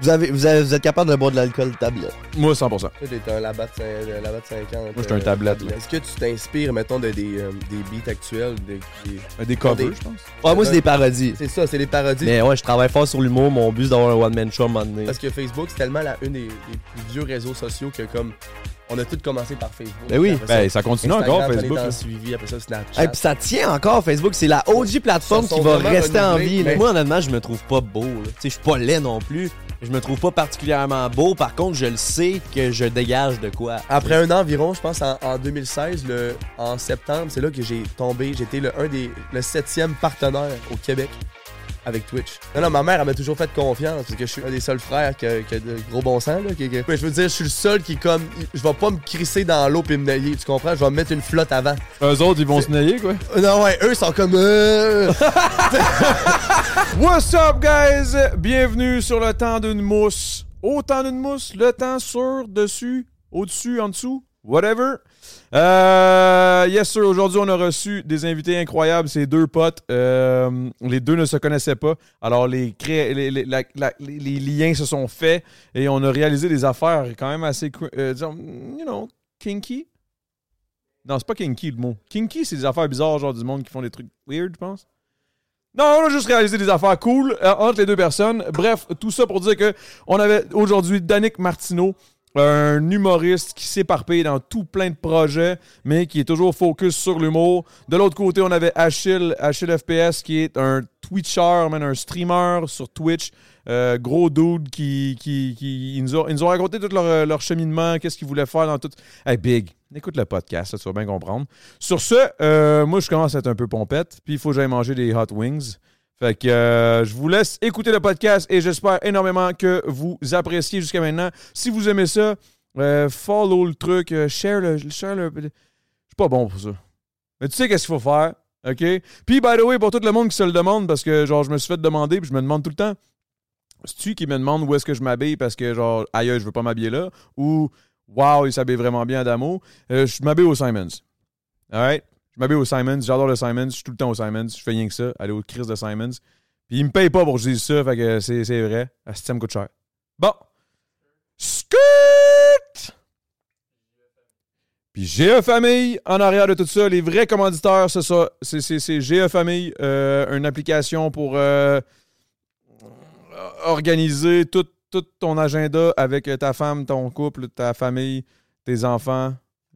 Vous, avez, vous, avez- vous êtes capable de boire de l'alcool tablette. Moi, 100%. Toi, t'es un labat de cin- de labat de 50. Moi, j'étais un euh, tablette, là. Est-ce que tu t'inspires, mettons, de des, euh, des beats actuels? Des, Euh, des- Euh, Des covers, Des- je pense. Ouais, Ah, moi, c'est des parodies. C'est ça, c'est des parodies. Mais ouais, je travaille fort sur l'humour. Mon but, c'est d'avoir un one-man show à un moment donné. Parce que Facebook, c'est tellement la, une des, des plus vieux réseaux sociaux que comme. On a tous commencé par Facebook. Ben oui, Après ben, ça continue Instagram, encore, fallait Facebook, t'en là. suivi, après ça, Snapchat. Hey, puis ça tient encore Facebook, c'est la OG plateforme Ils sont qui va vraiment rester en vie. renouvelés, mais- Moi honnêtement, je me trouve pas beau. là. Tu sais, Je suis pas laid non plus. Je me trouve pas particulièrement beau. Par contre, je le sais que je dégage de quoi. Après un an environ, je pense en, en 2016, le, en septembre, c'est là que j'ai tombé. J'étais le un des le septième partenaire au Québec avec Twitch. Non, non, ma mère, elle m'a toujours fait confiance parce que je suis un des seuls frères qui a, qui a de gros bon sens. Là, qui- qui- Mais je veux dire, je suis le seul qui, comme, je vais pas me crisser dans l'eau et me nailler, tu comprends? Je vais me mettre une flotte avant. Eux autres, ils vont se nailler, quoi. Euh, Non, ouais, eux sont comme. euh, What's up, guys? Bienvenue sur le temps d'une mousse. Au temps d'une mousse, le temps sur, dessus, au-dessus, en dessous, whatever. Euh, yes, sir. Aujourd'hui, on a reçu des invités incroyables. C'est deux potes. Euh, les deux ne se connaissaient pas. Alors, les, cré- les, les- la- la- les- les liens se sont faits et on a réalisé des affaires quand même assez, cr- euh, disons, you know, kinky. Non, c'est pas kinky le mot. Kinky, c'est des affaires bizarres, genre du monde qui font des trucs weird, je pense. Non, on a juste réalisé des affaires cool euh, entre les deux personnes. Bref, tout ça pour dire que on avait aujourd'hui Danick Martineau, un humoriste qui s'éparpille dans tout plein de projets, mais qui est toujours focus sur l'humour. De l'autre côté, on avait Achille, Achille FPS, qui est un Twitcher, man, un streamer sur Twitch. Euh, gros dude qui, qui, qui- ils nous ont, ils nous ont raconté tout leur, euh, leur cheminement, qu'est-ce qu'ils voulaient faire dans tout. Hey, Big, écoute le podcast, ça, tu vas bien comprendre. Sur ce, euh, moi, je commence à être un peu pompette, puis il faut que j'aille manger des hot wings. Fait que euh, je vous laisse écouter le podcast et j'espère énormément que vous appréciez jusqu'à maintenant. Si vous aimez ça, euh, follow le truc, euh, share le. Share le je suis pas bon pour ça. Mais tu sais qu'est-ce qu'il faut faire, OK? Puis, by the way, pour tout le monde qui se le demande, parce que genre, je me suis fait demander, puis je me demande tout le temps, c'est-tu qui me demande où est-ce que je m'habille parce que genre, aïe, aïe, je veux pas m'habiller là, ou wow, il s'habille vraiment bien, Adamo. Euh, je m'habille au Simons. All right? Je m'habille au Simons, j'adore le Simons, je suis tout le temps au Simons, je fais rien que ça, aller au Chris de Simons. Puis il me paye pas pour que je dise ça, fait que c'est, c'est vrai. Ah, ça me coûte cher. Bon. Scoot! Puis GE Famille, en arrière de tout ça, les vrais commanditaires, c'est ça. C'est, c'est, c'est GE Famille, euh, une application pour euh, organiser tout, tout ton agenda avec ta femme, ton couple, ta famille, tes enfants.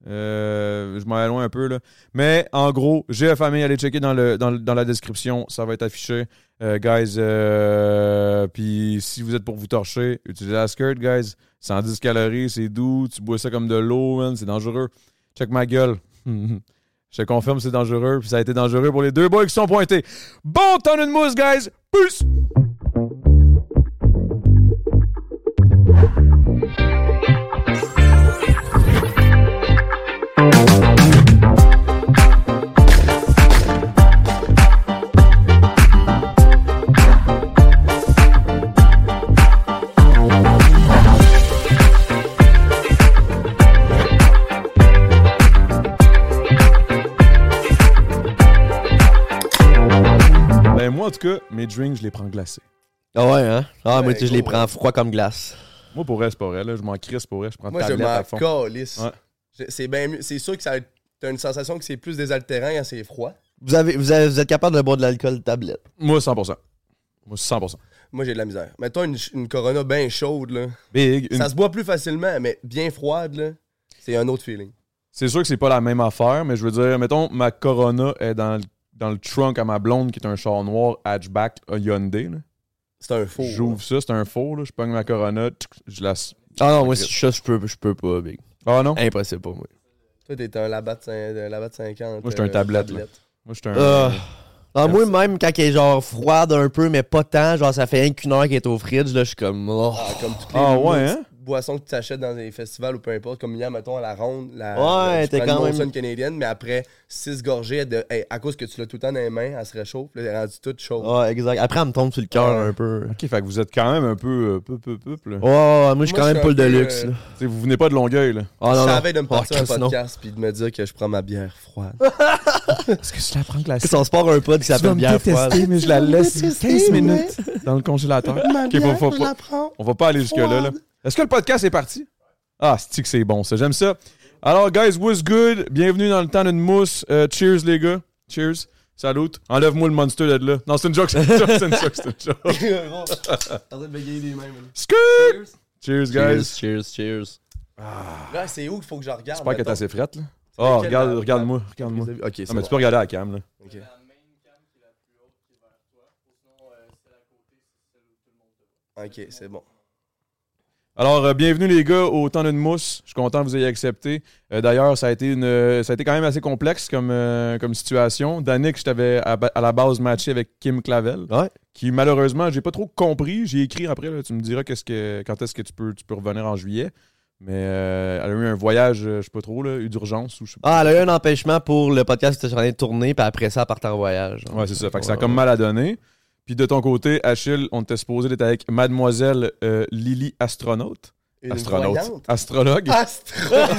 Euh, je m'en éloigne un peu, là. Mais en gros, GE Famille, allez checker dans, le, dans, le- dans la description, ça va être affiché. Euh, guys, euh, puis si vous êtes pour vous torcher, utilisez la skirt, guys. 110 calories, c'est doux, tu bois ça comme de l'eau, man, c'est dangereux. Check ma gueule. Je te confirme, c'est dangereux, puis ça a été dangereux pour les deux boys qui sont pointés. Bon temps de mousse, guys! Peace! Ben, cas, mes drinks, je les prends glacés. Ah ouais, hein? Ah, moi, Ouais, tu sais, je les gros, prends froids comme glace. Moi, pour vrai, c'est pas vrai. Là, je m'en crisse pour vrai. Je prends Moi, je tablette m'en à fond. calisse. Ouais. Je- C'est bien mieux. C'est sûr que ça va être- T'as une sensation que c'est plus désaltérant quand c'est froid. Vous, avez, vous, avez- vous êtes capable de boire de l'alcool tablette. Moi, 100%. Moi, 100%. Moi, j'ai de la misère. Mettons une, une Corona bien chaude, là. Big. une- Ça se boit plus facilement, mais bien froide, là, c'est un autre feeling. C'est sûr que c'est pas la même affaire, mais je veux dire, mettons, ma Corona est dans le, dans le trunk à ma blonde qui est un char noir hatchback à Hyundai. là. C'est un faux. J'ouvre ça, c'est un faux. Là. Je pogne ma Corona, tch, je la... s- Ah non, moi, si je chasse, je peux, je peux pas, big. Ah non? Impossible pour moi. Toi, t'es un euh, labat de, cin- de labat de 50. Moi, j'étais un tablette, Moi, je suis un... Ah. Ah, moi, même quand elle est genre froide un peu, mais pas tant, genre ça fait rien qu'une heure qu'elle est au fridge, là, je suis comme. oh. Ah, comme toutes les Ah, ouais, petites hein? boissons que tu achètes dans des festivals ou peu importe, comme hier, mettons, à la ronde, la, Ouais, la- tu t'es prends une quand même- Molson canadienne, mais après 6 gorgées, de, hey, à cause que tu l'as tout le temps dans les mains, elle se réchauffe, là, elle est rendue toute chaude. Ouais, Ah, exact. Après, elle me tombe sur le cœur Ouais. un peu. OK, fait que vous êtes quand même un peu... euh, peu, peu, peu, là. Ouais, ouais, ouais, moi, je suis quand Moi, même je suis poule de un peu, luxe, euh, là. T'sais, Vous venez pas de Longueuil, là. Ah, Je non, non. savais de me Ah, partir un Chris, non. podcast puis de me dire que je prends ma bière froide. Est-ce que je la prends glacée? Chris, on se part un pod qui s'appelle Bière froide. mais je la laisse 15 minutes dans le congélateur. Ok, faut- faut- faut- On va pas aller jusque-là. là. Est-ce que le podcast est parti? Ah, cest que c'est bon, ça. J'aime ça. Alors, guys, what's good? Bienvenue dans le temps d'une mousse. Euh, cheers, les gars. Cheers. Salut. Enlève-moi le monster de là. Non, c'est une joke, c'est une joke, c'est une joke, c'est une joke. Skirt! Cheers, guys. cheers, cheers. Là, c'est où qu'il faut que je regarde? J'espère que t'es mettons? assez frette, là. Oh, quel- regarde, regarde-moi, regarde-moi. Ok, c'est Non, mais bon. tu peux regarder à la cam, là. Ok. Ok, c'est bon. Alors, euh, bienvenue les gars au temps d'une mousse. Je suis content que vous ayez accepté. Euh, D'ailleurs, ça a été une, euh, ça a été quand même assez complexe comme, euh, comme situation. Danick, je t'avais à, ba- à la base matché avec Kim Clavel, Ouais. qui malheureusement, j'ai pas trop compris. J'ai écrit après, là, tu me diras qu'est-ce que, quand est-ce que tu peux, tu peux revenir en juillet. Mais euh, elle a eu un voyage, euh, je sais pas trop, là, eu d'urgence ou je sais pas. Ah, elle a eu un empêchement pour le podcast que j'étais en train de tourner, puis après ça, elle partait en voyage. Ah! Ouais, c'est ça. Fait que ça a comme mal à donner. Puis de ton côté, Achille, on était supposé d'être avec Mademoiselle euh, Lily Astronaute. Une Astronaute. voyante? Astrologue. Astronaute!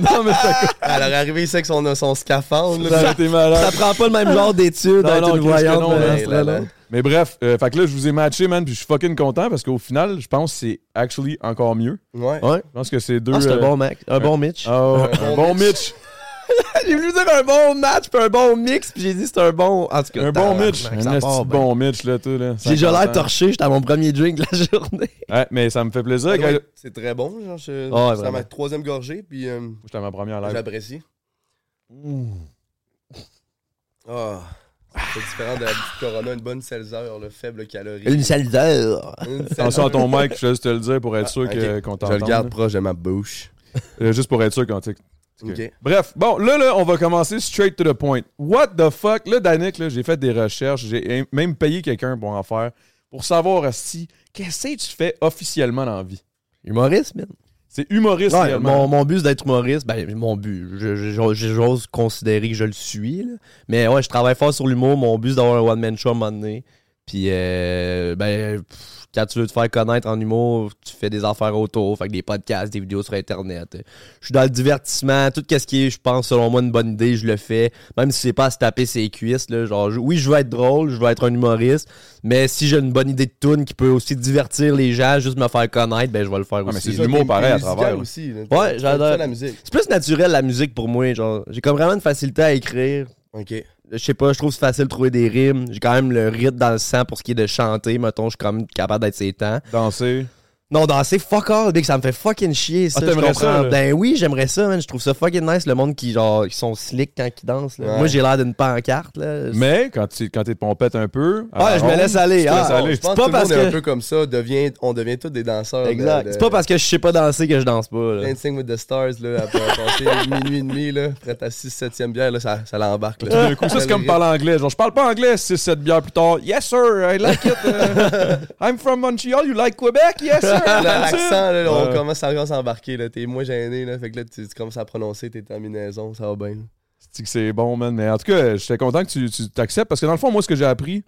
non, mais ça, Elle aurait arrivé ici avec son, son scaphandre. là. ça a été malade. Ça prend pas le même genre d'études Non, d'être non, une Chris, que voyante. non, hein. mais là, un Hey, là, là. astronaute. Mais bref, euh, fait que là, je vous ai matché, man, puis je suis fucking content parce qu'au final, je pense que c'est actually encore mieux. Ouais. Ouais. Je pense que c'est deux. Ah, c'est euh, un bon mec. Un bon Mitch. Ah, ouais, un bon Mitch. J'ai voulu dire un bon match, puis un bon mix, puis j'ai dit c'est un bon. En tout cas, Un bon tabarnak, Mitch. ça Un part esti bien. bon Mitch, là, tout, là. J'ai déjà l'air 50 ans. torché, j'étais à mon premier drink de la journée. Ah, Ouais, mais ça me fait plaisir. Ça quand- doit être- C'est très bon, genre. Je, Ah ouais, c'est dans ma vraiment. troisième gorgée, puis euh, J'étais à ma première live. j'apprécie. Ah, c'est différent de la petite Corona, une bonne seltzer, le faible calorie. Une saliseur. Une Attention à seltzer. ton mic, je vais juste te le dire pour être sûr Ah, que- ok. qu'on Je t'entende. le garde proche de ma bouche. Euh, juste pour être sûr quand tu Ok. Bref, bon, là, là, on va commencer straight to the point. What the fuck? Là, Danick, là, j'ai fait des recherches, j'ai im- même payé quelqu'un pour en faire, pour savoir si, qu'est-ce que tu fais officiellement dans la vie? Humoriste, man. C'est humoriste, Ouais, réellement. mon, mon but, c'est d'être humoriste. Ben, mon but, je- je- je- j'ose considérer que je le suis. là. Mais ouais, je travaille fort sur l'humour. Mon but, c'est d'avoir un one-man show à un moment donné. Puis, euh, ben, pff, quand tu veux te faire connaître en humour, tu fais des affaires autour, fait que des podcasts, des vidéos sur Internet. Je suis dans le divertissement, tout ce qui est, je pense, selon moi, une bonne idée, je le fais. Même si c'est pas à se taper ses cuisses, là, genre, je- oui, je veux être drôle, je veux être un humoriste, mais si j'ai une bonne idée de tune qui peut aussi divertir les gens, juste me faire connaître, ben, je vais le faire mais aussi. là. c'est du l'humour Et- et pareil à musical travers, là. aussi. là. Ouais, Tu- j'adore. tu fais la musique. C'est plus naturel la musique pour moi, genre. J'ai comme vraiment une facilité à écrire. Ok. Je sais pas, je trouve que c'est facile de trouver des rimes. J'ai quand même le rythme dans le sang pour ce qui est de chanter, mettons, je suis comme capable d'être ses temps. Danser. Non, danser, fuck all, dès que ça me fait fucking chier, ça, Ah, je t'aimerais comprends. ça, là? ben oui, j'aimerais ça, man. Je trouve ça fucking nice, le monde qui, genre, qui sont slick quand ils dansent, là. Ouais. Moi, j'ai l'air d'une pancarte, là. Mais quand tu quand t'es pompette un peu. à Ouais, la je me ronde, laisse aller, tu te ah, laisses bon, aller. Je pense pas que tout le parce monde est que- un peu comme ça. devient- on devient tous des danseurs. Exact. C'est pas parce que je sais pas danser que je danse pas, là. Dancing with the Stars, là, après avoir passé minuit et demi, là, prête à 6-7e bière, là, ça, ça l'embarque. Tout d'un coup, ça, c'est comme parler anglais. Genre, je parle pas anglais 6-7 bières plus tard. Yes, sir, I like it. euh, I'm from Montreal, you like Quebec? Yes, sir. Là, that's it. L'accent, là, on Ouais. commence à vraiment s'embarquer. là. T'es moins gêné. Là, fait que là, tu, tu commences à prononcer tes terminaisons. Ça va bien. C'est que c'est bon, man. Mais en tout cas, j'étais content que tu tu t'acceptes parce que dans le fond, moi, ce que j'ai appris,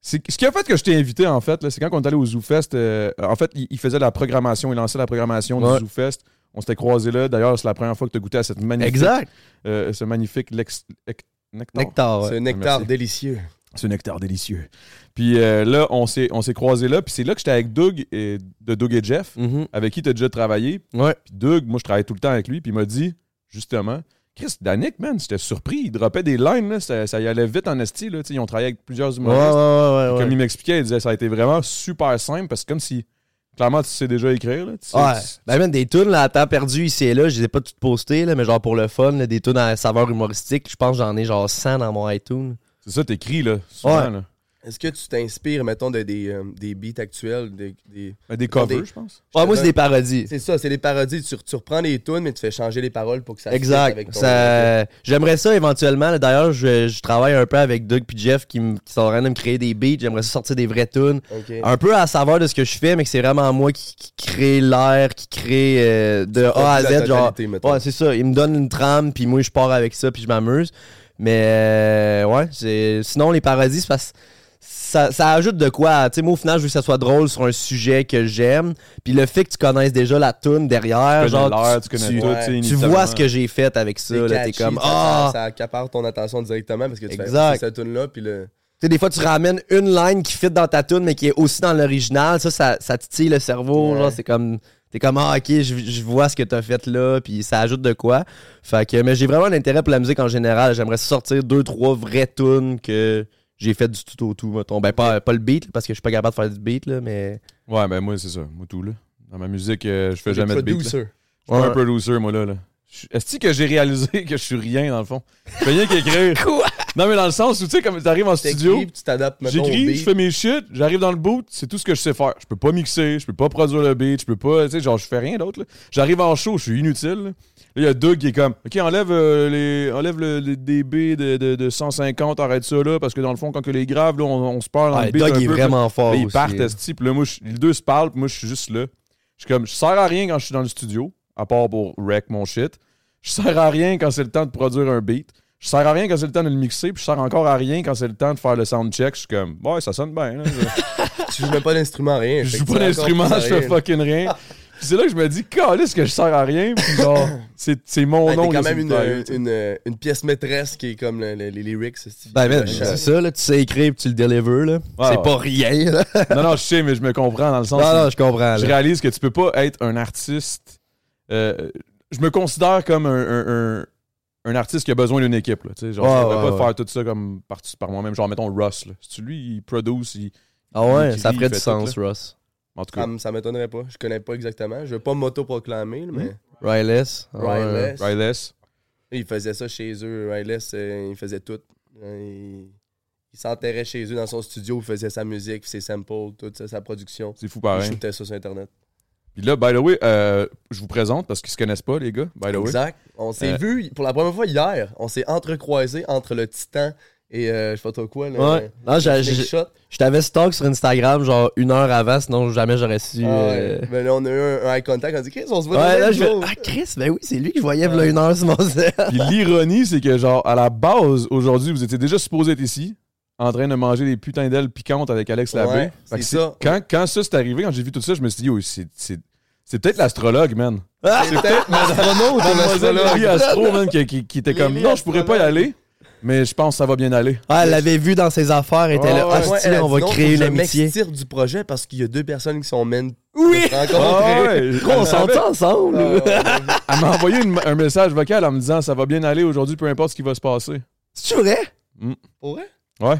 c'est que- ce qui a fait que je t'ai invité, en fait, là, c'est quand on est allé au ZooFest. euh, en fait, il, il faisait la programmation, il lançait la programmation Ouais. du ZooFest. On s'était croisés là. D'ailleurs, c'est la première fois que tu as goûté à cette magnifique, Exact. euh, ce magnifique lex- ec- nectar. Nectar, ouais. Ah, C'est un nectar merci. délicieux. Ce nectar délicieux. Puis euh, là, on s'est, on s'est croisés là. Puis c'est là que j'étais avec Doug et, de Doug et Jeff, avec qui tu as déjà travaillé. Mm-hmm. Ouais. Puis Doug, moi, je travaillais tout le temps avec lui. Puis il m'a dit, justement, Chris, Danick, man, j'étais surpris. Il droppait des lines. Là, ça, ça y allait vite en esti. Là, tu sais, ils ont travaillé avec plusieurs Ouais, ouais, humoristes. ouais. ouais, Comme ouais. il m'expliquait, il disait, ça a été vraiment super simple. Parce que comme si, clairement, tu sais déjà écrire. Là, tu sais, Ouais. tu- Ben, man, des tunes là, à temps perdu ici et là, je les ai pas toutes postées, là, mais genre pour le fun, là, des tunes à saveur humoristique, je pense que j'en ai genre 100 dans mon iTunes. c'est ça, t'écris, là, souvent. Ouais. là. Est-ce que tu t'inspires, mettons, de, des, euh, des beats actuels? Des, des- Ben, des Mettons, covers, des- je pense. Ouais, Ah, moi, c'est donne- des parodies. C'est ça, c'est des parodies. Tu, tu reprends les tunes, mais tu fais changer les paroles pour que ça fit Exact. ton- Ça- J'aimerais ça éventuellement. là. D'ailleurs, je, je travaille un peu avec Doug puis Jeff qui, me- qui sont en train de me créer des beats. J'aimerais ça sortir des vraies tunes. Ok. Un peu à la saveur de ce que je fais, mais que c'est vraiment moi qui, qui crée l'air, qui crée euh, de A à produis la Z. Genre, totalité, mettons. ouais, c'est ça. Il me donne une trame, puis moi, je pars avec ça, puis je m'amuse. Mais euh, ouais, c'est- sinon, les parodies, c'est parce ça, ça ajoute de quoi. Tu sais, moi, au final, je veux que ça soit drôle sur un sujet que j'aime. Puis le fait que tu connaisses déjà la tune derrière, Tu connais genre, l'air, tu connais tu- tout. ouais. sais, tu vois ce que j'ai fait avec ça. C'est là, T'es catchy, comme, ça- ah! ça, ça accapare ton attention directement parce que tu Exact. fais c'est cette tune là puis le Tu sais, des fois, tu ramènes une line qui fit dans ta tune, mais qui est aussi dans l'original. Ça, ça, ça titille le cerveau. Ouais. Genre, c'est comme. T'es comme, ah, ok, je, je vois ce que t'as fait là, puis ça ajoute de quoi. Fait que, mais j'ai vraiment un intérêt pour la musique en général. J'aimerais sortir deux, trois vraies tunes que j'ai fait du tout au tout, mettons. Ben, pas, pas le beat, parce que je suis pas capable de faire du beat, là, mais. Ouais, ben moi, c'est ça. Moi, tout, là. Dans ma musique, euh, je fais le jamais de beat. là. Je suis producer. pas un producer, moi, là. là. Je suis- Est-ce que j'ai réalisé que je suis rien, dans le fond? Je fais rien qu'écrire. Quoi? Non, mais dans le sens où, tu sais, comme t'arrives en studio, T'écris, puis tu t'adaptes mettons, au j'écris, beat. je fais mes shit, j'arrive dans le boot, c'est tout ce que je sais faire. Je peux pas mixer, je peux pas produire le beat, je peux pas, tu sais, genre, je fais rien d'autre, là. J'arrive en show, je suis inutile, là. Là, il y a Doug qui est comme, OK, enlève, euh, les, enlève le, le DB de, de, de 150, arrête ça, là, parce que dans le fond, quand que les graves, là, on, on se parle dans Ouais, le beat Doug un Ah, est peu, puis- vraiment fort. Là, ils aussi, partent, là. esti, puis là, moi, je- les deux se parlent, puis moi, je suis juste là. Je suis comme, je sers à rien quand je suis dans le studio, à part pour wreck mon shit. Je sers à rien quand c'est le temps de produire un beat. Je sers à rien quand c'est le temps de le mixer, puis je sers encore à rien quand c'est le temps de faire le sound check. Je suis comme, ouais, ça sonne bien. là. tu joues même pas d'instrument rien. Je Fait joue que pas tu d'instrument, racontes je fais rien. fucking rien. Puis c'est là que je me dis, calisse que je sers à rien, puis genre, c'est c'est Ben, mon Ah, Ouais, nom. t'es là, quand même sur une, euh, le taille, tu sais. une, une, pièce maîtresse qui est comme le- le- les lyrics. c'est- Ben, man, le c'est chant. ça, là, tu sais écrire, puis tu le deliver, là. Ouais, c'est ouais. pas rien, là. Non, non, je sais, mais je me comprends dans le sens. où- non, non, je comprends, là. je réalise que tu peux pas être un artiste. euh, je me considère comme un, un- un- un artiste qui a besoin d'une équipe. Là, tu sais, genre, Ouais, je pourrais ouais, pas ouais. faire tout ça comme par, par moi-même. Genre, mettons Russ. Là. Si lui, il produce, il- Ah ouais, Qui ça vit, ferait fait du tout, sens, Ross. en tout Ça, cas. Ah, m- ça m'étonnerait pas. Je connais pas exactement. Je veux pas m'auto-proclamer, là, mais Hmm. Ryless. ah ouais. Ryless. Ryless. ils faisaient ça chez eux. Ryless, euh, il faisait tout. Euh, Il, il s'enterrait chez eux dans son studio, il faisait sa musique, ses samples, toute sa, sa production. C'est fou Il pareil. shootait ça sur Internet. Puis là, by the way, euh, je vous présente parce qu'ils se connaissent pas, les gars. By the Ah way. Exact. On s'est Euh. vu pour la première fois hier. On s'est entrecroisés entre le Titan et euh, je sais pas trop quoi. Là, Ouais. Non, j'ai- j'ai- shot. Je t'avais stalk sur Instagram genre une heure avant, sinon jamais j'aurais su. euh, Ah ouais. Mais là, on a eu un, un eye contact. On a dit, Chris, on se voit dans Ouais, le là, même je vais- jour. Ah, Chris, ben oui, c'est lui que je voyais v'là une heure sur mon zèle. Puis l'ironie, c'est que, genre, à la base, aujourd'hui, vous étiez déjà supposé être ici, en train de manger des putains d'ailes piquantes avec Alex Labbé. Ouais, Fait que c'est ça. Quand, quand ça c'est arrivé, quand j'ai vu tout ça, je me suis dit, yo, c'est- c'est c'est peut-être l'astrologue, man. Ah, C'est peut-être l'astronaute ou Mademoiselle Laurie l'astrologue. Astro, man, qui, qui- qui était comme Lily non, je pourrais pas y aller, mais je pense que ça va bien aller. Ah, elle l'avait vu dans ses affaires, elle était Ouais, là, Ah, ouais, hostie, on va créer une amitié. Je m'extire du projet parce qu'il y a deux personnes qui sont men. Oui! Ah Rencontrées. ouais, Gros, on elle savait. s'entend ensemble. Elle m'a envoyé une- un message vocal en me disant ça va bien aller aujourd'hui, peu importe ce qui va se passer. C'est vrai? Pour vrai? Ouais.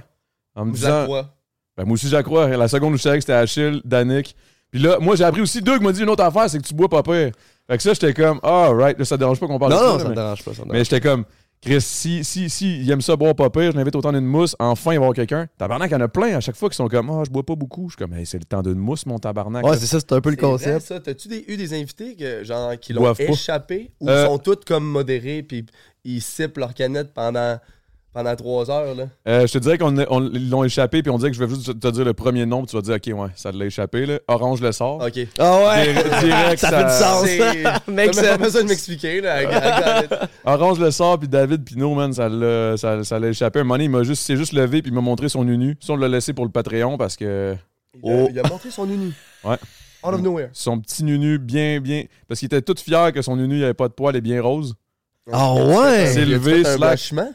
En me Je la disant. crois. Ben, moi aussi, j'accrois. La seconde où je savais que c'était Achille, Danick. Puis là, moi, j'ai appris aussi, Doug m'a dit une autre affaire, c'est que tu bois pas pire. Fait que ça, j'étais comme, ah, right, là, ça te dérange pas qu'on parle de non, non, ça. ça me mais- dérange pas, ça me dérange Mais j'étais comme, Chris, si, si, si, il aime ça boire pas pire, je l'invite au temps d'une mousse, enfin, il va y avoir quelqu'un. Tabarnak, il y en a plein à chaque fois qui sont comme, ah, je bois pas beaucoup. Je suis comme, hey, c'est le temps d'une mousse, mon tabarnak. pas. Ouais, c'est ça, c'est un peu le C'est vrai, concept. ça. T'as-tu des- eu des invités que, genre, qui l'ont Boivent pas. échappé ou Euh. sont toutes comme modérés puis ils sippent leur canette pendant, pendant trois heures? Là? Euh, je te dirais qu'on on- ils l'ont échappé, puis on dirait que je vais juste te dire le premier nom, puis tu vas dire, ok, ouais, ça l'a échappé, là. Orange le sort. Ok. Ah ouais! Dir- direct, ça, ça- fait du sens. Make T'as même pas sense. besoin de m'expliquer. là. I got it. Orange le sort, puis David Pinot, man, ça l'a ça- ça l'a échappé. Un moment donné, il m'a juste, s'est juste levé, puis il m'a montré son unu. Ça, on l'a laissé pour le Patreon, parce que Il a- Oh. Il a montré son uni. Ouais. Out of nowhere. son petit nunu, bien, bien. Parce qu'il était tout fier que son nunu, il avait pas de poils et bien rose. Ah ouais! C'est Il a levé, fait un slack. blanchiment?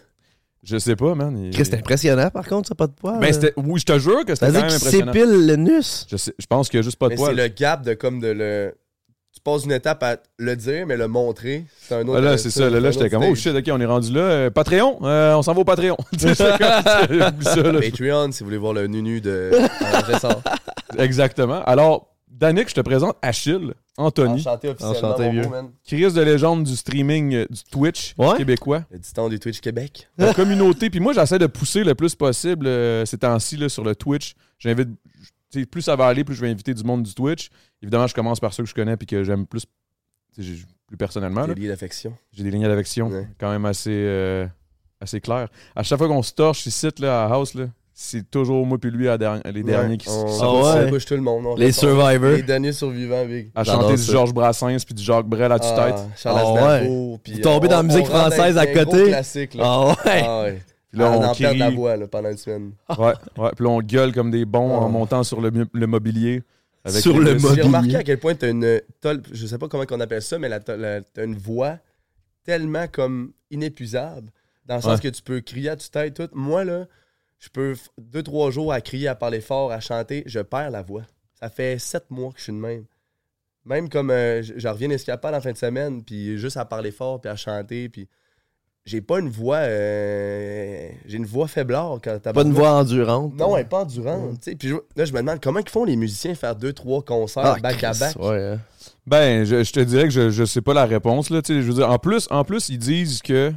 Je sais pas, man. il- Chris, c'est impressionnant par contre, ça, pas de poil. Ben, c'était- oui, je te jure que Ça c'était veut quand dire même qu'il impressionnant. s'épile le nus. Je, sais- je pense qu'il y a juste pas de Mais c'est poils. le gap de comme de le. Tu passes une étape à le dire, mais le montrer, c'est un autre. Ah, là, c'est ça. Là, là, j'étais comme, oh shit, ok, on est rendu là. Euh, Patreon, euh, on s'en va au Patreon. Tu sais, c'est comme- oublie ça, là. Patreon, si vous voulez voir le nunu de euh, Alain Gessard. Exactement. Alors, Danick, je te présente Achille, Anthony, Enchanté officiellement, Enchanté, mon vieux. beau, man. Chris de légende du streaming euh, du Twitch Ouais. québécois. Le titan du Twitch Québec. La communauté. Puis moi, j'essaie de pousser le plus possible euh, ces temps-ci là, sur le Twitch. J'invite. tu sais, Plus ça va aller, plus je vais inviter du monde du Twitch. Évidemment, je commence par ceux que je connais puis que j'aime plus, tu sais, j'ai- plus personnellement. Ah là. Des liens d'affection. J'ai des lignes d'affection Ouais. quand même assez, euh, assez claires. À chaque fois qu'on se torche ici là, à House, là, c'est toujours moi puis lui à derni- les derniers qui s- On- qui Ah sont on ouais. se bouge tout le monde. on Les ressort. Survivors. Les derniers survivants, Big. à J'adore chanter du ça. Georges Brassens puis du Jacques Brel à tue-tête. Ah, Charles Ah Aznavour, puis, Tombé euh, dans la on- musique on rentre française avec à un gros côté. classique, là. Ah ouais. Ah ouais. Puis là, on, on, en perd la crie. voix là, pendant une semaine. Ouais, ouais. Puis là, on gueule comme des bons en Ah. montant sur le, mu- le mobilier. Sur le les muscles. mobilier. J'ai remarqué à quel point t'as une tol- je sais pas comment qu'on appelle ça, mais la tol- la- t'as une voix tellement comme inépuisable, dans le sens que tu peux crier à tu tête tout. Moi là, je peux f- deux trois jours à crier, à parler fort, à chanter, je perds la voix. Ça fait sept mois que je suis de même. Même comme euh, je je reviens d'escapade en fin de semaine, puis juste à parler fort, puis à chanter, puis j'ai pas une voix, euh, j'ai une voix faiblarde quand t'as Pas une voix endurante. non, elle n'est pas endurante. tu sais. Puis je- là, je me demande comment ils font les musiciens faire deux, trois Ah, concerts back-à-back. Chris, ouais, hein. Ben, je, je te dirais que je, je sais pas la réponse. Là, Tu sais, je veux dire, en plus, en plus, ils disent que.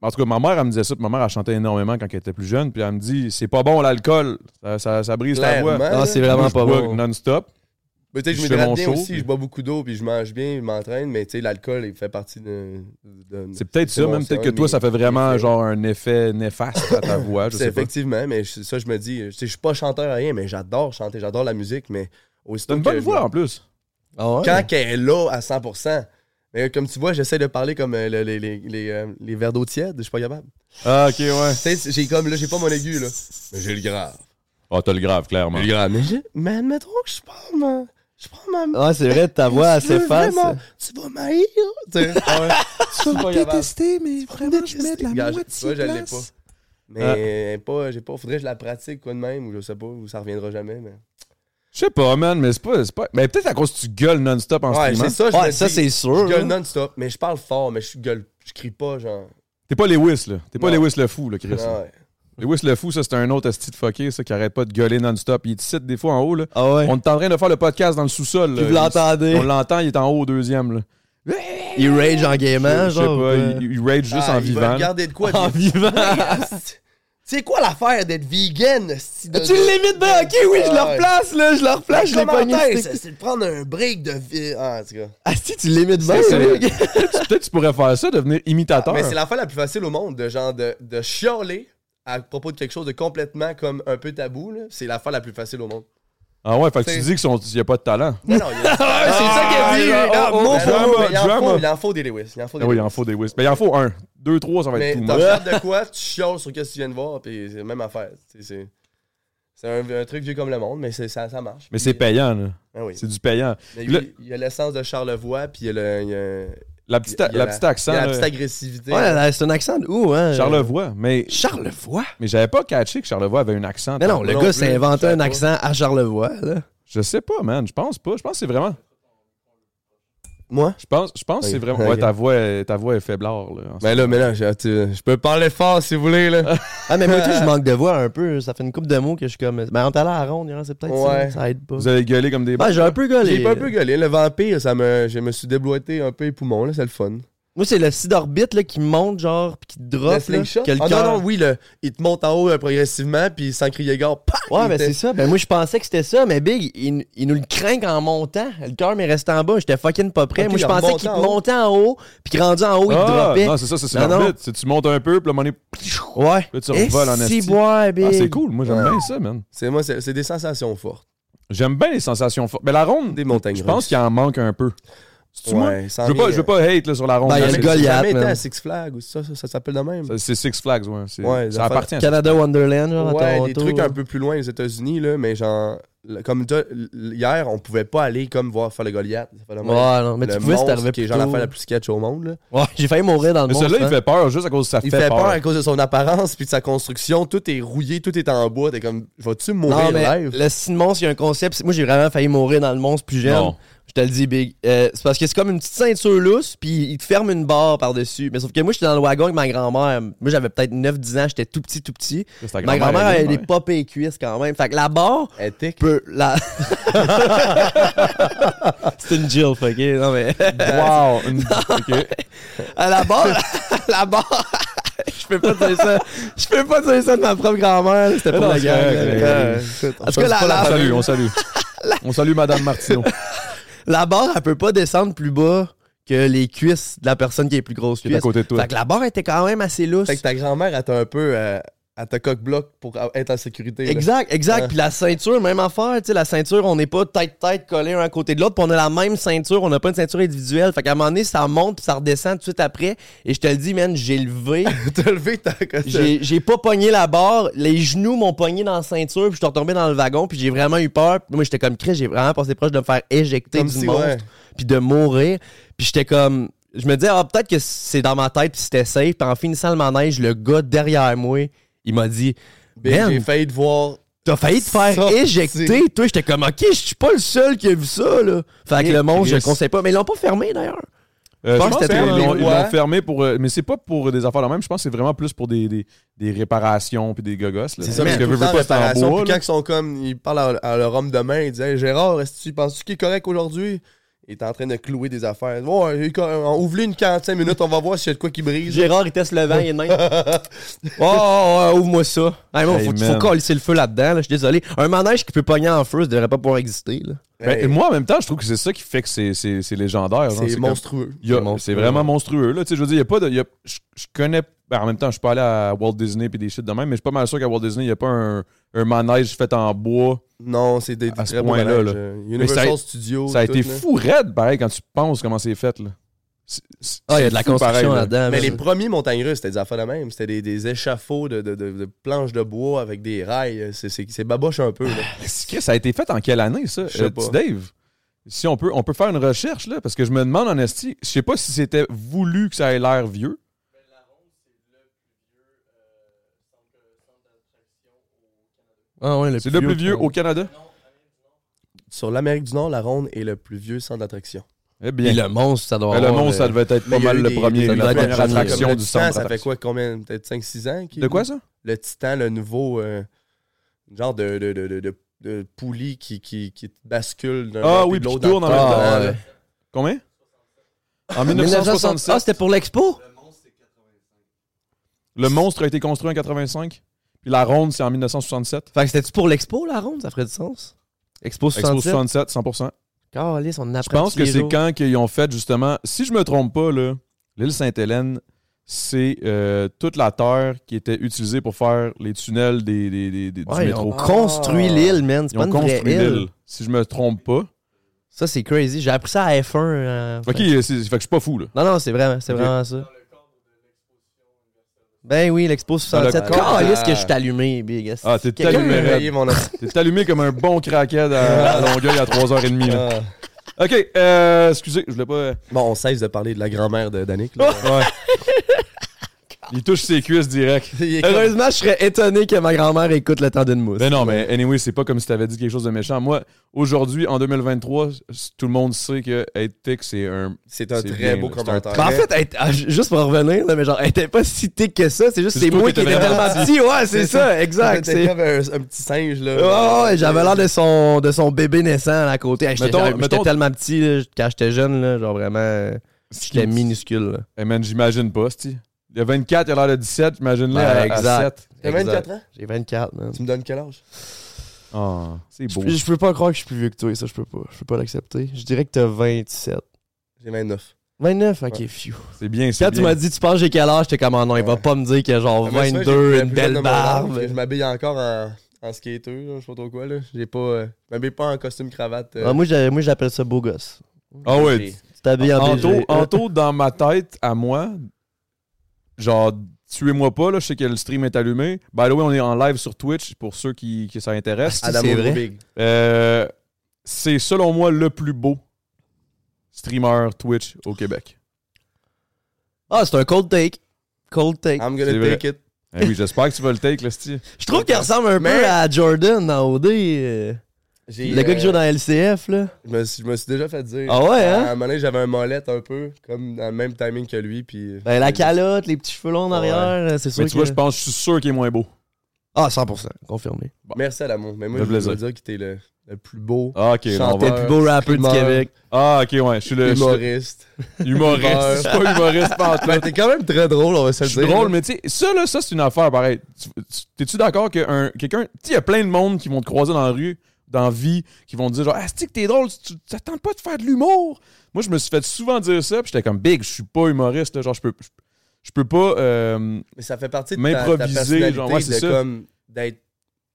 En tout cas, ma mère, elle me disait ça, puis ma mère, elle chantait énormément quand elle était plus jeune, puis elle me dit c'est pas bon l'alcool, ça, ça- ça brise Clairement. ta voix. Ah, c'est là. vraiment Moi, je pas bois bon. non-stop. Mais tu sais, je je fais mon m'hydrate bien show, aussi, puis- je bois beaucoup d'eau, puis je mange bien, je m'entraîne, mais tu sais, l'alcool, il fait partie de. de- C'est peut-être ça, bon, même c'est peut-être un que de toi, mes- ça fait vraiment mes- genre un effet néfaste à ta voix. Je C'est sais pas. effectivement, mais je- ça, je me dis, je sais, je suis pas chanteur à rien, mais j'adore chanter, j'adore la musique, mais aussi. T'as une bonne voix en plus. Ah ouais. Quand elle est là à 100%. Mais euh, comme tu vois, j'essaie de parler comme euh, le- les, les, les, euh, les verres d'eau tiède, je suis pas capable. Ah, ok, ouais. Tu sais, j'ai comme là, j'ai pas mon aigu là. Mais j'ai le grave. Ah, t'as le grave, clairement. Mais, j'ai- mais admettons que je prends ma. Je prends ma. Ah, Ouais, c'est Ah, vrai, ta voix, elle Tu veux s'efface. vraiment- Tu vas m'haïr. Tu sais, Tu vas détester, mais vraiment, je mets détester. de la Regarde, je- tu moitié vois, je l'ai place. pas. Ah. Mais pas, j'ai pas. Faudrait que je la pratique quoi de même, ou je sais pas, ou ça reviendra jamais. Mais... Je sais pas, man, mais c'est pas, c'est pas. Mais peut-être à cause que tu gueules non-stop en Ouais, c'est streamant. ça. Je Ouais, me ça, dis, c'est sûr, hein. Je gueule là. non-stop, mais je parle fort, mais je gueule, je crie pas, genre. T'es pas Lewis, là. T'es pas Non. Lewis le fou, là, Chris. Ah ouais. Lewis le fou, ça, c'est un autre asti de fucké, ça, qui arrête pas de gueuler non-stop. Il te cite des fois en haut, là. Ah ouais. On est en train de faire le podcast dans le sous-sol. Puis là. vous l'entendez. On l'entend, il est en haut au deuxième, là. Il rage en gaiement, je sais genre. pas, ou quoi? il, il rage juste Ah, en ils vivant. veulent là. garder de quoi En des- vivant. C'est quoi l'affaire d'être vegan? esti de- Tu de- l'imites bien, ok, oui, je le Ah ouais. replace, là, je le replace, je l'ai Commentaire, pogné. c'est c'était- c'est de prendre un break de vie. Ah, en tout cas. Ah si, tu l'imites bien, C'est lui. Peut-être que tu pourrais faire ça, devenir imitateur. Ah, Mais c'est l'affaire la plus facile au monde, de genre de, de chialer à propos de quelque chose de complètement comme un peu tabou. là. C'est l'affaire la plus facile au monde. Ah ouais, fait que tu C'est- dis qu'il n'y a pas de talent. Non, non, il y a- Ah, c'est ça qu'il a dit, ah, lui. Ah, ah, mot ah, Ben pour non, drama, mot. mais il, en drama. faut, il en faut des Lewis. Il en faut des Ah oui, il Lewis. en faut des whis. Mais il en faut un. Deux, trois, ça va Mais être tout. t'en moche. regardes de quoi, tu chiales sur qu'est-ce que tu viens de voir, puis c'est la même affaire. C'est- C'est c'est un, un truc vieux comme le monde, mais c'est- ça, ça marche. Mais c'est Puis- payant, là. Ah oui. C'est du payant. Mais Là- oui, Il y a l'essence de Charlevoix, puis il y a le. il y a- La il petite, y a la, petite accent. il y a là. la petite agressivité. Ouais, là, c'est un accent de où, hein? Charlevoix. Mais, Charlevoix? mais j'avais pas catché que Charlevoix avait un accent. Mais non, le non gars plus, s'est inventé je sais un pas. accent à Charlevoix, là. Je sais pas, man. Je pense pas. Je pense que c'est vraiment. Moi? Je pense, je pense que c'est Ok. vraiment. Ouais, Ok. ta voix, est- ta voix est faiblard, là. Ben là, mais là, je, tu- je peux parler fort si vous voulez, là. Ah, mais moi, tu sais, je manque de voix un peu. Ça fait une coupe de mots que je suis comme. Ben, on t'a l'air à la ronde, hein, c'est peut-être Ouais. ça. Ça aide pas. Vous allez gueuler comme des. Ben, j'ai un peu gueulé. J'ai pas un peu gueulé. Le vampire, ça me, je me suis débloité un peu les poumons, là, c'est le fun. Moi, c'est le site d'orbite, là, qui monte, genre, puis qui Le drop, là. slingshot? que le Ah non, cœur- non, oui, le, il te monte en haut euh, progressivement, puis sans crier gare, pac, Ouais, il ben te- c'est ça. Ben moi, je pensais que c'était ça, mais Big, il, il nous le craint en montant. Le cœur m'est resté en bas. J'étais fucking pas prêt. Ok, moi, je il pensais remonte qu'il en haut. montait en haut, puis rendu en haut, il Ah, dropait. non, c'est ça, ça, c'est Non, non. l'orbite. C'est- Tu montes un peu, puis là, mon Ouais. Là, tu revoles en Eh, esti. si, ouais, Big. Ah, c'est cool. Moi, j'aime bien ça, man. C'est moi, c'est c'est des sensations fortes. J'aime bien les sensations fortes. Mais la ronde, Des montagnes je pense russes. qu'il en manque un peu. C'est-tu moi? Ouais, Je sans veux pas, rien. je veux pas hate là, sur la ronde. Ben, il y a là, le c'est- J'ai Goliath, jamais été man. à Six Flags ou ça, ça, ça s'appelle de même. c'est- C'est Six Flags, ouais. C'est- Ouais, les ça affaires- appartient à ça. Canada Wonderland, genre, à Ouais, Toronto. des trucs un peu plus loin aux États-Unis, là, mais genre, le- comme toi, l- hier, on pouvait pas aller comme voir faire le Goliath. Ça fait le Ouais, même. non, mais le tu pouvais, c'est monstre arrivé qui est plus genre tôt. l'affaire la plus sketch au monde. là. Ouais, j'ai failli mourir dans le Mais monstre. celui-là, il hein. fait peur juste à cause de sa Il fait, peur à cause de son apparence puis de sa construction. Tout est rouillé, tout est en bois. T'es comme, vas-tu mourir Non, mais live? le style monstre, il y a un concept. Moi, j'ai vraiment failli mourir dans le monstre plus jeune. Non. Je te le dis, Big. Euh, c'est parce que c'est comme une petite ceinture lousse, puis il te ferme une barre par-dessus. Mais sauf que moi, j'étais dans le wagon avec ma grand-mère. Moi, j'avais peut-être 9-10 ans, j'étais tout petit, tout petit. C'est ta Ma grand-mère, grand-mère, elle est elle est même. pas et cuisse quand même. Fait que la barre Éthique. peut. La... c'est une Jill, fait que, Non, mais. Wow! Une- ok. À la barre, à la barre. Je peux pas dire ça. Je peux pas dire ça de ma propre grand-mère. C'était Non, pour la c'est gang. correct, là. c'est correct. Euh, Écoute, En tout cas, on la, On la- salue, on salue. On salue Madame Martineau. la barre, elle peut pas descendre plus bas que les cuisses de la personne qui est plus grosse Qui est à cuisse. côté de toi. Fait que la barre était quand même assez lousse. Fait que ta grand-mère, elle t'a un peu. euh, elle t'a coque-bloc pour être en sécurité. là. Exact, exact. Ouais. Puis la ceinture, même affaire. Tu sais, la ceinture, on n'est pas tête-tête collés un à côté de l'autre. Puis on a la même ceinture. On n'a pas une ceinture individuelle. Fait qu'à un moment donné, ça monte puis ça redescend tout de suite après. Et je te le dis, man, j'ai levé. T'as levé ta J'ai j'ai pas pogné la barre, les genoux m'ont pogné dans la ceinture, puis je suis retombé dans le wagon, puis j'ai vraiment eu peur. Puis moi, j'étais comme Chris, j'ai vraiment passé proche de me faire éjecter Comme du si, monstre, ouais. puis de mourir. Puis j'étais comme. Je me disais, ah, peut-être que c'est dans ma tête, puis c'était safe. Puis en finissant le manège, le gars derrière moi, il m'a dit, Ben, J'ai Ben, failli te voir. t'as failli te faire sorti. éjecter. Toi, j'étais comme, ok, je suis pas le seul qui a vu ça, là. Fait que Et le monstre, je le Chris. conseille pas. Mais ils l'ont pas fermé, d'ailleurs. Euh, Je pense que c'était ils des l'ont- ils lois. l'ont fermé pour. euh, mais c'est pas pour des affaires de même. Je pense que c'est vraiment plus pour des, des, des réparations puis des gogosses. là. C'est ça, Parce mais que tout veux, le veux temps, pas, c'est en réparation. bois, Puis quand là. ils sont comme, ils parlent à, à leur homme demain, ils disent Hey, Gérard, est-ce que tu penses qu'il est correct aujourd'hui Il est en train de clouer des affaires. Ouais, il est correct. ouvre-le une 45 minutes, on va voir s'il y a de quoi qui brise. Gérard, il teste le vent, il est de même. oh, oh, oh, ouvre-moi ça. Hey, man, Hey, faut, man. faut colisser le feu là-dedans, là, je suis désolé. Un manège qui peut pogner en feu, ça devrait pas pouvoir exister. là. Ben, Hey, et moi, en même temps, je trouve que c'est ça qui fait que c'est- c'est c'est légendaire. genre. c'est comme- monstrueux. Il y a- C'est monstrueux. C'est vraiment monstrueux. Là. Tu sais, Je veux dire, il y a pas de. il y a- je, je connais. ben, en même temps, je suis pas allé à Walt Disney puis des shit de même, mais je suis pas mal sûr qu'à Walt Disney, il n'y a pas un, un manège fait en bois. Non, c'est des, des À ce très beaux point-là, manèges. là. Euh, Mais ça a- Universal Studios. Ça a tout, été là. fou raide, pareil, quand tu penses comment c'est fait. Là. C'est- c'est- Ah, il y a c'est de la fou, pareil, construction là. là-dedans. man. Mais les premiers montagnes russes, c'était des affaires de même. C'était des, des échafauds de, de- de- de planches de bois avec des rails. C'est- C'est c'est baboche un peu. là. Chris, ça a été fait en quelle année, ça? Je sais Euh, pas. petit Dave, si on peut, on peut faire une recherche, là, parce que je me demande en esti, je sais pas si c'était voulu que ça ait l'air vieux. Ah ouais, C'est le plus vieux au au Canada? Sur l'Amérique du Nord, la ronde est le plus vieux centre d'attraction. Eh Puis bien, le monstre, ça doit Ben, le avoir, monstre, euh, ça devait être pas Mais il y a mal eu le des- premier, des- la des- première des- attraction Le du Titan, centre. Ça fait d'attraction. quoi, combien Peut-être 5-6 ans qu'il- De quoi, ça? Le Titan, le nouveau euh, genre de, de, de, de, de- de poulie qui, qui, qui te bascule d'un Ah bord oui, puis de puis qui l'autre tourne en dans même le temps. temps, Ah, là. ouais. Combien? 1960. Ah, En 1967, c'était pour l'expo? le monstre a été construit en 85, puis la ronde, c'est en 1967. Fait que c'était-tu pour l'expo, la ronde? Ça ferait du sens. Expo Expo 67. 67, 100%. Calisse, on apprend Je pense tous que les c'est jours. quand qu'ils ont fait, justement, si je me trompe pas, là, l'île Sainte-Hélène, c'est euh, toute la terre qui était utilisée pour faire les tunnels des, des- des- des- Ouais, du ils métro. ont construit l'île, man. C'est Ils pas ont une vraie construit l'île, île. si je me trompe pas. Ça, c'est crazy. J'ai appris ça à F1. euh, Ok, c'est- fait que je suis pas fou, là. Non, non, c'est vraiment, c'est Ok. vraiment ça. Ben oui, l'Expo 67. Dans le cadre- Calisse que je suis allumé, Big. Ah, t'es Quelqu'un- allumé, J'ai réveillé mon enfant. T'es allumé comme un bon craquette à, à Longueuil à 3h30. là. Ah. Ok, euh, excusez, je voulais pas... Bon, on cesse de parler de la grand-mère de Danick. là. Ouais. Il touche ses cuisses direct. Il est comme- Heureusement, je serais étonné que ma grand-mère écoute le temps d'une mousse. Ben non, mais anyway, c'est pas comme si t'avais dit quelque chose de méchant. Moi, aujourd'hui, en 2023, c- tout le monde sait que être tech, c'est un. C'est un C'est très bien, beau là, c'est un commentaire. Ben, en fait, elle était- ah, ju- juste pour en revenir, là, mais genre, elle était pas si tic que ça, c'est juste C'est c'est toi moi qui qui étais étais vraiment tellement petit. Ouais, c'est ça, exact. T'es c'est- comme un, un petit singe, là. Ouais, Ah, ouais, ouais, j'avais l'air de son, de son bébé naissant à côté. Hey, J'étais Mettons- j'étais mettons- tellement petit là, quand j'étais jeune, là, genre vraiment, euh, j'étais minuscule. là. Eh man, j'imagine pas, c'ti. Il y a 24, il a l'air de 17, j'imagine là. Ouais, à- à exact. 7. T'as 24 ans? J'ai 24, man. Tu me donnes quel âge? Ah, c'est beau. Je, je peux pas croire que je suis plus vieux que toi, ça, je peux pas. Je peux pas l'accepter. Je dirais que t'as 27. J'ai 29. 29, ok, Ouais. phew. C'est bien, c'est Quand tu bien. m'as dit, tu penses que j'ai quel âge, j'étais comme, ah non, il va Ouais. pas me dire que genre Ah, mais tu vois, j'ai 22, la une plus jeune de belle mon âge, barbe. puis Je m'habille encore en, en skater, là, je sais pas trop quoi. Là. J'ai pas, euh, je m'habille pas en costume cravate. euh, Ah, moi, j'ai- moi, j'appelle ça beau gosse. Ah ouais. j'ai- euh, Tu t'habilles en Anto, BG. Anto, dans ma tête, à moi, genre, Tuez-moi pas, là, je sais que le stream est allumé. By the way, on est en live sur Twitch pour ceux qui, qui ça intéresse. Ah, c'est vrai. Big. Euh, c'est selon moi le plus beau streamer Twitch au Québec. Ah, c'est un cold take. Cold take. I'm C'est gonna vrai. take it. Eh oui, j'espère que tu vas le take, le style. Je trouve qu'il ressemble un Mais- peu à Jordan dans OD. euh, J'ai, Le gars qui euh, joue dans LCF, là. Je me, suis, je me suis déjà fait dire. Ah ouais, À hein? un moment donné, j'avais un molette un peu, comme dans le même timing que lui. Puis, euh, Ben, la calotte, les petits cheveux longs en arrière, euh, c'est sûr Mais tu vois, que- je pense, je suis sûr qu'il est moins beau. Ah, 100%, confirmé. Merci à l'amour. Mais moi, Le je veux plaisir. dire que t'es le, le plus beau Ah, ok, Chanteur. on va- T'es le plus beau rappeur du streamer. Québec. Ah, ok, ouais, je suis Ah, le je suis le- humoriste. humoriste. Je suis pas humoriste, pas en tout. Ben, t'es quand même très drôle, on va se Je le suis dire. drôle, là. mais tu sais, ça, là, ça, c'est une affaire, pareil. Tu- tu- T'es-tu d'accord que un- quelqu'un. Tu sais, il y a plein de monde qui vont te croiser dans la rue, dans la vie, qui vont te dire genre, Ah, c'est que t'es drôle, tu tu t'attends pas de faire de l'humour. Moi, je me suis fait souvent dire ça, puis j'étais comme, big, je suis pas humoriste, là, genre, je peux. je- Je peux pas. euh, Mais ça fait partie de ta, ta M'improviser, personnalité genre, ouais, c'est de ça. comme d'être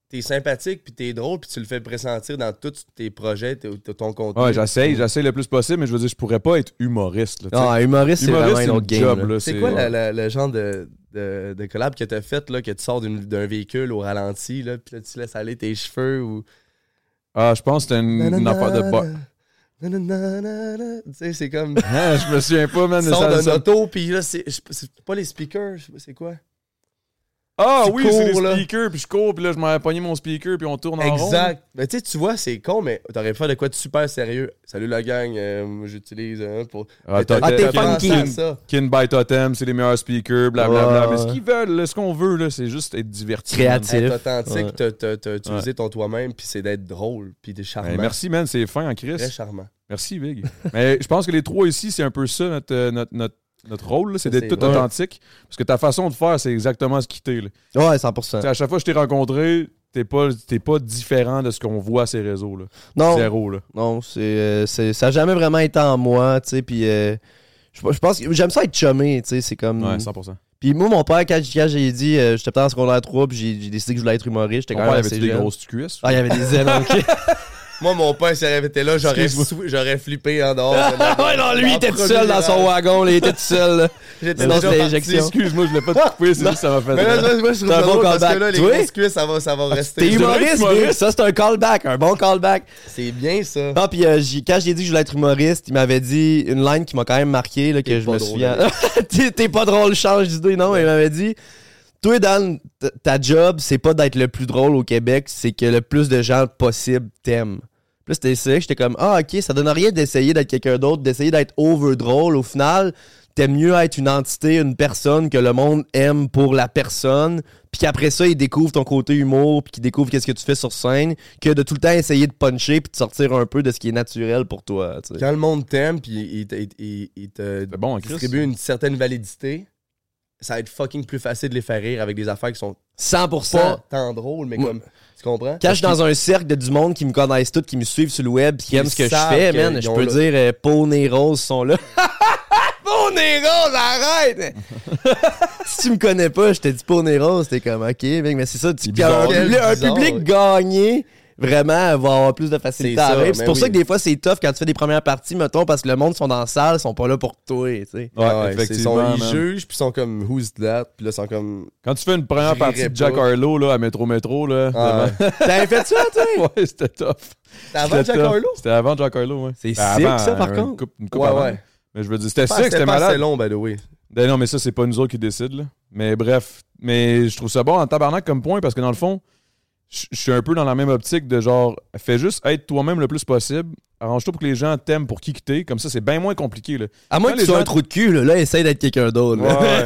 t'es sympathique puis t'es drôle puis tu le fais pressentir dans tous tes projets tes- ton contenu ouais, j'essaye, j'essaye le plus possible, mais je veux dire, je pourrais pas être humoriste. Là, tu sais. Ah, humoriste, c'est humoriste, vraiment un une autre game. job, là. là, c'est quoi la- la- le genre de, de, de collab que t'as fait là que tu sors d'une- d'un véhicule au ralenti là puis là, tu laisses aller tes cheveux ou Ah, je pense que c'était une, une affaire de bar. Nananana. tu sais c'est comme Hein, je me souviens pas, man. de sors ça- d'un ça- auto puis là c'est je- c'est pas les speakers je sais pas c'est quoi Ah Tu oui, c'est cours, les là. speakers, puis je cours, puis là, je m'avais pogné mon speaker, puis on tourne en rond. Exact. Mais tu sais, tu vois, c'est con, mais t'aurais pu faire de quoi de super sérieux. Salut la gang, euh, moi, j'utilise hein, pour. Ah, Mais t'as- ah, t'es t'as pensé funky. à ça. Kin by Totem, c'est les meilleurs speakers, blablabla. Ouais. Mais ce qu'ils veulent, là, ce qu'on veut, là, c'est juste être diverti. Créatif. Être authentique, Ouais. t'as- t'as t'as utilisé ton toi-même, puis c'est d'être drôle, puis d'être charmant. Ben, merci, man, c'est fin en Chris. Très charmant. Merci, Big. Mais je pense que les trois ici, c'est un peu ça, notre, euh, notre, notre, notre rôle, là, c'est Ça, d'être c'est tout vrai. authentique. Parce que ta façon de faire, c'est exactement ce qui t'es. là. Tu Ouais, sais, 100%. À chaque fois que je t'ai rencontré, t'es pas, t'es pas différent de ce qu'on voit à ces réseaux. Là. Non, Zéro, là. non, c'est, euh, c'est- ça n'a jamais vraiment été en moi, tu sais, puis euh, je je pense que j'aime ça être chumé, tu sais, c'est comme... Ouais, 100%. Puis moi, mon père, quand j- quand j'ai dit, euh, j'étais peut-être en secondaire 3, puis j'ai j'ai décidé que je voulais être humoriste, j'étais Ton quand père même avait-tu assez des jeune. grosses cuisses? Ah, il y avait des ailes, ok. Moi, mon père, s'il avait été là, j'aurais Excuse-moi. sou- j'aurais flippé en dehors. ouais, non, lui, il était tout seul dans son wagon. wagon, là, il était tout seul. là. Mais J'étais non, déjà c'est parti. l'injection. Excuse-moi, je l'ai pas coupé, c'est juste que ça m'a fait Mais là, rire. moi, je trouve C'est un ça bon drôle parce que comeback. là, les Tu vois? grosses cuisses, ça va, ça va T'es rester. devrais être humoriste, humoriste. Bill, ça c'est un callback, un bon callback. C'est bien, ça. Non, puis euh, j'ai- quand j'ai dit que je voulais être humoriste, il m'avait dit une line qui m'a quand même marqué, là, que T'es je pas me drôle, souviens. T'es- T'es pas drôle, change d'idée, non, mais il m'avait dit. Toi, Dan, t- ta job, c'est pas d'être le plus drôle au Québec, c'est que le plus de gens possible t'aiment. Puis là, c'était ça, que j'étais comme, ah, ok, ça donne rien d'essayer d'être quelqu'un d'autre, d'essayer d'être over drôle. Au final, t'aimes mieux être une entité, une personne que le monde aime pour la personne, puis qu'après ça, ils découvrent ton côté humour, puis qu'ils découvrent qu'est-ce que tu fais sur scène, que de tout le temps essayer de puncher, puis de sortir un peu de ce qui est naturel pour toi. tu sais. Quand le monde t'aime, puis il, te- il te- il- il te C'est bon, en Chris. distribue une certaine validité, ça va être fucking plus facile de les faire rire avec des affaires qui sont 100%. pas tant drôles, mais Ouais. comme. Tu comprends? Quand je suis dans un cercle de du monde qui me connaissent toutes, qui me suivent sur le web, qui aiment ce que je savent fais, que man, ils je ont peux le- dire, euh, Poney Rose sont là. Poney Rose, arrête! si tu me connais pas, je te dis Poney Rose, t'es comme, ok, mec, mais c'est ça, tu, bizarre, quand un, public- un bizarre, public ouais. gagné, vraiment, va avoir plus de facilité C'est à ça, rire. C'est ben pour ça oui. que des fois, c'est tough quand tu fais des premières parties, mettons, parce que le monde sont dans la salle, ils sont pas là pour toi, tu sais. Ouais, Ah ouais, c'est- effectivement. Ils man. jugent, puis ils sont comme, who's that? Puis là, ils sont comme. Quand tu fais une première Je partie rirais de Jack pas. Harlow là, à Métro Métro, là, Ah, ouais. T'avais fait ça, toi? vraiment- ouais, c'était tough. T'as avant C'était Jack tough. Harlow? C'était avant Jack Harlow, ouais. C'est Ben, sick, avant, ça, par une contre. coupe- une coupe Ouais, avant. ouais. Mais je veux dire, c'était Pas- sick, c'était Ah, pas assez malade. long, by the way. Ben non, mais ça, c'est pas nous autres qui décident, là. Mais bref, mais je trouve ça bon en tabarnak comme point parce que dans le fond, je je suis un peu dans la même optique de genre, fais juste être toi-même le plus possible. Arrange-toi pour que les gens t'aiment pour qui que t'es. Comme ça, c'est bien moins compliqué, là. À moins Quand que les tu sois gens- un trou de cul, là, là essaye d'être quelqu'un d'autre. là.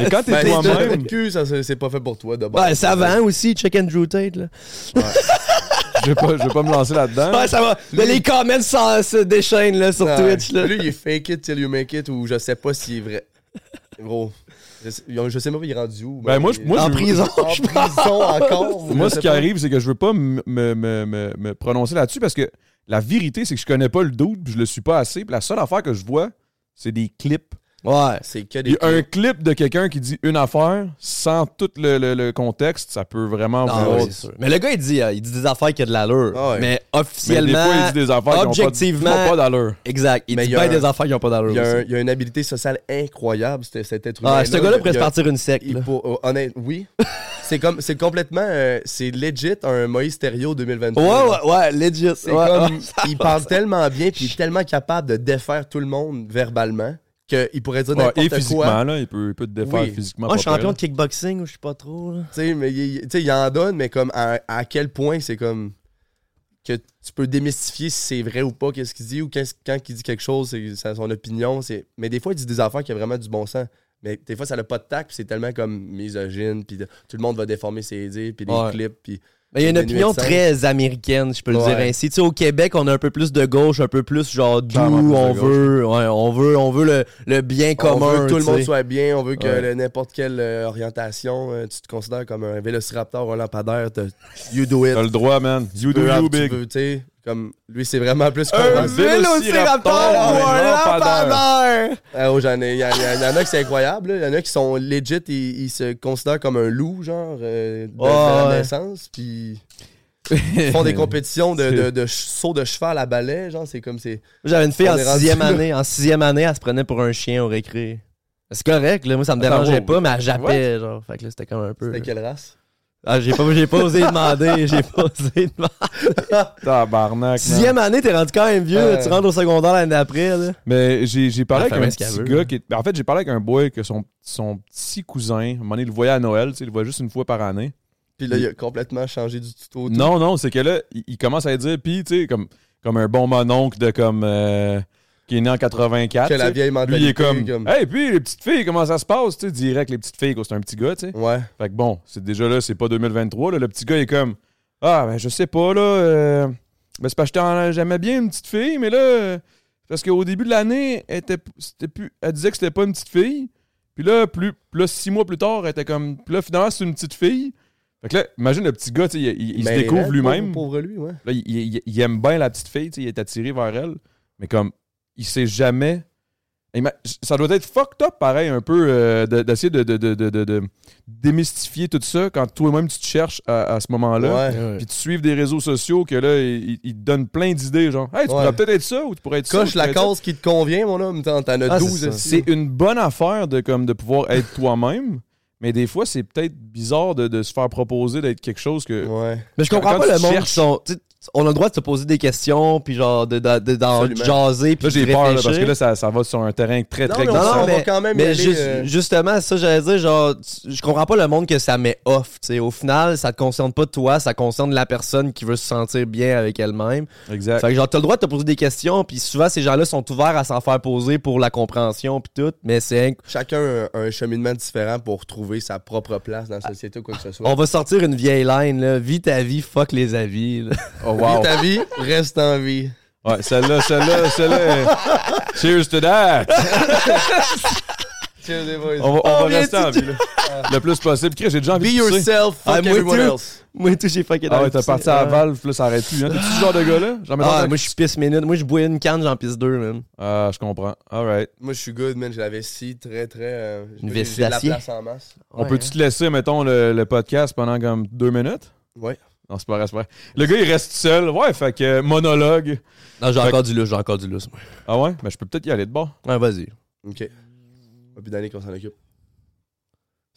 Mais quand t'es Ben, c'est un toi-même, trou de cul, ça, c'est c'est pas fait pour toi, de base. Ben, ça va hein, aussi, check Andrew Tate, là. je vais pas, je vais pas me lancer là-dedans. Ouais, ça va. Mais les comments s'en- se déchaînent là, sur Ouais. Twitch. Là. Lui, il est fake it till you make it, ou je sais pas s'il est vrai. Gros. Je sais, je sais même pas, il est rendu où. Ben, moi, je- il- moi, en je- prison. en prison encore. Moi, je ce sais qui pas. arrive, c'est que je veux pas me, me- me- me- me prononcer là-dessus parce que la vérité, c'est que je connais pas le dude, puis je le suis pas assez. Puis la seule affaire que je vois, c'est des clips Ouais. C'est que des. Puis un clip de quelqu'un qui dit une affaire sans tout le, le- le contexte, ça peut vraiment Non, vouloir- ouais, Ben c'est sûr. Mais le gars, il dit, euh, il dit des affaires qui ont de l'allure. Ah ouais. Mais Mais officiellement. des fois, il dit des affaires qui ont pas- objectivement, qui ont pas d'allure. Exact. Il Mais dit il y a bien un- des affaires qui n'ont pas d'allure. Il y, a un- aussi. il y a une habileté sociale incroyable, cet, cet être humain. Ah, ce gars-là pourrait se partir une sec. Il pour- oh, honnête, oui. c'est comme, c'est complètement, euh, c'est legit un Moïse Thériault 2023. Ouais, là. ouais, ouais, legit. C'est Ouais, ouais, comme, ça il va. parle tellement bien, puis il est tellement capable de défaire tout le monde verbalement qu'il pourrait dire Ouais, n'importe et quoi. physiquement, là, il peut, il peut te défaire Oui. physiquement. Moi, je suis pas champion pire, de kickboxing ou je sais pas trop. là. Tu sais, mais il, il- tu sais, il en donne, mais comme à, à quel point c'est comme que tu peux démystifier si c'est vrai ou pas qu'est-ce qu'il dit ou qu'est-ce- quand il dit quelque chose, c'est c'est son opinion. c'est Mais des fois, il dit des affaires qui ont vraiment du bon sens. Mais des fois, ça n'a pas de tact, puis c'est tellement comme misogyne, puis de- tout le monde va déformer ses idées, puis les Ouais. clips, puis... Mais il y a une Des opinion nuits de très américaine, je peux le Ouais. dire ainsi. Tu sais, au Québec, on a un peu plus de gauche, un peu plus genre doux, Clairement plus de on gauche. veut, ouais, on veut, on veut le, le bien commun. on veut que tout le tu sais. monde soit bien, on veut que Ouais. le- n'importe quelle euh, orientation, euh, tu te considères comme un vélociraptor ou un lampadaire, t'as- you do it. là. T'as le droit, man. You do Tu peux, you, tu big. peux, tu sais, comme lui, c'est vraiment Euh, plus... Un comme- vélociraptor ou un lampadaire. Ah, oh, j'en ai. Il y, en- y en y en a qui c'est incroyable. Il y en a qui sont legit, ils, ils se considèrent comme un loup, genre, euh, Ah, de, de la Ouais. naissance. Puis ils font des compétitions de, de, de ch- sauts de cheval à balai. Genre, c'est comme c'est. J'avais une fille On en est rendu sixième là. année. En sixième année, elle se prenait pour un chien au récré. C'est correct, là. Moi, ça me Attends, dérangeait wow. pas, mais elle jappait, genre. Fait que là, c'était comme un peu. C'était quelle race? Ah, j'ai pas, j'ai pas osé demander. J'ai pas osé demander. Tabarnak, man. Sixième année, t'es rendu quand même vieux. Euh. Tu rentres au secondaire l'année d'après, là. Mais j'ai j'ai parlé La avec un fameuse petit caveuse. gars qui est- En fait, j'ai parlé avec un boy que son, son petit cousin, à un moment donné, il le voyait à Noël, tu sais, il le voit juste une fois par année. Puis là, il a complètement changé du tuto. au tout. Non, non, c'est que là, il, il commence à dire, puis, tu sais, comme, comme un bon mononcle de comme. euh, qui est né en 84. Que la tu sais. vieille Lui, il est mentalité, comme. comme- Hey, puis, les petites filles, comment ça se passe, tu sais, direct, les petites filles, quoi, c'est un petit gars, tu sais. Ouais. Fait que bon, c'est déjà là, c'est pas 2023. Là, le petit gars est comme Ah, ben je sais pas, là. euh, ben, c'est parce que j'étais en- j'aimais bien une petite fille, mais là, euh, c'est parce qu'au début de l'année, elle, était, c'était plus, elle disait que c'était pas une petite fille. Puis là, plus, plus là, six mois plus tard, elle était comme Puis là, finalement, c'est une petite fille. Fait que là, imagine le petit gars, tu sais, il, il- il se Mais découvre là, lui-même. Pauvre, pauvre lui, ouais. Là, il, il- il aime bien la petite fille, tu sais, il est attiré vers elle, mais comme il sait jamais. Et ma- Ça doit être fucked up, pareil, un peu, euh, de- d'essayer de, de- de- de- de- de démystifier tout ça quand toi-même tu te cherches à, à ce moment-là. Ouais. Puis tu suives des réseaux sociaux que là, ils ils te donnent plein d'idées, genre, hey, tu Ouais. pourrais peut-être être ça ou tu pourrais être ça, ou Coche tu la pourrais être ça. cause qui te convient, mon homme. T'en t'en as Ah, c'est 12 ça. aussi. C'est une bonne affaire de, comme, de pouvoir être toi-même, mais des fois, c'est peut-être bizarre de, de se faire proposer d'être quelque chose que. Ouais. Mais je Quand- comprends quand pas tu le monde cherches- qui sont. tu sais, On a le droit de se poser des questions, puis genre, de, de, de- d'en Absolument. jaser, puis Là, j'ai de peur, là, parce réfléchir. que là, ça, ça va sur un terrain très, Non, très mais on glissant. s'en va quand même y aller, juste- euh. justement, ça, j'allais dire, genre, tu- je comprends pas le monde que ça met off. tu sais. Au final, ça te concerne pas toi, ça concerne la personne qui veut se sentir bien avec elle-même. Exact. Fait que genre, t'as le droit de te poser des questions, puis souvent, ces gens-là sont ouverts à s'en faire poser pour la compréhension, puis tout, mais c'est... inc- Chacun a un cheminement différent pour trouver sa propre place Ah. dans la société ou quoi que ce soit. On va sortir une vieille line, là. Vis ta vie, fuck les avis, là. Oh, Vis wow. ta vie, reste en vie. Ouais, celle-là, celle-là, celle-là. est- Cheers to that! Cheers, les boys. On va, on va vient rester tout- en vie, là. Le plus possible. Chris, j'ai déjà Be envie de pousser. yourself, fuck Ah, moi, everyone too. else. Moi, et tout, j'ai fucké dans Ah ouais, le t'es piscine. parti à Ouais. Valve, là, ça arrête plus. Hein. T'es-tu ce genre de gars-là? J'en mets Ah, dans- moi, je pisse minute. Moi, je bois une canne, j'en pisse deux, man. Ah, je comprends. All right. Moi, je suis good, man. J'ai la vessie très, très. euh, j'ai- Une vessie j'ai de la d'acier. place en masse. On peut-tu te laisser, mettons, le, le podcast pendant comme deux minutes? Ouais. Non, c'est pas vrai, c'est pas vrai. Le gars, il reste seul. Ouais, fait que euh, monologue. Non, j'ai Fait- encore du lousse, j'ai encore du lousse, moi. Ah ouais? Ben, je peux peut-être y aller de bord. Ouais, vas-y. Ok. Pas plus d'années qu'on s'en occupe.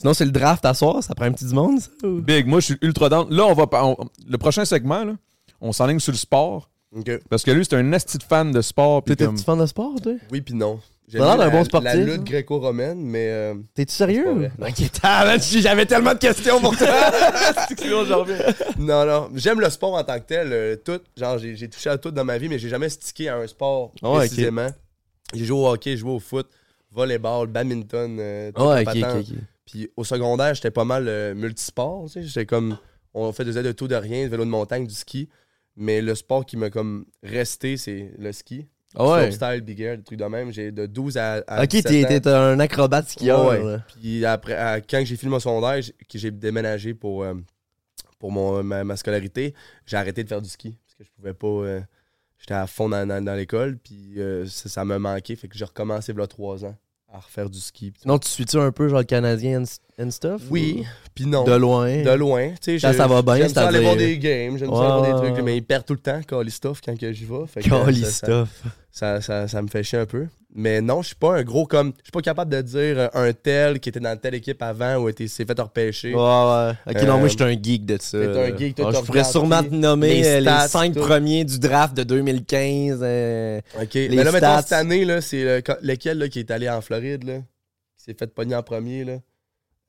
Sinon, c'est le draft à soir, ça prend un petit du monde, ça? ou- Big, moi, je suis ultra down. Là, on va. pa- on- le prochain segment, là, on s'enligne sur le sport. Ok. Parce que lui, c'est un asti de fan de sport. puis T'es- comme- T'es-tu fan de sport, toi? Oui, puis non. J'ai T'as l'air d'un la, bon sportif, La lutte hein. gréco-romaine, mais. euh, T'es-tu C'est pas sérieux? vrai. Ok, t'as- j'avais tellement de questions pour toi. non, non. J'aime le sport en tant que tel. euh, tout. Genre, j'ai j'ai touché à tout dans ma vie, mais j'ai jamais stické à un sport Ah ouais, ok. précisément. J'ai joué au hockey, j'ai joué au foot, volleyball, badminton. euh, toute la Ah Ouais, ok, patente. ok, ok. Puis au secondaire, j'étais pas mal euh, multisport. tu sais. J'étais comme. On fait des aides de tout de rien, du vélo de montagne, du ski. Mais le sport qui m'a comme resté, c'est le ski. Ah ouais. Slopestyle, big air, des trucs de même. J'ai de 12 à, à Ok, t'es 17 ans. t'es un acrobate skieur. Ouais, ouais. là. Puis après, à- quand j'ai fini mon secondaire, j'ai- que j'ai déménagé pour, euh, pour mon, ma, ma scolarité, j'ai arrêté de faire du ski. Parce que je pouvais pas. euh, J'étais à fond dans, dans- dans l'école. Puis euh, ça, ça me manquait. Fait que j'ai recommencé là trois ans. à refaire du ski. pis- Sinon, tu suis-tu un peu genre le Canadien and, and stuff? Oui, puis ou- non. Mm. De loin. De loin. Tu sais, Ça, je- ça va bien, J'aime ça aller c'est-à-dire- voir des games, j'aime ça aller voir Ouais. des trucs, mais ils perdent tout le temps, Calistoff, quand que j'y vais. Fait que, euh, Cali ça- ça- stuff. ça, ça, ça me fait chier un peu. Mais non, je suis pas un gros comme. Je suis pas capable de dire euh, un tel qui était dans telle équipe avant ou était- s'est fait repêcher. Ouais, ouais. Ok, non, Euh, moi, je suis un geek de ça. t'es un là. geek, toi, Ah, t'as Je pourrais regardé sûrement te nommer les euh, les, stats, cinq tout. premiers du draft de 2015. euh, OK. les mais là, maintenant, stats. cette année, là, c'est le- quand- lequel là, qui est allé en Floride, là, qui s'est fait pogner en premier, là.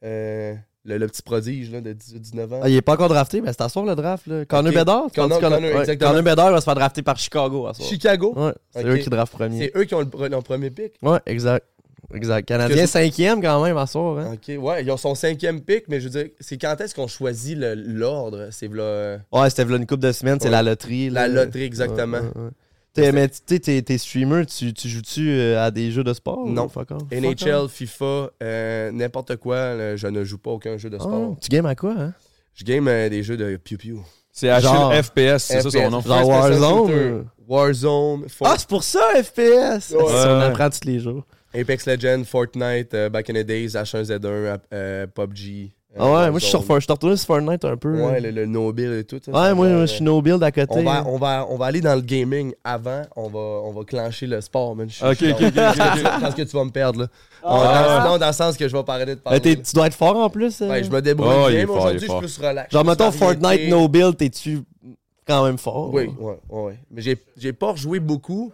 Euh, le, le petit prodige là, de 18-19 ans. Ah, il est pas encore drafté, mais c'est à soir le draft. Là. Connor Ok. Bedard? tu penses Connor- Connor- Connor, ouais, exactement. Connor Bedard va se faire drafter par Chicago à soir. Chicago, Ouais, c'est Ok. eux qui draftent premier. c'est eux qui ont le, pre- le premier pick. Ouais, exact. Exact. Canadien Parce cinquième quand même à soir. Hein? OK, ouais, ils ont son cinquième pick, mais je veux dire, c'est quand est-ce qu'on choisit le- l'ordre? C'est v'là, euh, Ouais, c'était v'là une coupe de semaines, c'est Ouais. la loterie. la là. loterie, exactement. Ouais, ouais, ouais. T'es- Mais tu sais, t'es- t'es streamer, tu, tu joues-tu euh, à des jeux de sport? Non. ou fuck off? Fuck off. NHL, FIFA, euh, n'importe quoi, là, je ne joue pas aucun jeu de sport. Ah, tu games à quoi, hein? Je game euh, des jeux de Pew Pew. C'est Achille Genre- FPS, c'est ça son nom. FPS, Genre first person Warzone, shooter, euh. Warzone, For- Ah, c'est pour ça, FPS! Ouais. Ça, on Ouais. apprend tous les jours. Apex Legends, Fortnite, euh, Back in the Days, H1Z1, euh, PUBG. euh, Ah ouais, moi, je suis sur Warzone. For- je suis retourné sur Fortnite un peu. Ouais, Ouais, le, le Nobile et tout. ça, ouais ça moi, va, je suis no build à côté. On va, on, va, on va aller dans le gaming avant, on va, on va clencher le sport, man. Je suis- Ok, je suis ok, dans- ok, ok, Je pense que tu vas me perdre, là. Ah. Non, dans, le sens que je vais pas arrêter de Euh, parler. t'es- là. tu dois être fort en plus. euh. Ouais, je me débrouille Oh, il est bien, mais fort, il est aujourd'hui, je fort. suis plus relax. Genre, je suis mettons plus variété. Fortnite, no build, t'es-tu quand même fort? Oui, ouais, ouais. Mais j'ai, j'ai pas rejoué beaucoup.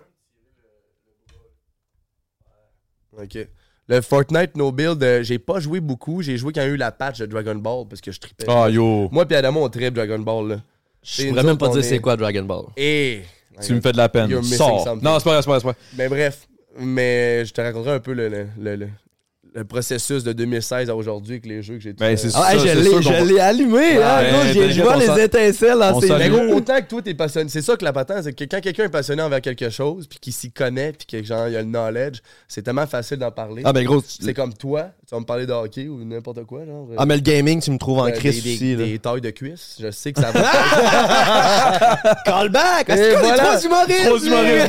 Ok. Le Fortnite No Build, euh, j'ai pas joué beaucoup. J'ai joué quand il y a eu la patch de Dragon Ball parce que je tripais. Ah, yo. Moi, puis Adamo, on tripe Dragon Ball. Là. Je Et pourrais nous même pas autres, dire on c'est est- Eh! quoi Dragon Ball. Et. Tu me fais de la peine. You're missing Sors. something. Non, c'est pas vrai, c'est pas vrai, c'est pas Mais Ben, vrai. bref, mais je te raconterai un peu le, le, le, le- le processus de 2016 à aujourd'hui avec les jeux que j'ai Ben, tout c'est fait. ça, Ah, je c'est l'ai, sûr qu'on je l'ai allumé, hein, Ouais, gros, j'ai- t'inquiète, je on vois s'en- les étincelles on dans ses s'en- Mais yeux. gros, autant que toi, t'es passionné. C'est ça que la patente, c'est que quand quelqu'un est passionné envers quelque chose, puis qu'il s'y connaît, puis que genre, il a le knowledge, c'est tellement facile d'en parler. Ah, mais gros, tu- C'est comme toi, tu vas me parler de hockey ou n'importe quoi, genre. ah, mais le gaming, tu me trouves en Euh, crise des, des- aussi. là. des tailles de cuisses, je sais que ça va. Callback! Et C'est comme les voilà. trois humoristes! Trop humoriste,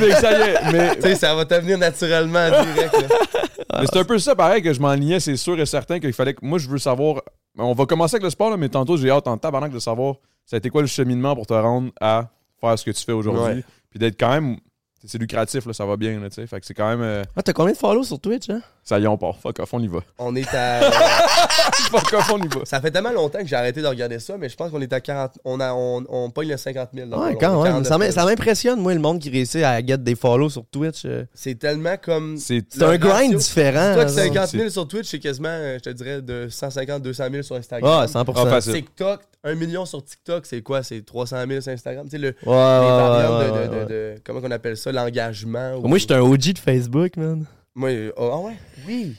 mais- mec, ça y est. Mais tu sais, ça va te venir naturellement direct. là. Mais c'est un peu ça, pareil, que je m'enlignais, c'est sûr et certain qu'il fallait que. Moi, je veux savoir. On va commencer avec le sport, là, mais tantôt, j'ai hâte en tabarnak de savoir ça a été quoi le cheminement pour te rendre à faire ce que tu fais aujourd'hui. Ouais. Puis d'être quand même. C'est lucratif, là, ça va bien, là, tu sais. Fait que c'est quand même. euh, Ah, t'as combien de follow sur Twitch, hein? ça y est, on part. Fuck off, on y va. On est à. euh, Fuck off, on y va. Ça fait tellement longtemps que j'ai arrêté de regarder ça, mais je pense qu'on est à 40. On, a, on, on pogne le 50 000. dans Ouais, le quand long, même. Ça 49 000. m'im- ça m'impressionne, moi, le monde qui réussit à get des follow sur Twitch. euh. C'est tellement comme. C'est. C'est un Le ratio- grind différent. Toi, que genre. 50 000 sur Twitch, c'est quasiment, euh, je te dirais, de 150, 200 000 sur Instagram. Ah, 100%. Ah, facile. TikTok, 1 million sur TikTok, c'est quoi? C'est 300 000 sur Instagram. Tu sais, le, les Ouais, ouais, variantes ouais, de- ouais, de, ouais. de- de- Comment qu'on appelle ça? L'engagement. ou- Moi, j'étais un OG de Facebook, man. Moi, euh, ah ouais? Oui.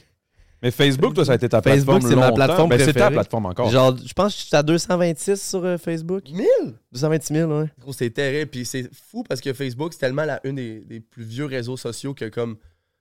Mais Facebook, toi, ça a été ta Facebook, plateforme. c'est ma longtemps. plateforme Ben, c'est ta préférée. plateforme encore. Genre, je pense que je suis à 226 sur euh, Facebook. 1000? 226 000, ouais. Gros, c'est terrible. Puis c'est fou parce que Facebook, c'est tellement la, une des, des plus vieux réseaux sociaux que comme.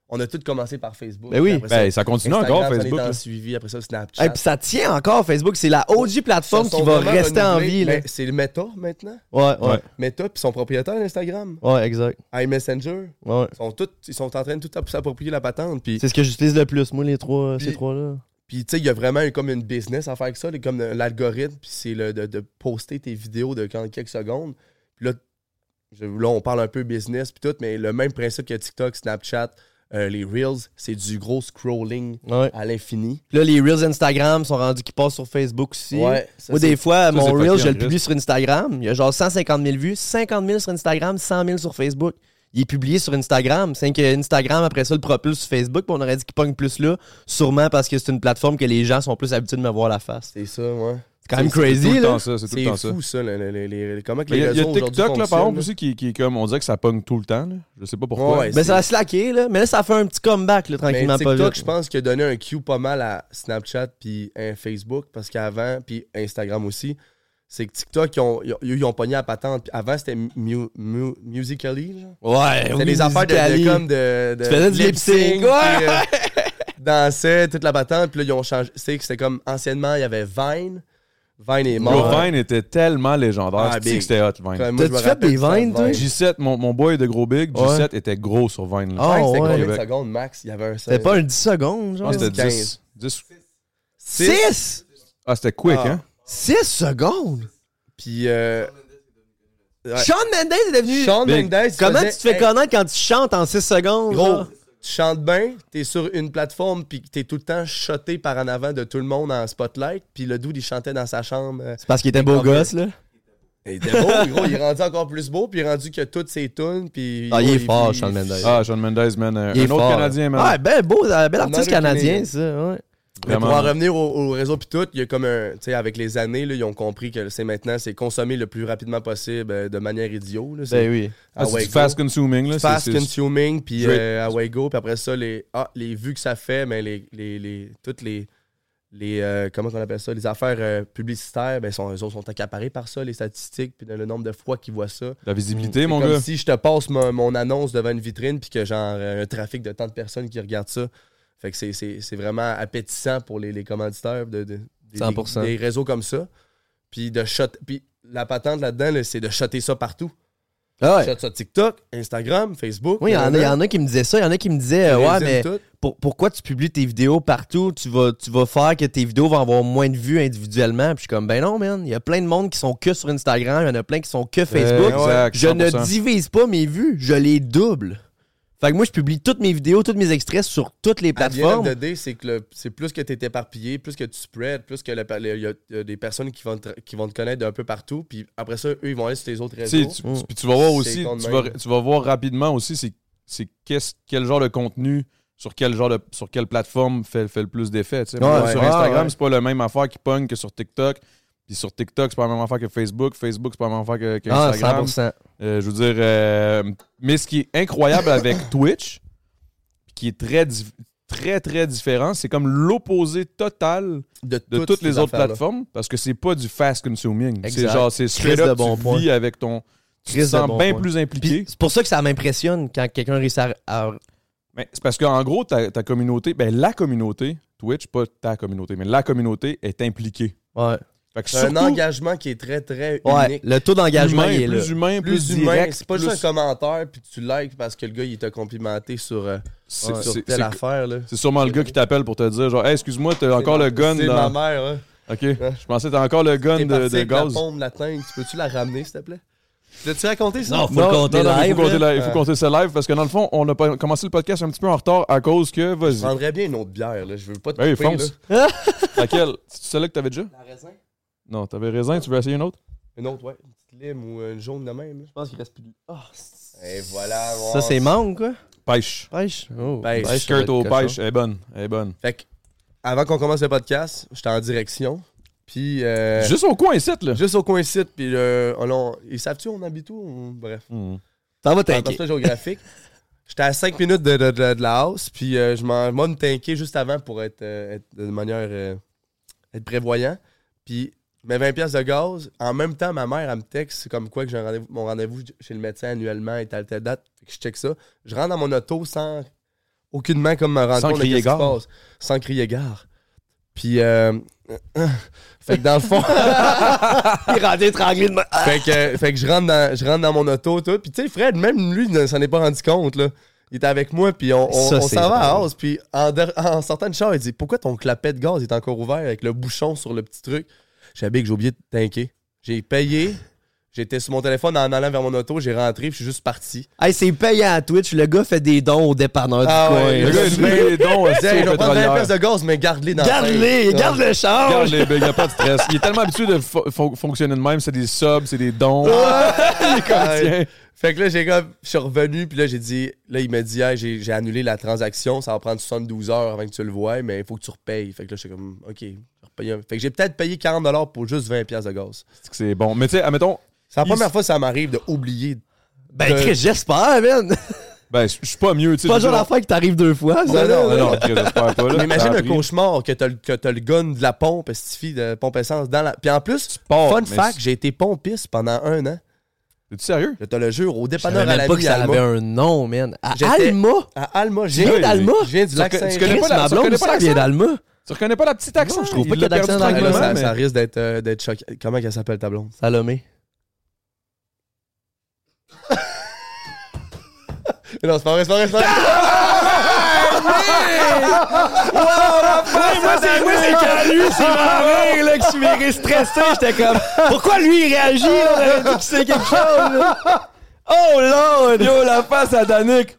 On a tous commencé par Facebook. Ben oui. Puis après ça, Ben, ça continue Instagram, encore, ça, on est Facebook. dans là. le suivi, après ça, Snapchat. Et puis ça tient encore, Facebook. C'est la OG plateforme Ils sont qui va vraiment rester en renouvelés, vie. là. mais C'est le Meta maintenant. Ouais, ouais, Ouais. ouais. Meta, puis son propriétaire d'Instagram. exact. iMessenger. Ouais. Ils sont, tous, ils sont en train de tout app- s'approprier la patente. Puis, C'est ce que j'utilise le plus, moi, les trois, Puis- ces trois-là. puis, tu sais, il y a vraiment comme une business à faire avec ça, là, comme euh, l'algorithme, puis c'est le- de, de poster tes vidéos de quand- quelques secondes. Puis là, je- là, on parle un peu business, puis tout, mais le même principe que TikTok, Snapchat, euh, les Reels, c'est du gros scrolling Ouais. à l'infini. Puis là, les Reels Instagram sont rendus qui passent sur Facebook aussi. Ouais, ça, Moi, c'est- des fois, c'est mon fucké, Reel, je le Andrés. publie sur Instagram. Il y a genre 150 000 vues, 50 000 sur Instagram, 100 000 sur Facebook. Il est publié sur Instagram. C'est que Instagram, après ça, le propulse sur Facebook. Puis on aurait dit qu'il pogne plus là, sûrement parce que c'est une plateforme que les gens sont plus habitués de me voir la face. C'est ça, ouais. C'est quand même C'est tout crazy, le temps là. ça. C'est tout le C'est temps fou, ça. ça. le- le- le- les- comment que Mais Il y les a- il y réseaux a aujourd'hui TikTok, là, par fonctionnent, exemple, aussi, qui, qui est comme. On dirait que ça pogne tout le temps. là. Je sais pas pourquoi. Ouais, Mais Ben, ça a slacké, là. Mais là, ça fait un petit comeback, là, Mais tranquillement pas Ben, TikTok, vite. je pense qu'il a donné un cue pas mal à Snapchat puis hein, Facebook parce qu'avant, puis Instagram aussi, c'est que TikTok, ils ont, ils ont- ils ont pogné à patente. Puis avant, c'était mu- mu- Musical.ly. genre. Ouais, C'était des affaires de, de- comme de, de Tu faisais du lip-sync, puis, ouais. euh, dansait toute la patente. Puis là, ils ont changé. C'est que c'était comme anciennement, il y avait Vine. Vine est Bro, mort. Vine était tellement légendaire. Ah, C'est big. que c'était hot, Vine. Comme moi, je T'as-tu me fait rappelle des du temps de Vines, toi? Vine. J7, mon, mon boy de gros big, Ouais. J7 était gros sur Vine. Là. Ah, Vine, c'était ouais. combien de Québec. secondes max? Il y avait un seul. C'était pas un 10 secondes, Je genre? pense que c'était 15. 10. 10. 6! Ah, c'était quick, Ah. hein? 6 secondes! Puis. euh, ouais. Sean Mendes est devenu... Sean Big. Mendes. il Comment faisait- tu te fais Hey, connaître quand tu chantes en 6 secondes? Gros, genre? tu chantes bien, t'es sur une plateforme, puis t'es tout le temps shoté par en avant de tout le monde en spotlight, puis le dude, il chantait dans sa chambre. euh, C'est parce qu'il était beau Big Brother. gosse, là. Il était beau, gros, il est rendu encore plus beau, puis il est rendu que toutes ses tunes, puis... Ah, il est fort, Sean Shawn Mendes. Ah, Sean Mendes, man. Un, Il est un autre fort. Canadien, man. Ouais, ben beau, euh, bel artiste autre canadien, Canadien. ça. Ouais. Mais Vraiment. pour en revenir au, au réseau puis tout, il y a comme un... Tu sais, avec les années, là, ils ont compris que c'est maintenant, c'est consommer le plus rapidement possible euh, de manière idiot. Là, c'est Ben oui. Ah, c'est Away du Go. fast consuming, là. c'est- Fast c'est- consuming, puis Great. euh, away go, puis après ça, les, ah, les vues que ça fait, mais les, les, les, toutes les, les euh, comment on appelle ça, les affaires euh, publicitaires, ben, sont, eux autres sont accaparés par ça, les statistiques, puis le nombre de fois qu'ils voient ça. La visibilité, mon comme gars. si je te passe mon, mon annonce devant une vitrine, puis que genre euh, un trafic de tant de personnes qui regardent ça. Fait que c'est- c'est c'est vraiment appétissant pour les, les commanditaires de, de- des, 100%. des réseaux comme ça. Puis de shot, puis la patente là-dedans, là, c'est de shotter ça partout. Ah ouais. Shot ça TikTok, Instagram, Facebook. Oui, il y, en a- il y en a qui me disaient ça, il y en a qui me disaient euh, Ouais, Les mais aime toutes. pour- pourquoi tu publies tes vidéos partout tu vas, tu vas faire que tes vidéos vont avoir moins de vues individuellement. Puis je suis comme Ben non, man, il y a plein de monde qui sont que sur Instagram, il y en a plein qui sont que Facebook. Eh, Exact, je ne 100%. divise pas mes vues, je les double. Fait que moi, je publie toutes mes vidéos, tous mes extraits sur toutes les À the end plateformes. of the day, c'est que le- c'est plus que tu es éparpillé, plus que tu spread, plus que le- le- il y a- il y a des personnes qui vont, te, qui vont te connaître d'un peu partout, puis après ça, eux, ils vont aller sur tes autres Tu sais, réseaux. tu- Mm. tu- puis tu vas voir C'est aussi, con de tu même. vas, tu vas voir rapidement aussi c'est, c'est qu'est-ce- quel genre de contenu sur quel genre de, sur quelle plateforme fait, fait le plus d'effet. tu sais. Moi, ouais. sur Ouais, Ah, Instagram, ouais. c'est pas la même affaire qui pogne que sur TikTok. Puis sur TikTok, c'est pas la même affaire que Facebook. Facebook, c'est pas la même affaire que, que Ah, Instagram. 100%. Euh, je veux dire, euh, mais ce qui est incroyable avec Twitch, puis qui est très, dif- très, très différent, c'est comme l'opposé total de toutes les autres affaires-là. plateformes parce que c'est pas du fast consuming. C'est Exact. genre, c'est straight Crise up, de bon tu point. vis avec ton. Tu te Crise de sens bon bien point. plus impliqué. Puis c'est pour ça que ça m'impressionne quand quelqu'un réussit à- à Mais c'est parce qu'en gros, ta, ta communauté, ben la communauté, Twitch, pas ta communauté, mais la communauté est impliquée. Ouais. Fait que C'est un surtout, engagement qui est très, très ouais. unique. Le taux d'engagement humain, il est là. plus humain, plus, Plus humain, direct. c'est pas plus- juste un commentaire, puis tu likes parce que le gars, il t'a complimenté sur, euh, c'est- sur c'est- telle c'est- affaire. Là. C'est sûrement le gars qui t'appelle pour te dire, genre, Hey, excuse-moi, t'as encore le gun C'est dans. ma mère, ouais. Ok. Je pensais que t'as encore le gun T'es de, parti de avec la gaz. pompe, la teinte, tu peux-tu la ramener, s'il te plaît? L'as-tu raconté, ça? Non, Faut le compter non, non, mais live, faut là. compter la- Il faut Ouais. compter ça live parce que dans le fond, on a pas- commencé le podcast un petit peu en retard à cause que, Je vas-y, prendrais bien une autre bière, là. Je veux pas te Ben oui, couper, là. fonce. Ah! laquelle C'est celle-là que t'avais déjà Non, t'avais raisin, tu veux essayer une autre Une autre, ouais. Une petite lime ou une jaune de même. là. Je pense qu'il reste plus de. Et voilà, Ça, mon- c'est manque, quoi. Pêche. Pêche. Oh. Pêche. ça va Ben, Skirt être au cochon. pêche, elle est bonne, elle est bonne. Fait que, avant qu'on commence le podcast, j'étais en direction. Puis, euh, juste... Juste au coin ici, là. au coin site. Puis, euh, on, on- ils savent-tu où on habite où? ou- Bref. Hmm. Ça va Dans t'inquiéter. ça géographique. J'étais à 5 minutes de, de- de- de la house. Puis, euh, je m'en moi, me tanker juste avant pour être, euh, être de manière. euh, être prévoyant. Puis, mes 20 pièces de gaz. En même temps, ma mère, elle me texte. C'est comme quoi que j'ai un rendez-vous- mon rendez-vous chez le médecin annuellement et telle, telle date. Fait que je check ça. Je rentre dans mon auto sans aucunement comme me rendre Sans compte de crier ce qui se gare. passe. Sans crier gare. Puis, euh, fait que dans le fond, Il rentre étranglé de ma- Ah! fait que, euh, fait que je, rentre dans, je rentre dans mon auto, tout. Puis, tu sais, Fred, même lui, ne s'en est pas rendu compte, là. Il était avec moi, puis on, on, Ça, on c'est s'en va à drôle. House. Puis, en, der- en sortant du char, il dit Pourquoi ton clapet de gaz est encore ouvert avec le bouchon sur le petit truc J'ai dit, que j'ai oublié de tanker. J'ai payé. J'étais sur mon téléphone en allant vers mon auto, j'ai rentré, puis je suis juste parti. Hey, c'est payant à Twitch. Le gars fait des dons au dépanneur Ah du coin. ouais, Le gars, il met les dons euh, Je aussi dis, Hey, je vais au prendre 20 pièces pétrolier. de gaz, mais garde-les dans la Garde-les. tête. Garde le Regarde charge. les big, y a pas de stress. Il est tellement habitué de fo- fon- fonctionner de même, c'est des subs, c'est des dons. Il est comme, tiens. Fait que là, j'ai comme, je suis revenu, puis là, j'ai dit, là, il m'a dit, Hey, j'ai j'ai annulé la transaction, ça va prendre 72 heures avant que tu le vois, mais il faut que tu repayes. Fait que là, je suis comme, OK, je vais repayer un- Fait que j'ai peut-être payé 40 pour juste 20 pièces de gaz. C'est que C'est bon. Mais tu sais, admettons, C'est la Il- première fois que ça m'arrive de oublier. Ben, Euh, Chris, j'espère, man. ben, je je suis pas mieux, tu sais. C'est pas je veux genre dire, l'affaire qui t'arrive deux fois, ça. Non, là. non, Non, non, Chris, j'espère pas, là. Mais imagine T'as un appris. cauchemar que t'as le, que t'as le gun de la pompe, Stifi, de pompe essence dans la. Puis en plus, pars, fun mais fact, c'est- j'ai été pompiste pendant un an. T'es-tu sérieux? Je te le jure, au Je savais dépanneur à même la pas que ça avait un nom, man. À J'étais- Alma. À Alma, Tu viens j'ai. Oui, d'Alma? Je viens du lac Tu saint connais Chris, pas la- ma tu blonde, connais pas ça vient l'accent? d'Alma. Tu reconnais pas la petite accent? Non, je trouve pas Il qu'il y a l'a perdu d'accent dans la Ah, là, tranquillement, ça, mais- ça risque d'être euh, d'être choquant. Comment qu'elle s'appelle ta blonde? Salomé. Non, c'est pas vrai, c'est pas vrai, c'est pas vrai. moi, c'est moi, c'est quand lui, c'est ma mère, Ah, là, que je m'est stressé. J'étais comme, pourquoi lui, il réagit, là? On avait dit qu'il sait quelque chose, là. Oh, Lord! Yo, la face à Danick!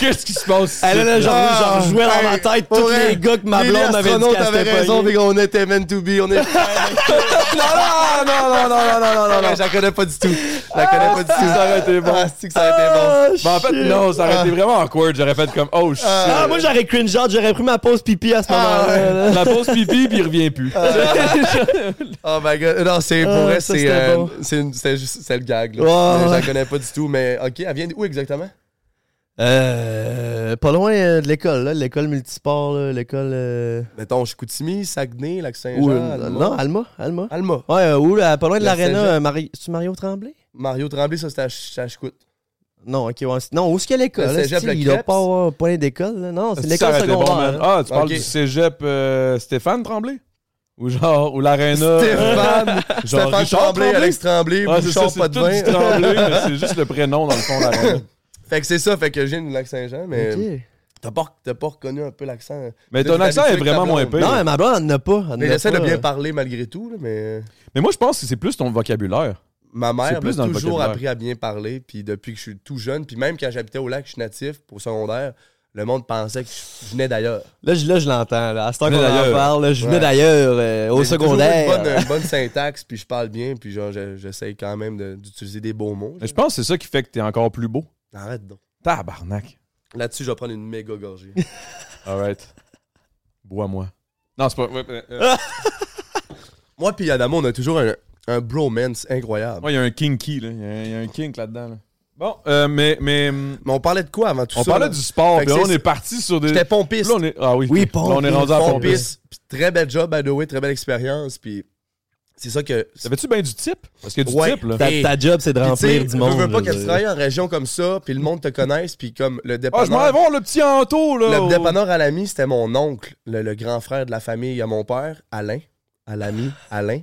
Qu'est-ce qui se passe? ici? Elle là, là, Ah, j'en j'en jouais dans hey, ma tête pour tous vrai, les gars que ma Lily blonde m'avait dit Astronaute qu'elle avait s'était raison, pognée. mais on était meant to be. On est Ah, non, non, non, non, non, non, non, Non, non, je la connais pas du tout. Je la connais pas du tout. Ça aurait été bon. Ah, c'est que ça aurait été bon. Mais Ben, en fait, euh, non, ça aurait été vraiment awkward. J'aurais fait comme, oh shit. Ah, moi, j'aurais cringe out, j'aurais pris ma pause pipi à ce moment-là. là. La pause pipi, puis il revient plus. Euh, Oh my god. Non, c'est pour Ah, vrai, ça, c'est. c'était euh, bon. C'est une- c'était juste- c'est le gag, là. Ouais, Je la ouais. connais pas du tout, mais ok. Elle vient d'où exactement? Euh, pas loin euh, de l'école, là, l'école multisport, là, l'école... euh, Mettons, je Chicoutimi, Saguenay, Lac-Saint-Jean. où- euh, Alma. non, Alma, Alma. Alma. Ah, Ouais, euh, où, là, pas loin de La l'aréna, Cégep. euh, Mari- c'est-tu Mario Tremblay? Mario Tremblay, ça, c'était à Ch- à Chicout. Non, ok, ouais, c'est- non, où est-ce qu'il y a l'école? Le là, Cégep, c'est-tu, le Il doit Krebs? Ah, pas avoir point d'école, là. Non, c'est l'école Ça aurait été bon, secondaire. man. hein. Ah, tu parles Ok. du cégep euh, Stéphane Tremblay? Ou genre, ou l'aréna. Stéphane. Stéphane Richard Tremblay, Tremblay? Alex Tremblay, Ah, c'est ça, Bouchard c'est tout du Potvin. Tremblay, mais c'est juste le prénom dans le fond, l'aréna. Fait que c'est ça, fait que je viens du Lac-Saint-Jean, mais. Ok. T'as pas, t'as pas reconnu un peu l'accent. Mais T'as ton été habitué accent est avec ta vraiment moins blonde. pire. Non, mais ma blonde, elle n'a pas. elle Mais n'a j'essaie de pas. euh, bien parler malgré tout, là, mais Mais moi, je pense que c'est plus ton vocabulaire. ma C'est mère plus m'a dans le toujours vocabulaire. appris à bien parler, puis depuis que je suis tout jeune, puis même quand j'habitais au lac, je suis natif, au secondaire, le monde pensait que je je venais d'ailleurs. Là, je, là, je l'entends. Là. À ce temps qu'on Venez en d'ailleurs. parle, là, je venais Ouais. d'ailleurs euh, au J'ai toujours eu secondaire. Une bonne, euh, une bonne syntaxe, puis je parle bien, puis genre, je- j'essaie quand même de- d'utiliser des beaux mots. Mais je pense que c'est ça qui fait que t'es encore plus beau. Arrête donc. Tabarnak. Là-dessus, je vais prendre une méga gorgée. All right. Bois-moi. Non, c'est pas. ouais, euh, euh, Moi, puis Adamo, on a toujours un, un bromance incroyable. Moi, il y a un kinky, là. Il y a un- il y, a un kink là-dedans. là. Bon, euh, mais, mais hum, Mais on parlait de quoi avant tout on ça? parlait là? du sport, Fait puis que là, on c'est- est parti sur des. J'étais pompiste. Là, on est... Ah oui, Oui, là, on est pompiste. rendu à pompiste. Pompiste, puis très bel job, by the way, très belle expérience, puis c'est ça que... T'avais-tu bien du type? Parce que du Ouais. type, là. Ta, Hey. ta job, c'est de Puis, tu sais, remplir du monde. veux veux pas je que tu veux travailles dire. en région comme ça, puis le monde te connaisse, puis comme le Ah, je m'en dépanneur... vais voir le petit Anto, là. au- le dépanneur à l'ami, c'était mon oncle, le, le grand frère de la famille à mon père, Alain. À l'ami, Alain.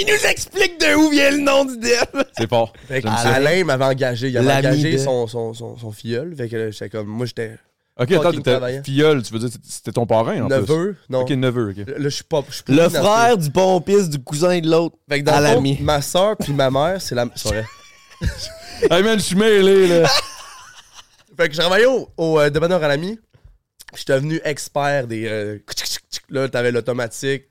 Il nous explique de où vient le nom du dev. C'est fort. Fait que J'aime ça. Alain m'avait engagé. Il avait L'ami engagé de- son, son, son, son filleul. Fait que là, j'étais comme... Moi, j'étais Ok, attends, fucking t'étais travaillant. filleul, tu veux dire, c'était ton parrain, en plus. neveu. Non. Ok, neveu, ok. Là, je suis pas... je suis Le plus dans frère du pompiste, du cousin de l'autre. ce- Fait que dans à le fond, l'ami. ma soeur puis ma mère, c'est la... c'est vrai. Hey man, je suis mêlé, là. Fait que je travaillais au, au euh, dépanneur à l'ami. Je suis devenu expert des. euh, là, t'avais l'automatique.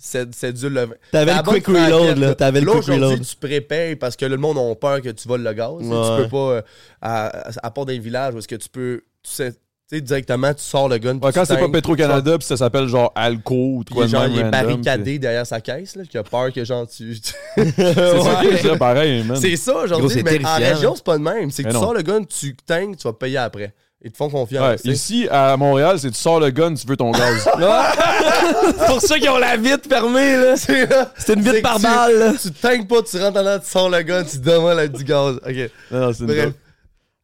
C'est c'est du le. T'avais la le bonne quick reload, franquette, là. T'avais le quick aujourd'hui, reload. tu prépayes parce que le monde a peur que tu voles le gaz. Ouais. Tu peux pas. euh, à, à- à part d'un village où est-ce que tu peux. Tu sais, tu sais, directement, tu sors le gun. puis Ouais, quand tu c'est pas teignes. Petro-Canada, puis ça s'appelle genre Alco ou de Puis quoi de genre, même il est random, barricadé derrière sa caisse, là, qui a peur que genre tu. tu- puis- C'est ça qui est ça, pareil, man. c'est ça Gros, aujourd'hui, c'est mais en terrifiant. région, c'est pas le même. C'est que Mais tu non. sors le gun, tu teignes, tu vas payer après. Ils te font Ouais, confiance. tu sais. ici, à Montréal, c'est tu sors le gun, tu veux ton gaz. C'est pour ça qu'ils ont la vitre fermée, là. C'est une vitre C'est que par tu- balle, là. Tu tanks pas, tu rentres en l'air, tu sors le gun, tu demandes la du gaz. Ok. non, non, c'est une Bref. joke.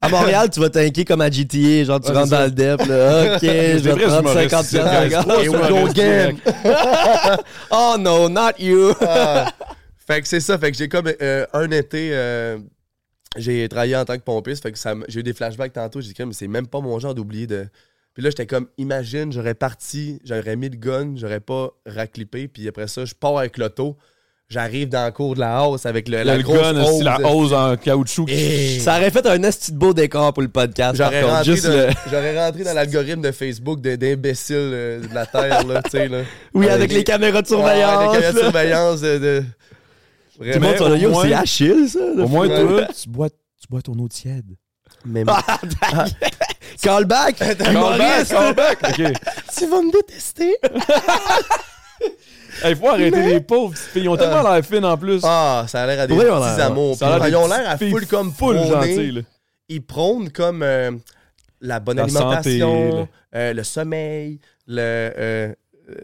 À Montréal, tu vas t'inquiéter comme à GTA. Ah, Genre, tu Ouais, rentres c'est dans le dep, là. OK, je Des vais vrais prendre humoristes, 50 c'est vrai. Et we go again. Oh no, not you. Ah. Fait que c'est ça. Fait que j'ai comme euh, un été, euh, j'ai travaillé en tant que pompiste. Fait que ça me- j'ai eu des flashbacks tantôt. J'ai dit, mais c'est même pas mon genre d'oublier de. Puis là, j'étais comme, imagine, j'aurais parti, j'aurais mis le gun, j'aurais pas raclippé. Puis après ça, je pars avec l'auto. J'arrive dans le cours de la hausse avec le, la Le grosse Eh, gun, hausse. c'est la hausse en caoutchouc. Et- Ça aurait fait un esti de beau décor pour le podcast. par J'aurais contre. rentré, Juste dans- le- j'aurais rentré dans l'algorithme de Facebook de- d'imbéciles euh, de la Terre, là, tu sais, là. Oui, avec les caméras de surveillance. Ah, Ouais, les caméras de là. surveillance de... de- Tout le Vraiment. monde sur le au yo, moins- c'est Achille, ça. Au le fou. moins, toi, tu bois, tu bois ton eau tiède. Mais- Ah, ta gueule. Callback! Humoriste! back! OK. Tu vas me détester? Il faut arrêter les pauvres petites filles. Ils ont tellement l'air fines en plus. Ah, ça a l'air à des Oui, on a- petits amours. Ça a Puis, des ils ont petites l'air à filles full comme full prôner. gentilles, là. Ils prônent comme euh, la bonne La alimentation, santé, euh, le sommeil, le... euh,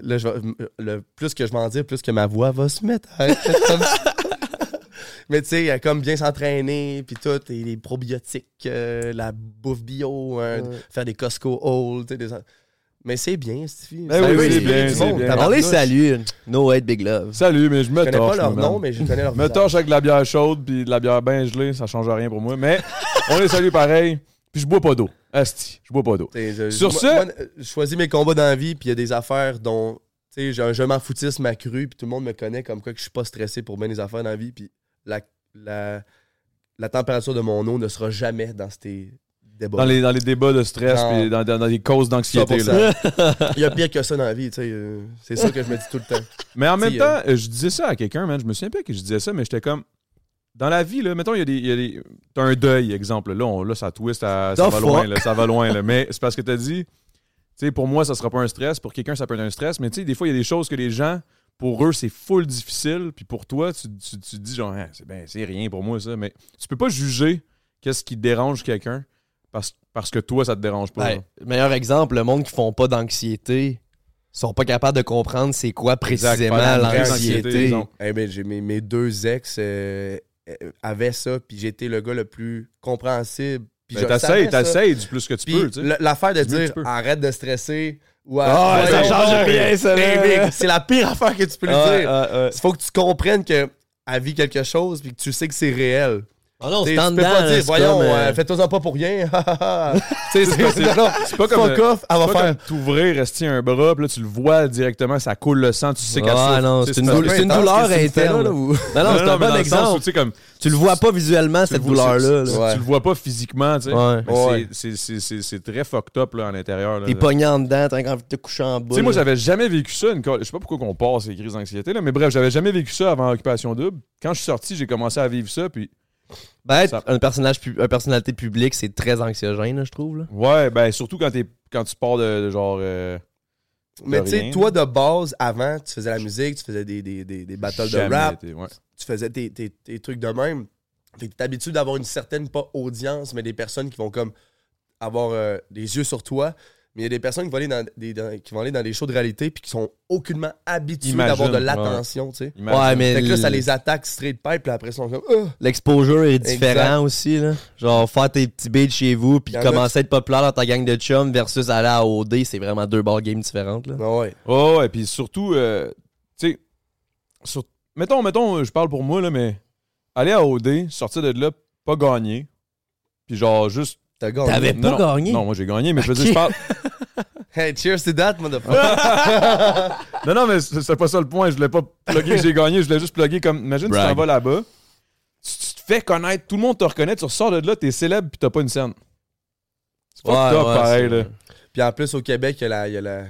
le- je vais- le plus que je m'en dire, plus que ma voix va se mettre à être comme ça. Mais tu sais, euh, comme bien s'entraîner, puis tout, et les probiotiques, euh, la bouffe bio, hein, faire des Costco Haul, tu sais, des... Mais c'est bien, cette fille. Ben Ça oui, veut c'est inspirer bien, du c'est monde, bien. On les tabarnouche. salue. No hate, big love. Salut, mais je me Je connais pas torche. leur moi, man. nom, mais je connais leur Me visage. torche avec de la bière chaude puis de la bière bien gelée, ça change rien pour moi. Mais on les salue pareil. Puis je bois pas d'eau. Asti, je bois pas d'eau. T'sais, je- Sur moi- ce- moi, euh, je choisis mes combats dans la vie, puis il y a des affaires dont. Tu sais, j'ai un je m'en foutisme accru, puis tout le monde me connaît comme quoi que je suis pas stressé pour bien des affaires dans la vie, puis la, la, la température de mon eau ne sera jamais dans ces débats. Dans les, dans les débats de stress Non. puis dans, dans- dans les causes d'anxiété. là. 100%. Il y a pire que ça dans la vie, tu sais. euh, c'est ça que je me dis tout le temps. Mais en même T'sais, temps, euh, je disais ça à quelqu'un, man. Je me souviens pas que je disais ça, mais j'étais comme. Dans la vie, là, mettons, il y a des. il y a des- T'as un deuil, exemple. Là, on- là ça twist, à- ça The va loin, fuck? là, ça va loin. là. Mais c'est parce que t'as dit, tu sais, pour moi, ça sera pas un stress. Pour quelqu'un, ça peut être un stress. Mais tu sais, des fois, il y a des choses que les gens, pour eux, c'est full difficile. Puis pour toi, tu, tu, tu te dis, genre, Ah, c'est ben, c'est rien pour moi, ça. Mais tu peux pas juger qu'est-ce qui dérange quelqu'un parce, parce que toi, ça te dérange pas. Ben, genre. meilleur exemple, le monde qui font pas d'anxiété sont pas capables de comprendre c'est quoi précisément Exact, pas la vraie anxiété, l'anxiété. disons. Eh ben, j'ai mes, mes deux ex euh, euh, avaient ça, puis j'étais le gars le plus compréhensible. puis Ben, je T'essayes, savais ça. t'essayes du plus que tu Puis peux, tu sais. le- l'affaire de Tu veux, tu dire peux. arrête de stresser ou Ah, arrête- ça Ouais, change ouais, rien, ça, ouais, là. Ah, big, C'est la pire affaire que tu peux lui Ouais, dire. ouais, ouais. Il faut que tu comprennes que elle vit quelque chose puis que tu sais que c'est réel. Ah non, T'sais, c'est Tu en peux dedans, pas là, dire c'est voyons, comme, euh, euh, fais-toi en pas pour rien. Tu sais, c'est pas- c'est- non, c'est pas comme- fuck off, elle va C'est pas faire comme t'ouvrir, rester un bras, puis là, tu le vois directement, ça coule le sang, tu sais qu'elle Ah, souffre. non, Tu sais, c'est une, pas- doule- c'est une intense, douleur qu'est-ce que tu fais là, interne. là, ou- Non, non, Non, c'est non, un mais dans bon le sens où, exemple. tu sais, comme, Tu le vois pas visuellement, tu le cette douleur-là. vois- Tu, là. tu- Ouais. tu le vois pas physiquement, tu sais. Ouais. mais Ouais. c'est- c'est- c'est- C'est c'est très fucked up là, à l'intérieur. là. T'es Tu pogné en dedans, t'as envie de te coucher en bas. sais, moi, là. j'avais jamais vécu ça. Une... co- Je sais pas pourquoi qu'on passe ces crises d'anxiété, là, mais bref, j'avais jamais vécu ça avant Occupation Double. Quand je suis sorti, j'ai commencé à vivre ça, puis Ben, être ça- un personnage, pub- un personnalité publique, c'est très anxiéogène, là, je trouve. là. ouais, ben surtout quand, t'es- quand tu pars de, de genre. euh, Mais tu sais, rien. toi de base, avant, tu faisais la musique, tu faisais des, des, des, des battles jamais de rap, été- ouais. tu faisais tes, tes- tes trucs de même. Fait que t'es habitué d'avoir une certaine, pas audience, mais des personnes qui vont comme avoir euh, des yeux sur toi. Mais il y a des personnes qui vont aller dans des, dans- qui vont aller dans des shows de réalité puis qui sont aucunement habituées Imagine, d'avoir de ouais. l'attention, tu sais. Imagine. Ouais, mais Fait que là, ça l- les attaque straight pipe, puis après, ils sont comme Ah! l'exposure est différent Exact. aussi. Là. Genre, faire tes petits beats chez vous, puis Y en a commencer à être populaire dans ta gang de chums versus aller à OD, c'est vraiment deux ball games différentes. Là. Ah ouais. Oh, et puis surtout, euh, tu sais, sur- mettons, mettons, euh, je parle pour moi, là, mais aller à OD, sortir de là, pas gagner, puis genre juste. T'as gagné. T'avais Non, pas non, gagné. Non, moi j'ai gagné, mais je veux dire, je parle. Hey, cheers to that, motherfucker. Non, non, mais c'est c'est pas ça le point. Je voulais pas plugger que j'ai gagné, je voulais juste plugger comme. Imagine, tu t'en Brag. vas là-bas, tu, tu te fais connaître, tout le monde te reconnaît, tu ressors de là, t'es célèbre, puis t'as pas une scène. C'est Ouais, pas top, ouais, pareil, c'est- là. puis en plus, au Québec, il y a la, il y a la,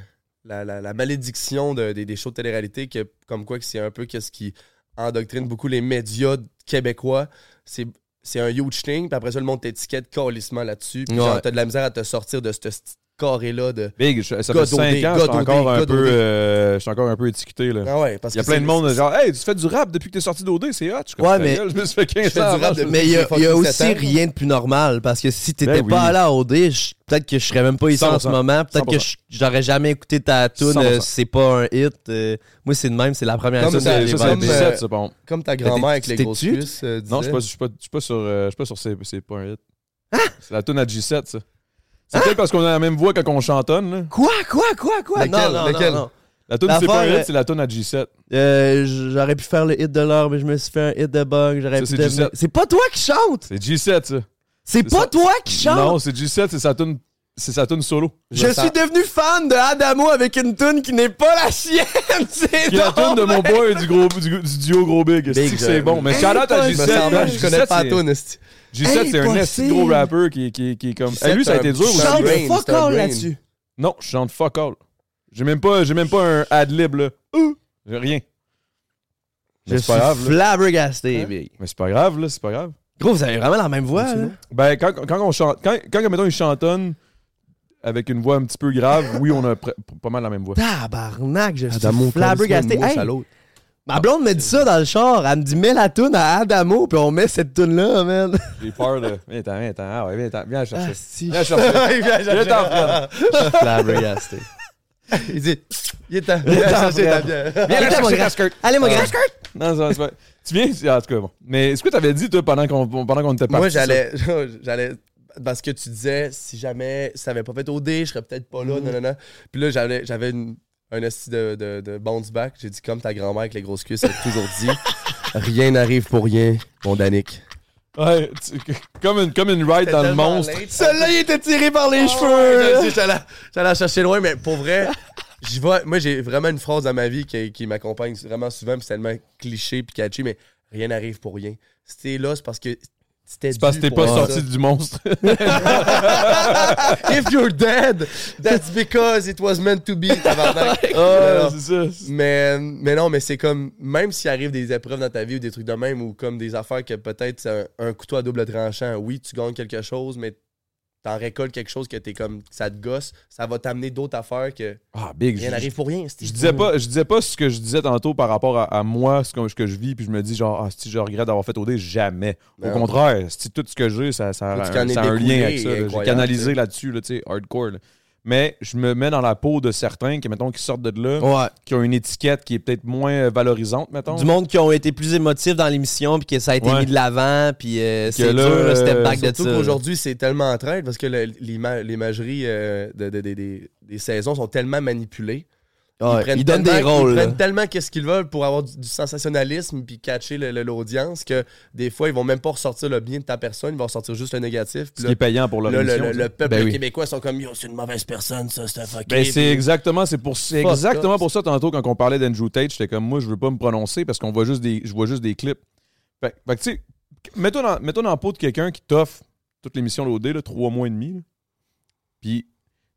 la- la- la malédiction de- des, des shows de télé-réalité, que, comme quoi que c'est un peu que ce qui endoctrine beaucoup les médias québécois. C'est. C'est un huge thing, puis après ça, le monde t'étiquette calissement là-dessus. Puis Ouais. genre, t'as de la misère à te sortir de ce petit carré-là de. Big, je- ça God fait 5 OD, ans, je suis God encore OD, un God peu. OD. euh, Je suis encore un peu étiqueté, là. Ah ouais, parce Il y a que plein c'est- de monde genre Hey, tu fais du rap depuis que t'es sorti d'OD, c'est hot. Je suis comme, Ouais, Ta mais- gueule, Je me suis fait 15 Je fais ans du avant, rap je- depuis Mais il y a, J'ai y a fucking aussi sept ans. rien de plus normal parce que si t'étais Ben pas oui. allé à OD, je- peut-être que je serais même pas ici en ce 100%. moment. Peut-être que je- j'aurais jamais écouté ta tune. 100%. euh, c'est pas un hit. euh, moi, c'est de même. C'est la première Non, tune mais que ça- j'ai Ça, ça, c'est Comme, vendue. 17, euh, c'est bon. Comme ta grand-mère avec les T'es- grosses t'es-tu? cuisses. euh, Non, je disait. suis pas- je suis pas je suis pas sur euh, je suis pas sur c'est c'est pas un hit. Hein? C'est la tune à G7, ça. C'est peut-être parce qu'on a la même voix quand on chantonne. là. Quoi, quoi, quoi, quoi? Lequel, non, non, lequel? non, non. La tune c'est pas un L'affaire, hit, c'est la tune à G7. Euh, j- j'aurais pu faire le hit de l'heure, mais je me suis fait un hit de bug. J'aurais Ça, pu c'est devenir- 17. C'est pas toi qui chante! C'est G7 ça. C'est pas ça. toi qui chante! Non, c'est G7, c'est sa tune c'est sa tune solo. Je Ça- suis devenu fan de Adamo avec une tune qui n'est pas la sienne! C'est Qui est la drôle. tune de mon boy et du gros du du duo gros big. euh, C'est-tu que C'est je- bon, mais shout out à Je me sens mal, G7. je connais pas la toune, esti. G7 c'est un esti de gros Impossible. rapper qui qui qui est comme G7, Hey, lui ça a c'est un été dur petit aussi. chant. Chante brain, fuck c'est un all brain. là-dessus. Non, je chante fuck all. J'ai même pas, j'ai même pas un ad lib là. Ouh! J'ai rien. Je Mais suis c'est pas grave. là. Hein? flabbergasté, big. Mais c'est pas grave là, c'est pas grave. Gros, vous avez vraiment la même voix, là. Ben quand, quand on chante, quand, quand mettons ils chantonnent avec une voix un petit peu grave, oui on a pre- pas mal la même voix. Bah! Tabarnak, je suis Adamo, flabbergasté. Calisman, Hey, mousse à l'autre. ma blonde me dit ça dans le char. Elle me dit, mets la toune à Adamo, puis on met cette toune-là, man. J'ai peur de. Viens attends, viens attends, ah ouais, viens attends, viens chercher. si, Viens chercher. viens t'en prendre. flabbergasté. Il dit, il est temps, il est temps, il est temps, bien. Allez, mon grand. Allez, mon grand. Non, ça, c'est pas. Tu viens, ah, en tout cas bon. Mais est-ce que t'avais dit toi pendant qu'on pendant qu'on était parti Moi, j'allais, j'allais Parce que tu disais, si jamais ça n'avait pas fait OD, je serais peut-être pas là, Mm. non, non, non. Puis là, j'avais, j'avais une, un esti de, de, de bounce back. J'ai dit, comme ta grand-mère avec les grosses cuisses, elle a toujours dit, rien n'arrive pour rien, mon Danick. Ouais, tu- comme une, comme une ride C'était dans le tellement monstre. late. Celle-là, il était tiré par les Ouais, cheveux. je là. le sais, J'allais j'allais la chercher loin, mais pour vrai, j'y vais. Moi, j'ai vraiment une phrase dans ma vie qui, qui m'accompagne vraiment souvent, puis c'est tellement cliché puis catchy, mais rien n'arrive pour rien. C'était là, c'est parce que c'était C'est parce que t'es pas sorti du monstre. If you're dead, that's because it was meant to be. tabarnak. Oh, Ah, Non, non. c'est ça. Mais, mais non, mais c'est comme, même s'il arrive des épreuves dans ta vie ou des trucs de même, ou comme des affaires que peut-être c'est un, un couteau à double tranchant, oui, tu gagnes quelque chose, mais t'en récoltes quelque chose que t'es comme, ça te gosse, ça va t'amener d'autres affaires que Ah, big. rien je- n'arrive pour rien. c'est- Je disais pas, je disais pas ce que je disais tantôt par rapport à, à moi, ce que, ce que je vis, puis je me dis genre, ah, si je regrette d'avoir fait OD, jamais. Au Non. contraire, si tout ce que j'ai, ça, ça, Tout ce a qui en un- est ça a un découlé lien est avec ça. là. J'ai incroyable, tu canalisé sais. là-dessus, là, tu sais, hardcore. là. Mais je me mets dans la peau de certains qui, mettons, qui sortent de là, Ouais. qui ont une étiquette qui est peut-être moins valorisante, mettons. Du monde qui ont été plus émotifs dans l'émission, puis que ça a été Ouais. mis de l'avant, puis euh, c'est là, dur le step euh, back de ça. Surtout qu'aujourd'hui, c'est tellement en train parce que le- l'ima- l'imagerie euh, de- de- de- des- des saisons sont tellement manipulées. Ouais, prennent Ils donnent des tellement- rôles. Ils là. prennent tellement qu'est-ce qu'ils veulent pour avoir du, du sensationnalisme puis catcher le- le- l'audience que des fois, ils vont même pas ressortir le bien de ta personne, ils vont ressortir juste le négatif. Puis ce là, qui est payant pour leur là, le, émission, le- ça. le peuple Ben oui. québécois sont comme Yo, c'est une mauvaise personne, ça, c'est un fucké. Ben, c'est Puis- exactement, c'est pour, c'est Fuck exactement off. pour ça tantôt quand on parlait d'Andrew Tate, j'étais comme moi, je veux pas me prononcer parce qu'on voit juste des, je vois juste des clips. Fait, fait que tu sais, mets-toi dans, mets-toi dans la peau de quelqu'un qui t'offre toute l'émission de l'OD, là, trois mois et demi. là. Puis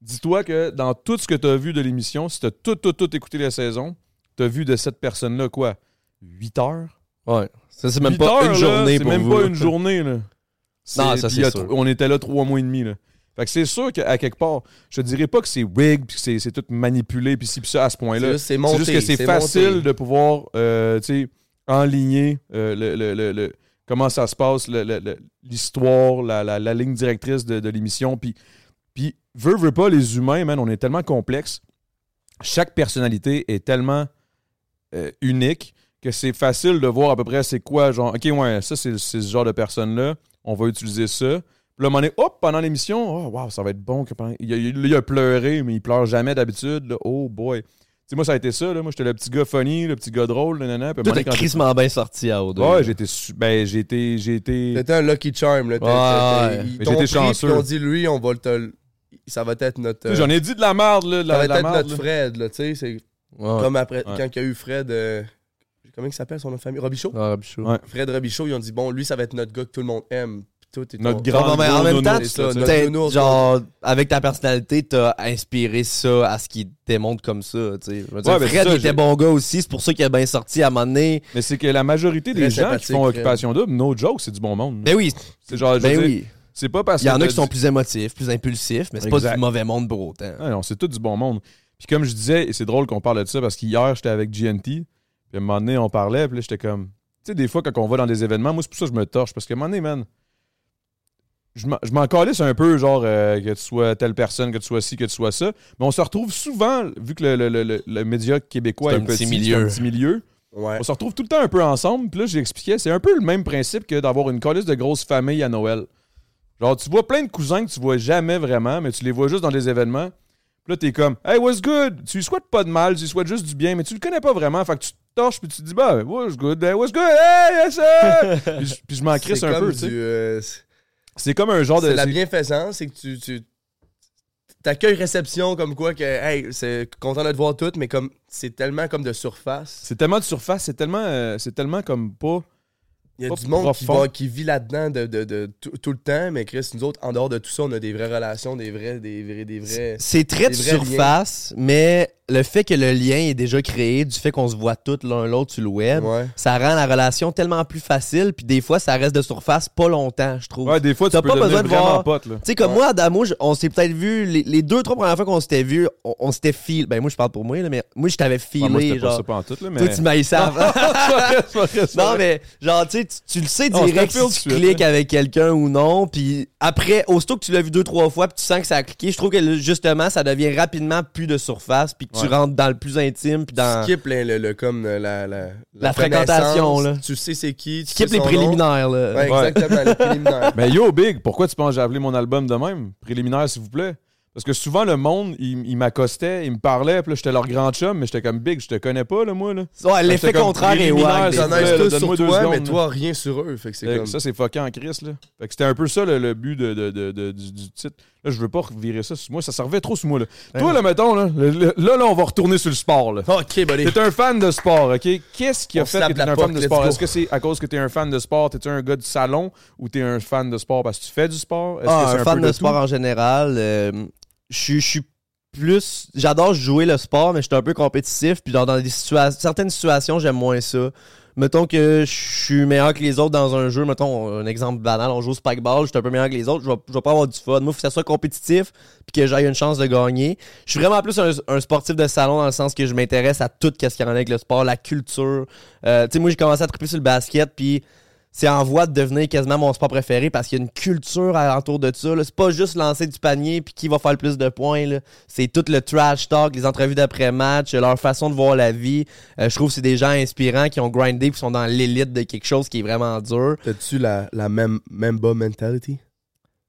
dis-toi que dans tout ce que tu as vu de l'émission, si tu as tout, tout, tout écouté la saison, tu as vu de cette personne-là quoi 8 heures Ouais. Ça, c'est même Huit pas heures, une là, journée C'est pour même vous. pas une journée, là. Non, ça, puis c'est il y a sûr. tr- On était là trois mois et demi, là. Fait que c'est sûr qu'à quelque part, je te dirais pas que c'est rigged, puis que c'est- c'est tout manipulé, puis ci, puis ça, à ce C'est point-là. juste- c'est monté, juste que c'est c'est facile monté. de pouvoir, euh, tu sais, enligner euh, le, le- le- le- comment ça se passe, le- le- le- l'histoire, la, la- la ligne directrice de, de l'émission, puis puis, veut, veut pas, les humains, man, on est tellement complexes. Chaque personnalité est tellement euh, unique que c'est facile de voir à peu près c'est quoi, genre, OK, ouais, ça, c'est c'est ce genre de personne-là. On va utiliser ça. Puis là, à un moment donné, hop, pendant l'émission, oh, wow, ça va être bon. que pendant- Il, a, il- il a pleuré, mais il pleure jamais d'habitude. là. Oh boy. Tu sais, moi, ça a été ça. Là. Moi, j'étais le petit gars funny, le petit gars drôle. Nanana, puis à un Tout moment est donné, quand t'es- crissement bien sorti à O2. Ouais, j'ai été su- Ben, j'ai été. J'ai été. C'était un lucky charm. Là. T'as- t'as- Ouais, t'as- ouais. Ils Mais t'ont j'étais pris, chanceux. puis Ils ont dit, lui, on va le. te- Ça va être notre. euh, J'en ai dit de la merde, là. De ça la, va de la être merde, notre là. Fred, là, tu sais. c'est Ouais. Comme après, Ouais. quand il y a eu Fred. euh, Comment il s'appelle son nom de famille Robichaud Ouais, Robichaud. Ouais. Fred Robichaud, ils ont dit, bon, lui, ça va être notre gars que tout le monde aime. Puis toi, t'es Notre ton- grand Ouais, mais en gros même temps, nounours, tu- là, sais. notre T'as- nounours, genre, avec ta personnalité, t'as inspiré ça à ce qu'il démontre comme ça. tu sais. Je veux dire, Ouais, ben, c'est Fred, ça, il j'ai- était bon gars aussi, c'est pour ça qu'il a bien sorti à un moment donné. Mais c'est que la majorité Très des gens qui sympathique, euh. font Fred. occupation double, no joke, c'est du bon monde. Ben oui, C'est genre, Ah, je ben veux dire, oui. c'est pas parce Il y en que a t'as qui sont du- plus émotifs, plus impulsifs, mais c'est pas Exact. du mauvais monde pour autant. Ah non, c'est tout du bon monde. Puis comme je disais, et c'est drôle qu'on parle de ça parce qu'hier, j'étais avec GNT, puis à un moment donné, on parlait, puis là, j'étais comme. Tu sais, des fois, quand on va dans des événements, moi, c'est pour ça que je me torche, parce qu'à un moment donné, man, je m'en- je m'en calisse un peu, genre, euh, que tu sois telle personne, que tu sois ci, que tu sois ça. Mais on se retrouve souvent, vu que le, le- le- le- le média québécois C'est est, un petit petit, milieu. c'est un petit milieu. Ouais. On se retrouve tout le temps un peu ensemble. Puis là, j'expliquais, c'est un peu le même principe que d'avoir une colisse de grosse famille à Noël. Genre, tu vois plein de cousins que tu vois jamais vraiment, mais tu les vois juste dans des événements. Puis là, t'es comme, hey, what's good? Tu lui souhaites pas de mal, tu lui souhaites juste du bien, mais tu le connais pas vraiment. Fait que tu te torches, puis tu te dis, bah, what's good? Hey, what's good? Hey, yes, sir! puis, je- puis je m'en crisse C'est un comme peu, du, tu sais. euh, c'est- C'est comme un genre de. C'est la c'est- bienfaisance, c'est que tu, tu t'accueilles réception comme quoi que, hey, c'est content de te voir tout, mais comme c'est tellement comme de surface. C'est tellement de surface, c'est tellement, euh, c'est tellement comme pas. Il y a pas du monde qui, profond. va- qui vit là-dedans de, de- de- tout, tout le temps, mais Chris, nous autres, en dehors de tout ça, on a des vraies relations, des vrais, des vrais, des vrais. C'est très de Des vrais surface, mais le fait que le lien est déjà créé, du fait qu'on se voit tous l'un l'autre sur le web, Ouais. ça rend la relation tellement plus facile, puis des fois, ça reste de surface pas longtemps, je trouve. Ouais, des fois, tu T'as peux pas devenir besoin de vraiment voir- pote, là. Tu sais, comme moi, Adamo, je- on s'est peut-être vu, les, les deux, trois premières fois qu'on s'était vu, on, on s'était filé. Ben, moi, je parle pour moi, là, mais moi, je t'avais filé. Ouais, Ah, moi, c'était pas genre, ça pas en tout, là, mais. Toi, tu m'as avant. C'est vrai, c'est vrai, c'est non, vrai. mais genre, tu sais, tu- tu le sais On se direct fait feel si tu tout de suite, cliques avec quelqu'un ou non. Puis après, aussitôt que tu l'as vu deux, trois fois, puis tu sens que ça a cliqué, je trouve que là, justement, ça devient rapidement plus de surface, puis tu Ouais. rentres dans le plus intime, puis dans. Skip le, le- le- comme euh, la, la, la, fréquentation, connaissance, là. Tu sais c'est qui. Tu skip sais les son nom. préliminaires, là. Ouais, Ouais. exactement, les préliminaires. Mais Ben, yo, Big, pourquoi tu penses que j'ai appelé mon album de même? Préliminaire, s'il vous plaît. Parce que souvent, le monde, il, il m'accostait, il me parlait, puis là, j'étais leur grand chum, mais j'étais comme Big, je te connais pas, là, moi, là. Ouais, l'effet C'était comme contraire est préliminaire, wack. des Ils en fois, aiment là, tous donne-moi sur deux toi, secondes, mais là. toi, rien sur eux. Fait que c'est Fait que comme... Ça, c'est fucking en Chris, là. Fait que c'était un peu ça, le, le but de, de- de- de- du, du titre. Là, je veux pas revirer ça sur moi, ça servait trop sur moi, là. Toi, là, mettons, là, le- le- là, là, on va retourner sur le sport, là. Ok, buddy. T'es un fan de sport, OK? Qu'est-ce qui a On fait se que tape t'es la un porte, fan de let's sport? go. Est-ce que c'est à cause que t'es un fan de sport? T'es-tu un gars du salon ou t'es un fan de sport parce que tu fais du sport? Est-ce Ah, que c'est un, fan de peu tout? sport en général. euh, je suis- je suis plus. J'adore jouer le sport, mais je suis un peu compétitif. Puis dans, dans des situa- certaines situations, j'aime moins ça. Mettons que je suis meilleur que les autres dans un jeu. Mettons, un exemple banal, on joue au spike-ball, je suis un peu meilleur que les autres, je vais, je vais pas avoir du fun. Moi, faut que ça soit compétitif, puis que j'aille une chance de gagner. Je suis vraiment plus un, un sportif de salon dans le sens que je m'intéresse à tout ce qu'il y en a avec le sport, la culture. Euh, tu sais, moi, j'ai commencé à triper sur le basket, puis c'est en voie de devenir quasiment mon sport préféré parce qu'il y a une culture alentour de ça. là. C'est pas juste lancer du panier puis qui va faire le plus de points. là. C'est tout le trash talk, les entrevues d'après-match, leur façon de voir la vie. Euh, je trouve que c'est des gens inspirants qui ont grindé puis sont dans l'élite de quelque chose qui est vraiment dur. T'as-tu la, la même, même bas mentality?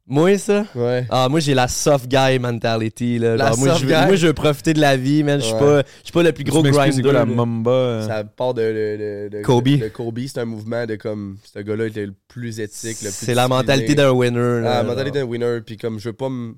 Moi, ça. Ouais. Ah, moi, j'ai la soft guy mentality. Là. La Genre, moi, soft je veux, guy? moi, je veux profiter de la vie, man. Je suis Ouais. pas, je suis pas le plus Tu gros m'expliques, grinder. c'est quoi la là. mamba? euh? Ça part de, de- de- de- Kobe. de Kobe, c'est un mouvement de comme ce gars-là était le plus éthique, le plus. C'est la discipliné. mentalité d'un winner. là. Ah, La mentalité d'un winner, puis comme je veux pas me-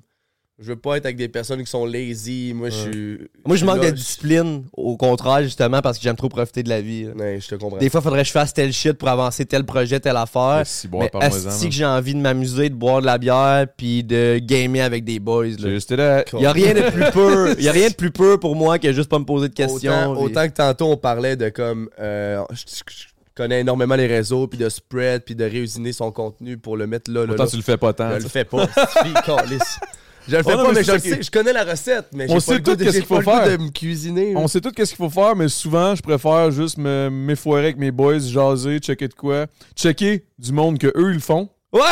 Je veux pas être avec des personnes qui sont lazy. Moi, je suis. Moi, je manque là, de discipline, au contraire, justement, parce que j'aime trop profiter de la vie. là. Ouais, je te comprends. Des fois, faudrait que je fasse tel shit pour avancer tel projet, telle affaire. Mais si, boire, mais parle-moi-en, asti man. que j'ai envie de m'amuser, de boire de la bière, puis de gamer avec des boys. Là. Juste là. Y a rien de plus peu. Y a rien de plus peu pour moi que juste pas me poser de questions. Autant, puis- autant que tantôt, on parlait de comme. euh, je, je- je connais énormément les réseaux, puis de spread, puis de réusiner son contenu pour le mettre là, là, Pourtant, là. tu le fais pas tant. Je le fais pas. Fille, calisse. Je le fais Oh non, pas, mais mais c'est je le ça qui- sais. Je connais la recette, mais On j'ai pas sait le goût tout de- qu'est-ce j'ai qu'il faut pas le goût faire. de me cuisiner. On sait tout qu'est-ce qu'il faut faire, mais souvent, je préfère juste me m'effourer avec mes boys, jaser, checker de quoi. Checker du monde que eux, ils le font. Ouais, ouais,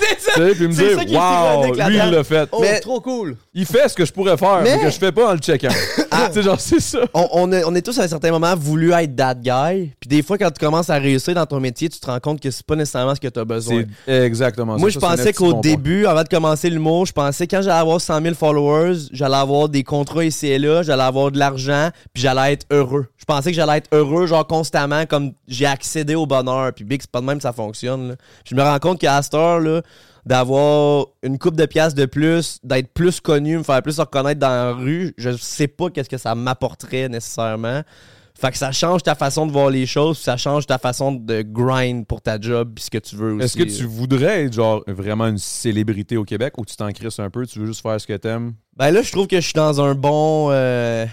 c'est ça! Tu sais, puis me C'est ça qui est dire, waouh, ironique lui, là-dedans. il l'a fait. Oh, Mais- trop cool! Il fait ce que je pourrais faire, mais, Mais- Ah. que je fais pas en le checkant. Tu sais, genre, c'est ça. on, on est, on est tous à un certain moment voulu être that guy. Puis des fois, quand tu commences à réussir dans ton métier, tu te rends compte que c'est pas nécessairement ce que tu as besoin. C'est exactement ça. Moi, Ça, je c'est un pensais esti bon qu'au point. début, avant de commencer l'humour, je pensais quand j'allais avoir 100 000 followers, j'allais avoir des contrats ici et là, j'allais avoir de l'argent, puis j'allais être heureux. Je pensais que j'allais être heureux, genre constamment, comme j'ai accédé au bonheur. Puis big, c'est pas de même que ça fonctionne. là. Je me rends compte qu'à cette heure, là, d'avoir une coupe de pièces de plus, d'être plus connu, me faire plus reconnaître dans la rue, je sais pas qu'est-ce que ça m'apporterait nécessairement. Fait que ça change ta façon de voir les choses, puis ça change ta façon de grind pour ta job, puis ce que tu veux aussi. euh, Est-ce que tu là. voudrais être genre vraiment une célébrité au Québec ou tu t'en crisses un peu, tu veux juste faire ce que t'aimes? Ben là, je trouve que je suis dans un bon. euh,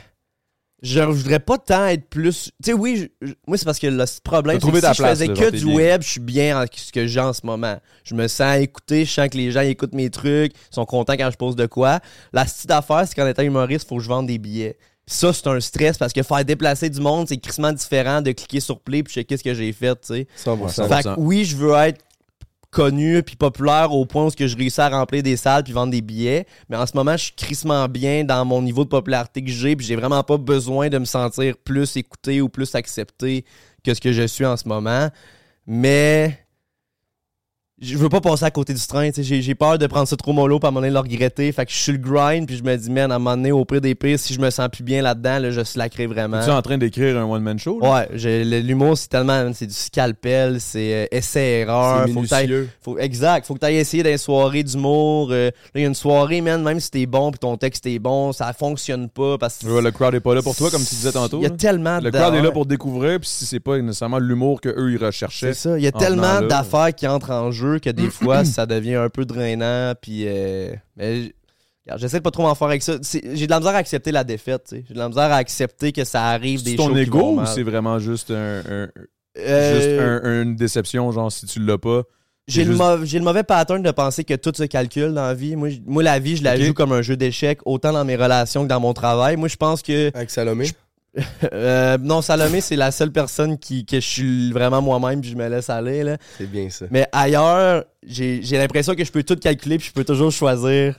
Je je voudrais pas tant être plus. Tu sais, oui, je- je- moi, c'est parce que le problème, T'as c'est que trouvé si ta je place, faisais là, genre, que t'es du bien. web, je suis bien en ce que j'ai en ce moment. Je me sens écouté, je sens que les gens ils écoutent mes trucs, ils sont contents quand je pose de quoi. La petite affaire, c'est qu'en étant humoriste, faut que je vende des billets. Puis ça, c'est un stress parce que faire déplacer du monde, c'est crissement différent de cliquer sur play puis checker ce que j'ai fait, tu sais. Fait que oui, je veux être connu puis populaire au point où ce que je réussis à remplir des salles puis vendre des billets. Mais en ce moment, je suis crissement bien dans mon niveau de popularité que j'ai puis j'ai vraiment pas besoin de me sentir plus écouté ou plus accepté que ce que je suis en ce moment. Mais je veux pas passer à côté du train. tu sais. J'ai j'ai peur de prendre ça trop mollo puis à un moment donné le regretter. Fait que je suis le grind puis je me dis, man, à un moment donné, au pire des pires, si je me sens plus bien là-dedans, là, je slackerai vraiment. Tu es en train d'écrire un one-man show? là? Ouais, j'ai- le- l'humour, c'est tellement. C'est du scalpel, c'est euh, essai-erreur. C'est Faut que t'ailles- minutieux. faut- exact. Faut que tu ailles essayer dans les soirées d'humour. euh, là, il y a une soirée, man, même si t'es bon puis ton texte est bon, ça fonctionne pas parce que. Ouais, Le crowd est pas là pour toi, comme tu disais tantôt. Il y a là. tellement Le d'affaires. crowd est là pour découvrir, puis si c'est pas nécessairement l'humour que eux ils recherchaient. C'est ça. Il y a en tellement venant là. d'affaires qui entrent en jeu que des fois, ça devient un peu drainant. Puis. euh, mais j- regarde, j'essaie de pas trop m'en faire avec ça. C'est- J'ai de la misère à accepter la défaite, tu sais. J'ai de la misère à accepter que ça arrive des C'est choses. ton qui vont ego ou mal. c'est vraiment juste, un, un- Euh, juste un- une déception, genre si tu l'as pas? J'ai J'ai le, juste- mau- j'ai le mauvais pattern de penser que tout se calcule dans la vie. Moi, je- moi la vie, je la Ok. joue comme un jeu d'échecs, autant dans mes relations que dans mon travail. Moi, je pense que. Avec Salomé. euh, non, Salomé, c'est la seule personne qui, que je suis vraiment moi-même puis je me laisse aller. Là. C'est bien ça. Mais ailleurs, j'ai j'ai l'impression que je peux tout calculer puis je peux toujours choisir.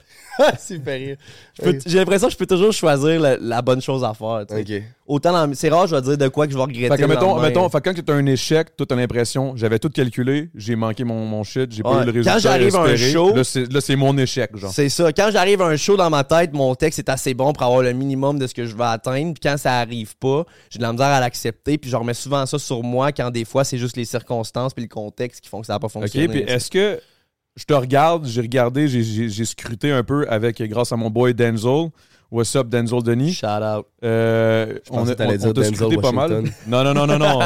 c'est pas rire. je peux- J'ai l'impression que je peux toujours choisir la, la bonne chose à faire. tu sais. Ok. Autant dans- c'est rare, je vais dire de quoi que je vais regretter. Fait que, le mettons, lendemain. mettons fait que quand t'as un échec, toi, t'as l'impression, j'avais tout calculé, j'ai manqué mon, mon shit, j'ai Ouais. pas eu le Quand résultat. j'arrive à un espéré. show- Là, c'est là, c'est mon échec, genre. C'est ça. Quand j'arrive à un show dans ma tête, mon texte est assez bon pour avoir le minimum de ce que je veux atteindre. Puis quand ça arrive pas, j'ai de la misère à l'accepter. Puis je remets souvent ça sur moi quand des fois c'est juste les circonstances puis le contexte qui font que ça n'a pas OK, fonctionné. puis euh, est-ce que je te regarde, j'ai regardé, j'ai- j'ai j'ai scruté un peu avec, grâce à mon boy Denzel. What's up, Denzel Denis? Shout out. Euh, on pensais a- que t'allais on- dire on t'a Denzel scruté pas mal. Washington. Non, non, non, non, non.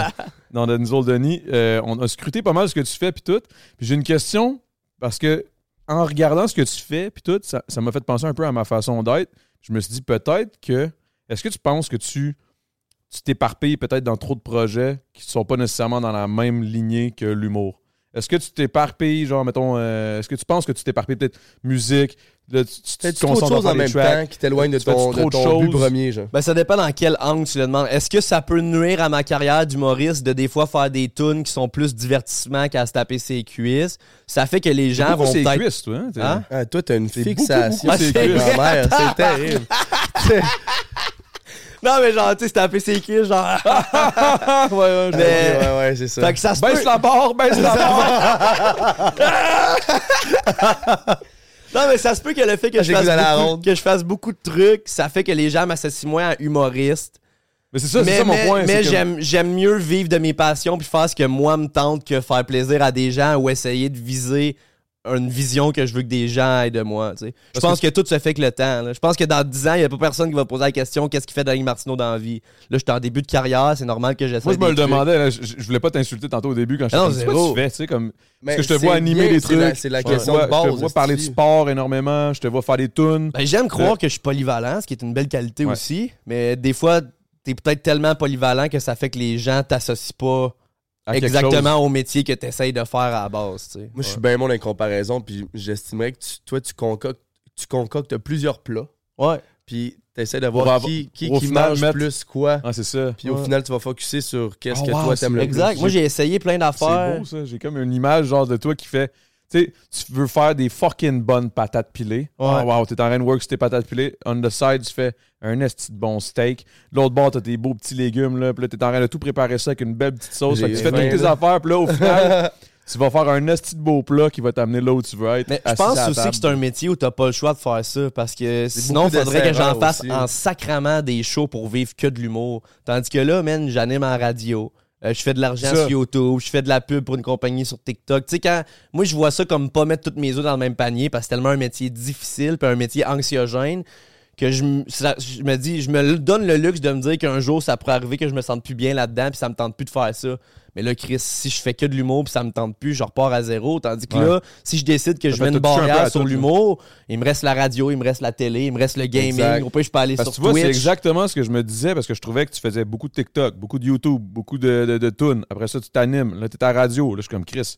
non, Denzel Denis, euh, on a scruté pas mal ce que tu fais, puis tout. Puis j'ai une question, parce que en regardant ce que tu fais, puis tout, ça ça m'a fait penser un peu à ma façon d'être. Je me suis dit peut-être que. Est-ce que tu penses que tu tu t'éparpilles peut-être dans trop de projets qui ne sont pas nécessairement dans la même lignée que l'humour? Est-ce que tu t'éparpilles, genre, mettons, euh, est-ce que tu penses que tu t'éparpilles peut-être musique, là, tu, tu- tu Fais-tu te trop de concentres choses dans en les même tracks? temps qui t'éloignent de Tu fais-tu ton, de trop de ton but choses? premier, genre? Ben, ça dépend dans quel angle tu le demandes. Est-ce que ça peut nuire à ma carrière d'humoriste de des fois faire des tunes qui sont plus divertissement qu'à se taper ses cuisses? Ça fait que les gens Beaucoup vont c'est peut-être. cuisses, toi, hein? t'es- Hein? Ah, toi, t'as une beaucoup, fixation beaucoup, sur c'est ta vrai. grand-mère. C'est terrible. Non, mais genre, tu sais, se taper ses cuisses, genre. Ah, ben, ouais, ouais, je- Mais- Ouais, ouais, ouais, c'est ça. fait que ça se Baisse peut- la barre, baisse la barre! Non, mais ça se peut que le fait Ah, que je, J'ai goût fasse d'aller à la beaucoup, ronde. que je fasse beaucoup de trucs, ça fait que les gens m'associent moins à humoriste. mais c'est ça, Ah, c'est mais ça mon mais- point. mais c'est que- j'aime, j'aime mieux vivre de mes passions puis faire ce que moi me tente que faire plaisir à des gens ou essayer de viser une vision que je veux que des gens aient de moi. tu sais. Je Parce pense que... tout se fait avec le temps. là. Je pense que dans 10 ans, il n'y a pas personne qui va poser la question qu'est-ce qu'il fait Daniel Martineau dans la vie. Là, je suis en début de carrière, c'est normal que j'essaie Moi, je me des le trucs. demandais, là, je, je voulais pas t'insulter tantôt au début quand je Ah non, t'ai dit, Qu'est-ce que zéro. tu fais, tu sais, comme. Mais parce que je te c'est vois animer bien, des c'est trucs. la- c'est la je te question vois- de base, Je te vois parler de hostie. sport énormément, je te vois faire des tunes. Ben, j'aime croire que je suis polyvalent, ce qui est une belle qualité Ouais. aussi, mais des fois, t'es peut-être tellement polyvalent que ça fait que les gens t'associent pas à quelque exactement au métier que t'essayes de faire à la base. tu sais. Moi, je suis bien bon dans les comparaisons, puis j'estimerais que tu- toi, tu concoctes, tu concoctes plusieurs plats, Ouais. puis t'essaies de On va voir avoir- qui, qui, au qui final, mange mettre- plus quoi. chose. Ah, c'est ça. Puis au final, tu vas focuser sur qu'est-ce Ah, que wow, toi, c'est t'aimes le plus. Exact. Moi, j'ai essayé plein C'est d'affaires. beau, ça. J'ai comme une image, genre, de toi qui fait. Tu sais, tu veux faire des fucking bonnes patates pilées. Oh, wow, t'es en train de work sur tes patates pilées. On the side, tu fais un esti de bon steak. De l'autre bord, t'as tes beaux petits légumes, là. Puis là, t'es en train de tout préparer ça avec une belle petite sauce. Fait que tu J'ai fais faim, toutes tes là. affaires, puis là, au final, tu vas faire un esti de beau plat qui va t'amener là où tu veux être. Mais je assis pense à la aussi table. que c'est un métier où t'as pas le choix de faire ça parce que sinon, beaucoup faudrait que j'en d'essais-erreurs fasse aussi. en sacrament des shows pour vivre que de l'humour. Tandis que là, man, j'anime en radio. Euh, je fais de l'argent Ça. sur YouTube, je fais de la pub pour une compagnie sur TikTok. Tu sais, quand moi, je vois ça comme pas mettre toutes mes œufs dans le même panier parce que c'est tellement un métier difficile puis un métier anxiogène que je, m- ça- je me dis, je me le- donne le luxe de me dire qu'un jour, ça pourrait arriver que je me sente plus bien là-dedans puis ça me tente plus de faire ça. Mais là, Chris, si je fais que de l'humour puis ça me tente plus, je repars à zéro. Tandis que Ouais. là, si je décide que je Ça fait mets une tout toucher un peu à barrière sur tout, là. l'humour, il me reste la radio, il me reste la télé, il me reste le gaming. Exact. Au pire, je peux aller Parce que sur tu vois, c'est Twitch. exactement ce que je me disais parce que je trouvais que tu faisais beaucoup de TikTok, beaucoup de YouTube, beaucoup de, de, de tunes. Après ça, tu t'animes. Là, t'es à la radio. Là, je suis comme Chris.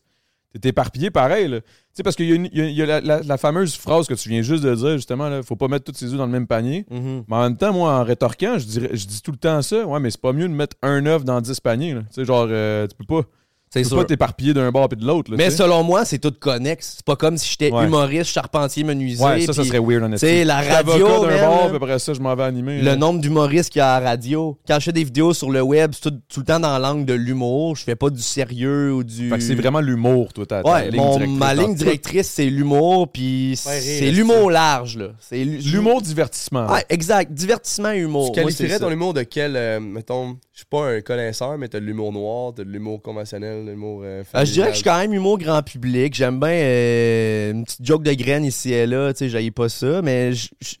T'es éparpillé pareil. là. Tu sais, parce qu'il y a, une- il y a- il y a la, la- la fameuse phrase que tu viens juste de dire, justement, là, faut pas mettre toutes ses œufs dans le même panier. Mhm. Mais en même temps, moi, en rétorquant, je, dirais- je dis tout le temps ça. Ouais, mais c'est pas mieux de mettre un œuf dans 10 paniers. là. Tu sais, genre, euh, tu peux pas. C'est Tu peux pas t'éparpiller d'un bord puis de l'autre. là, Mais tu sais. selon moi, c'est tout connexe. C'est pas comme si j'étais Ouais. humoriste, charpentier, menuisier. Ouais, ça, ça puis serait weird, tu sais, honnêtement. la Je suis avocat radio, d'un man, bord, là. puis après ça, je m'en vais animer. Le là. nombre d'humoristes qu'il y a à la radio. Quand je fais des vidéos sur le web, c'est tout, tout le temps dans l'angle de l'humour. Je fais pas du sérieux ou du. Fait que c'est vraiment l'humour, toi, ta, ta Ouais, ligne mon- directrice ma dans ligne tout. directrice, c'est l'humour, puis Ouais, rire, c'est c'est l'humour large, là. C'est l'hu- L'humour divertissement. Ouais, exact. Divertissement et humour. Tu Moi, c'est qualifierais ça. ton humour de quel, euh, mettons, je suis pas un connaisseur, mais t'as de l'humour noir, t'as de l'humour conventionnel, de l'humour euh, Ah, Euh, je dirais que je suis familial. quand même humour grand public. J'aime bien euh, une petite joke de graine ici et là. Tu sais, j'haïs pas ça, mais je je-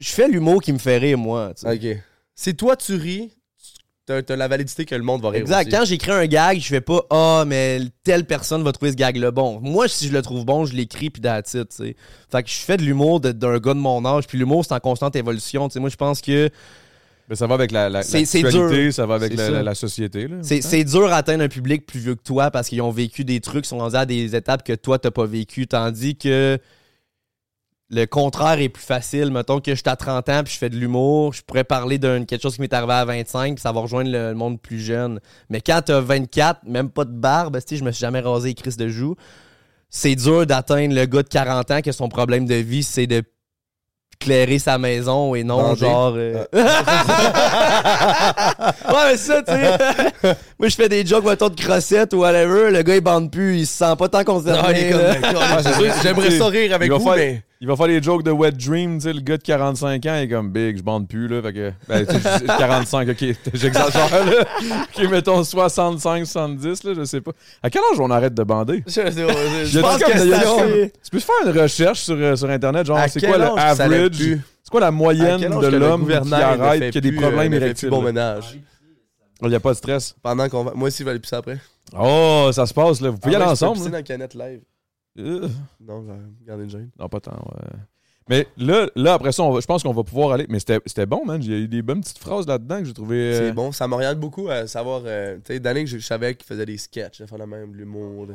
je fais l'humour qui me fait rire, moi. tu sais. Ah, Ok. Si toi, tu ris, tu- t'as t'as la validité que le monde va rire Exact. aussi. Quand j'écris un gag, je fais pas Ah, mais telle personne va trouver ce gag-là bon. Moi, si je le trouve bon, je l'écris puis that's it, tu sais. Fait que je fais de l'humour de- d'un gars de mon âge. Puis l'humour, c'est en constante évolution. Tu sais, moi, je pense que Mais ben, ça va avec la, la, C'est- c'est l'actualité, dur. ça va avec C'est la, ça. la- la société. Là, C'est, c'est dur à atteindre un public plus vieux que toi parce qu'ils ont vécu des trucs, sont rendus à des étapes que toi, t'as pas vécu. Tandis que le contraire est plus facile. Mettons que je suis à 30 ans puis je fais de l'humour, je pourrais parler d'un quelque chose qui m'est arrivé à 25 puis ça va rejoindre le, le monde plus jeune. Mais quand t'as 24, même pas de barbe, si je me suis jamais rasé les crises de joues. c'est dur d'atteindre le gars de 40 ans que son problème de vie, c'est de éclairer sa maison et non Bander. genre... euh, ouais, mais ça, tu sais. Moi, je fais des jokes, mettons, de crossettes ou whatever. Le gars, il bande plus. Il se sent pas tant concerné. Ah, il est comme, là. Ben, Ouais, c'est sûr, J'aimerais tu sais, ça rire avec il va vous, faire- mais. Il va faire les jokes de Wet Dream, tu sais, le gars de 45 ans, il est comme big, je bande plus, là. Fait que, ben, tu sais, je dis 45, ok, j'exagère, là. Ok, mettons 65, 70, là, je sais pas. À quel âge on arrête de bander? Je, je- je- Y a-tu pense comme que de- y a-tu c'est comme- assez. Tu peux faire une recherche sur, euh, sur Internet, genre, À c'est quel quoi le âge que ça lève average? plus? C'est quoi la moyenne à quel âge de que le l'homme qui gouvernail ne arrête, fait qui a des plus, euh, problèmes ne fait plus érectiles? bon là? ménage. Il n'y a pas de stress. Pendant qu'on va. Moi aussi, je vais aller pisser après. Oh, ça se passe, là. Vous pouvez y aller ensemble. Ah hein. C'est là. dans la canette live. Euh, Non, je vais garder une gêne. Non, pas tant, ouais. Mais là, là après ça, on va- je pense qu'on va pouvoir aller. Mais c'était c'était bon, man. Il y a eu des bonnes petites phrases là-dedans que j'ai trouvé. euh, C'est bon, ça m'oriente beaucoup à savoir. euh, tu sais, d'années que je, je savais qu'il faisait des sketchs, de faire la même, de l'humour. de-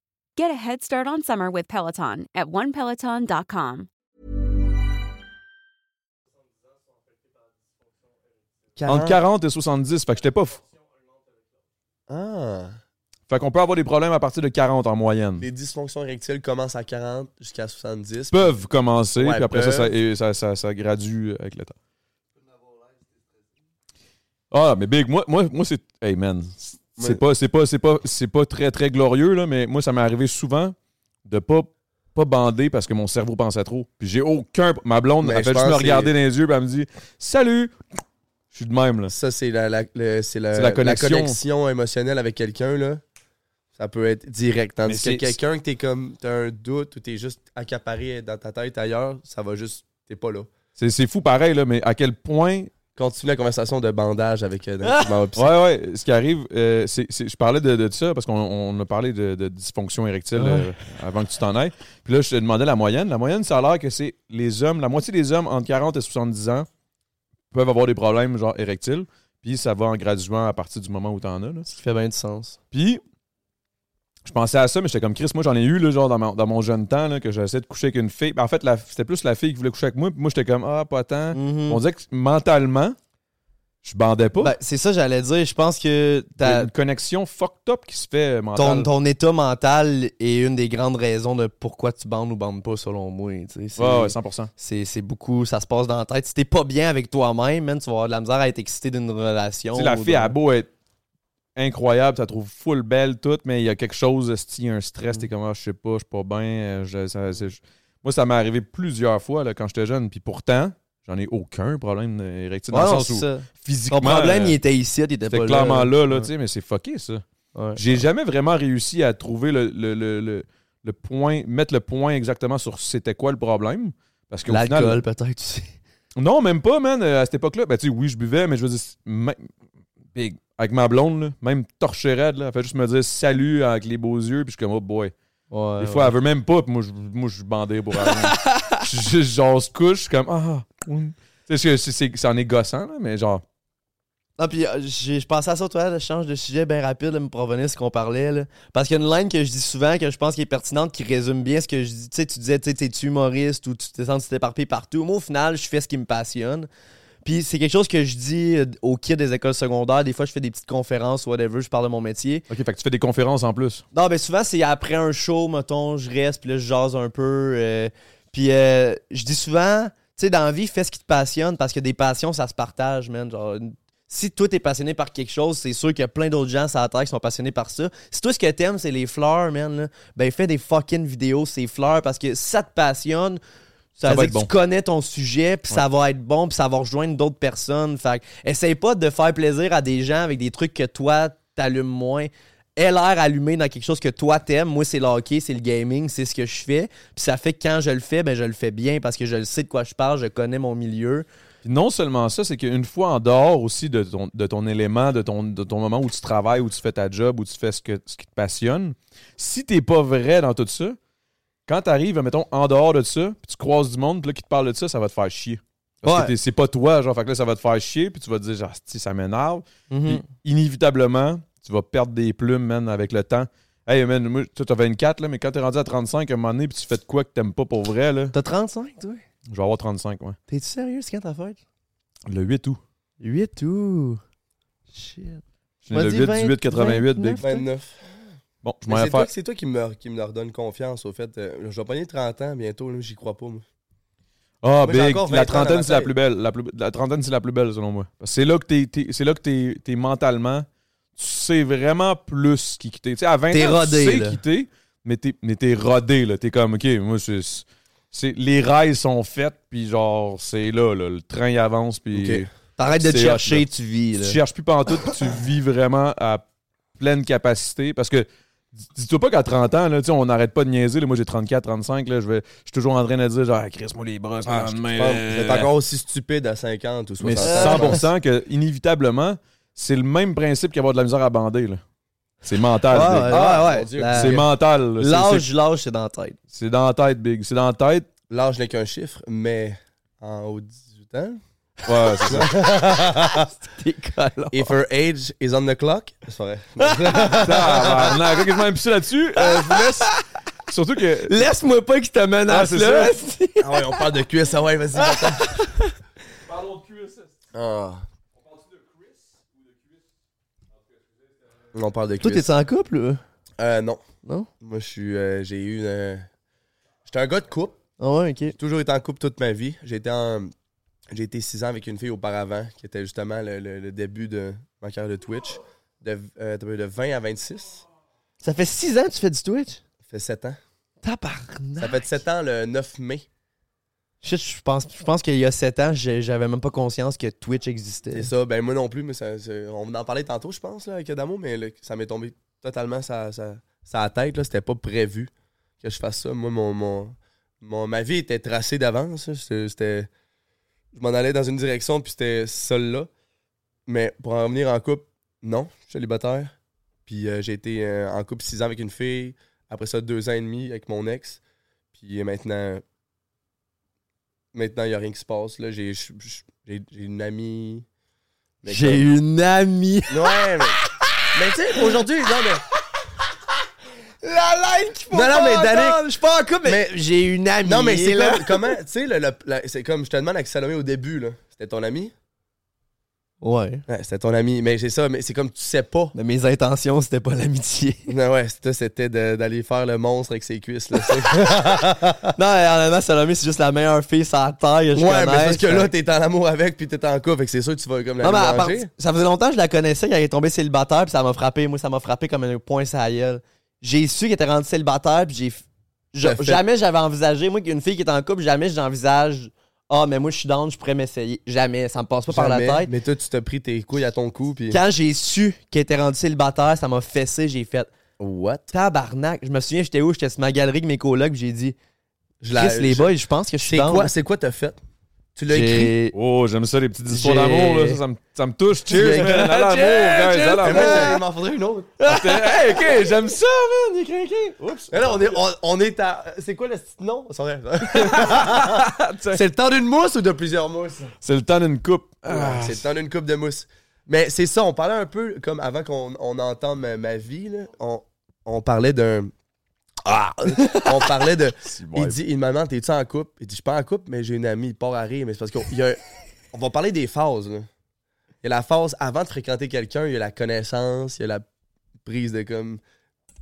Get a head start on summer with Peloton at onepeloton.com. Entre 40 et 70. Fait que j'étais pas fou. Ah. Fait qu'on peut avoir des problèmes à partir de 40 en moyenne. Les dysfonctions érectiles commencent à 40 jusqu'à 70. peuvent commencer, Ouais, puis après ça, ça, peuvent. et ça, ça, ça gradue euh, avec le temps. Ah, mais Big, moi, moi, moi c'est. Hey man, c'est Ouais. pas, c'est pas, c'est pas, c'est pas très, très glorieux, là, mais moi, ça m'est arrivé souvent de pas, pas bander parce que mon cerveau pensait trop. Puis j'ai aucun. Ma blonde, Mais elle je fait juste me pense que regarder c'est- dans les yeux, puis elle me dit Salut Je suis de même, là. Ça, c'est la, la, le- c'est la, C'est la connexion. connexion émotionnelle avec quelqu'un, là. Ça peut être direct. Mais Tandis que c'est- quelqu'un que t'es comme, t'as un doute ou t'es juste accaparé dans ta tête ailleurs, ça va juste, t'es pas là. C'est, c'est fou pareil, là, mais à quel point Continue la conversation de bandage avec... euh, dans- dans- Ouais, ouais. Ce qui arrive, euh, c'est, c'est- je parlais de, de ça parce qu'on on a parlé de, de dysfonction érectile euh, avant que tu t'en ailles. Puis là, je te demandais la moyenne. La moyenne, ça a l'air que c'est les hommes, la moitié des hommes entre 40 et 70 ans peuvent avoir des problèmes genre érectiles. Puis ça va en graduant à partir du moment où t'en as. là. Ça fait bien du sens. Puis, je pensais à ça, mais j'étais comme Chris. Moi, j'en ai eu, là, genre, dans mon, dans mon jeune temps, là, que j'essayais de coucher avec une fille. Ben, en fait, la- c'était plus la fille qui voulait coucher avec moi. Puis moi, j'étais comme, ah, pas tant. On dirait que mentalement, je bandais pas. Ben, c'est ça, j'allais dire. Je pense que Il y a ta- une connexion fucked up qui se fait euh, ton, mentale. ton état mental est une des grandes raisons de pourquoi tu bandes ou bandes pas, selon moi. tu sais. C'est- Ouais, ouais, 100%. C'est c'est beaucoup, ça se passe dans la tête. Si t'es pas bien avec toi-même, man, tu vas avoir de la misère à être excité d'une relation. Tu sais, la ou fille d'un- a beau être incroyable, tu la trouves full belle, toute, mais il y a quelque chose, il y a un stress, Mm. t'es comme, ah, je sais pas, je suis pas bien. euh, je- ça- c'est- je- Moi, ça m'est arrivé plusieurs fois là, quand j'étais jeune, puis pourtant, j'en ai aucun problème euh, érectile Ouais, dans non, le sens c'est où ça. physiquement. Ton problème, euh, il était ici, il était c'était pas clairement là, là, Ouais. tu sais, mais c'est fucké, ça. Ouais. J'ai jamais vraiment réussi à trouver le, le, le, le- le point, mettre le point exactement sur c'était quoi le problème. Parce qu'au final, L'alcool, peut-être aussi. Non, même pas, man. Euh, À cette époque-là, ben, tu sais, oui, je buvais, mais je veux dire, c'est- même- big. avec ma blonde, là, même torchée raide, là, elle fait juste me dire salut avec les beaux yeux, puis je suis comme, oh boy. Des fois, elle veut même pas, puis moi, je, moi, je suis bandé pour rien. Je suis juste, genre, se couche, je suis comme, ah, oui. Tu sais, c'est- c'est- c'est en est gossant, là, mais genre, Ah, puis euh, j'ai- je pensais à ça, toi, là, je change de sujet bien rapide, là, me provenir de ce qu'on parlait. là. Parce qu'il y a une ligne que je dis souvent, que je pense qui est pertinente, qui résume bien ce que je dis. Tu sais, tu disais, tu sais, t'es-tu humoriste ou tu te sens que tu t'éparpilles partout. Moi, au final, je fais ce qui me passionne. Puis c'est quelque chose que je dis euh, aux kids des écoles secondaires. Des fois, je fais des petites conférences, whatever, je parle de mon métier. ok, fait que tu fais des conférences en plus. Non, mais souvent, c'est après un show, mettons, je reste, puis là, je jase un peu. euh, puis euh, je dis souvent, tu sais, dans la vie, fais ce qui te passionne, parce que des passions, ça se partage, man. Genre, une- si toi, t'es passionné par quelque chose, c'est sûr qu'il y a plein d'autres gens sur la Terre qui sont passionnés par ça. Si toi, ce que t'aimes, c'est les fleurs, man, là, ben fais des fucking vidéos, ces fleurs, parce que si ça te passionne, ça, Ça veut va dire être que bon. tu connais ton sujet, puis ça va être bon, puis ça va rejoindre d'autres personnes. Fait que, essaye pas de faire plaisir à des gens avec des trucs que toi, t'allumes moins. Elle a l'air allumée dans quelque chose que toi t'aimes. Moi, c'est le hockey, c'est le gaming, c'est ce que je fais. Puis ça fait que quand je le fais, ben je le fais bien parce que je le sais de quoi je parle, je connais mon milieu. Puis non seulement ça, c'est qu'une fois en dehors aussi de ton, de ton élément, de ton, de ton moment où tu travailles, où tu fais ta job, où tu fais ce, que, ce qui te passionne, si t'es pas vrai dans tout ça, quand t'arrives, mettons, en dehors de ça, puis tu croises du monde, puis là, qui te parle de ça, ça va te faire chier. Parce Ouais. que t'es- c'est pas toi, genre, fait que là, ça va te faire chier, puis tu vas te dire, genre, Asti, ça m'énerve. Mhm. Puis inévitablement, tu vas perdre des plumes, man, avec le temps. Hey, man, moi, toi, t'as 24, là, mais quand t'es rendu à 35, à un moment donné, puis tu fais de quoi que t'aimes pas pour vrai, là, T'as 35, toi? je vais avoir 35, ouais. T'es-tu sérieux? C'est quand ta fête? Le 8 août. 8 août. Shit. Je suis né Vas-y, le 8 20, du 8 88, 29. big. 29. Bon, je Ben, Mais m'en c'est vais faire. toi, c'est toi qui me, qui me leur donne confiance, au fait. Euh, je vais pogner 30 ans bientôt, là, j'y crois pas, moi. Ah, Moi, j'ai big, encore 20 la ans dans trentaine, ma c'est la tête. plus belle. La, plus- la trentaine, c'est la plus belle, selon moi. Parce que C'est là que t'es, t'es- c'est là que t'es, t'es mentalement, tu sais vraiment plus qui quitter. Tu sais, à 20 T'es ans, rodé, tu sais là. qui t'es, mais t'es, mais t'es rodé, là. T'es comme, OK, moi, c'est, c'est- les rails sont faits, puis genre, c'est là, là, le train, il avance, puis OK. T'arrêtes de te C'est hot, chercher, là. tu vis. tu Là. cherches plus pantoute, puis tu vis vraiment à pleine capacité, parce que dis- Dis-toi pas qu'à 30 ans, là, tu sais, on n'arrête pas de niaiser. là. moi, j'ai 34, 35. Là, je, vais, je suis toujours en train de dire genre, Ah, Chris-moi les bras. Ah, je c'est pense le que lendemain, vous êtes là. encore aussi stupide à 50 ou 60 Euh, Mais ans, je pense. 100% que, inévitablement, c'est le même principe qu'avoir de la misère à bander. là. C'est mental. Ah, Big. ouais, Ah, ouais, mon Dieu. La- c'est mental. là. C'est- L'âge, l'âge, c'est dans la tête. c'est- C'est dans la tête, Big. C'est dans la tête. L'âge n'est qu'un chiffre, mais en haut de 18 ans. Ouais, c'est ça. T'es collant. If her age is on the clock. C'est vrai. Tabarnak. Ok, je vais m'impliquer là-dessus. Euh, je vous laisse. Surtout que. Laisse-moi pas que je te Ah, menace c'est là. ça. ah ouais, on parle de cuisse. Ah ouais, vas-y. va-t'en. Parlons de cuisse. Ah. On parle de Toi, cuisse. t'es en couple, là? Euh, non. Non? Moi, je suis. euh, j'ai eu une. euh, J'étais un gars de couple. Ah ouais, ok. J'ai toujours été en couple toute ma vie. J'ai été en. J'ai été 6 ans avec une fille auparavant, qui était justement le, le- le début de ma carrière de Twitch. De, euh, de 20 à 26. Ça fait 6 ans que tu fais du Twitch? Ça fait 7 ans. Tabarnak. Ça fait 7 ans le 9 mai. Shit, je pense, je pense qu'il y a 7 ans, j'ai- j'avais même pas conscience que Twitch existait. C'est ça, ben moi non plus, mais ça, ça- on en parlait tantôt, je pense, là, avec Adamo, mais là, ça m'est tombé totalement sa, sa, sa tête, là. C'était pas prévu que je fasse ça. Moi, mon, mon, mon- ma vie était tracée d'avance. là. C'était. c'était- Je m'en allais dans une direction, puis c'était celle-là. Mais pour en revenir en couple, non, je suis célibataire. Puis euh, j'ai été euh, en couple six ans avec une fille, après ça deux ans et demi avec mon ex. Puis euh, maintenant, maintenant, il n'y a rien qui se passe. là. J'ai je- je- j'ai- j'ai une amie. Mais J'ai comme- une amie. Ouais, mais. mais tu sais, aujourd'hui, non, mais. La ligne qu'il faut Non, non, pas mais entendre. Danick- Je suis pas en couple, mais, Mais- j'ai une amie. Non, mais c'est là. comme. Comment. Tu sais, le- le- la- c'est comme je te demande avec Salomé au début, là. C'était ton ami? Ouais. Ouais, c'était ton ami. Mais c'est ça, mais c'est comme tu sais pas. Mais mes intentions, c'était pas l'amitié. Non, ouais, c'était c'était de- d'aller faire le monstre avec ses cuisses, là. tu sais. non, honnêtement, Salomé, c'est juste la meilleure fille sans taille. que Je ouais, mais c'est parce que connaisse. là, t'es en amour avec, puis t'es en couple, fait que c'est sûr que tu vas comme la Non, mais à part- manger. ça faisait longtemps que je la connaissais, qu'elle est tombée célibataire, puis ça m'a frappé. Moi, ça m'a frappé comme un point sur la gueule. J'ai su qu'elle était rendue célibataire, puis j'ai. f- je- T'as fait- Jamais j'avais envisagé, moi, qu'une fille qui est en couple, jamais j'envisage. Ah, mais moi, je suis down, je pourrais m'essayer. Jamais, ça me passe pas Jamais. par la tête. Mais toi, tu t'as pris tes couilles à ton cou, puis. Quand j'ai su qu'elle était rendue célibataire, ça m'a fessé, j'ai fait What? tabarnak. Je me souviens, j'étais où? J'étais sur ma galerie avec mes colocs, puis j'ai dit, Je Chris, les Ben, je- boys, je pense que je suis C'est down. quoi, c'est quoi t'as fait? Tu l'as écrit? J'ai- Oh, j'aime ça, les petites histoires J'ai- d'amour. là. Ça, ça me, ça me touche. Cheers, Cheers, man. À l'amour, guys. À Mais Ah, moi, l'amour. il m'en faudrait une autre. Hey, OK, j'aime ça, man. Il est craqué. Oups. Mais là, on est, on, on est à. C'est quoi le petit nom? C'est vrai. c'est le temps d'une mousse ou de plusieurs mousses? C'est le temps d'une coupe. Ah, c'est le temps d'une coupe de mousse. Mais c'est ça, on parlait un peu, comme avant qu'on on entende ma, ma vie, là, on, on parlait d'un. Ah! on parlait de. bon. Il dit, il me demande, t'es-tu en couple? Il dit, je suis pas en couple, mais j'ai une amie, il part à rire. Mais c'est parce qu'on il y a un- on va parler des phases, là. Il y a la phase avant de fréquenter quelqu'un, il y a la connaissance, il y a la prise de comme.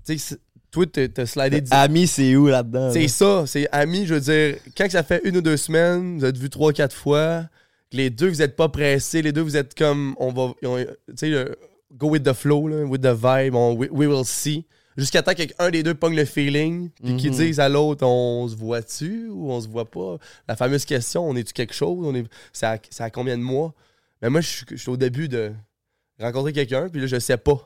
Tu sais, c'est- toi, t'as t'as slidé dix- Ami, c'est où là-dedans? c'est là? ça, c'est ami, je veux dire, quand que ça fait une ou deux semaines, vous êtes vu trois, quatre fois, que les deux, vous êtes pas pressés, les deux, vous êtes comme, on va, on- tu sais, le go with the flow, là, with the vibe, on- we, we will see. Jusqu'à temps qu'un des deux pogne le feeling, puis Mm-hmm. qu'ils disent à l'autre, on se voit-tu ou on se voit pas? La fameuse question, on est-tu quelque chose? On est, c'est à, c'est à combien de mois? Mais moi, je suis je suis au début de rencontrer quelqu'un, puis là, je sais pas.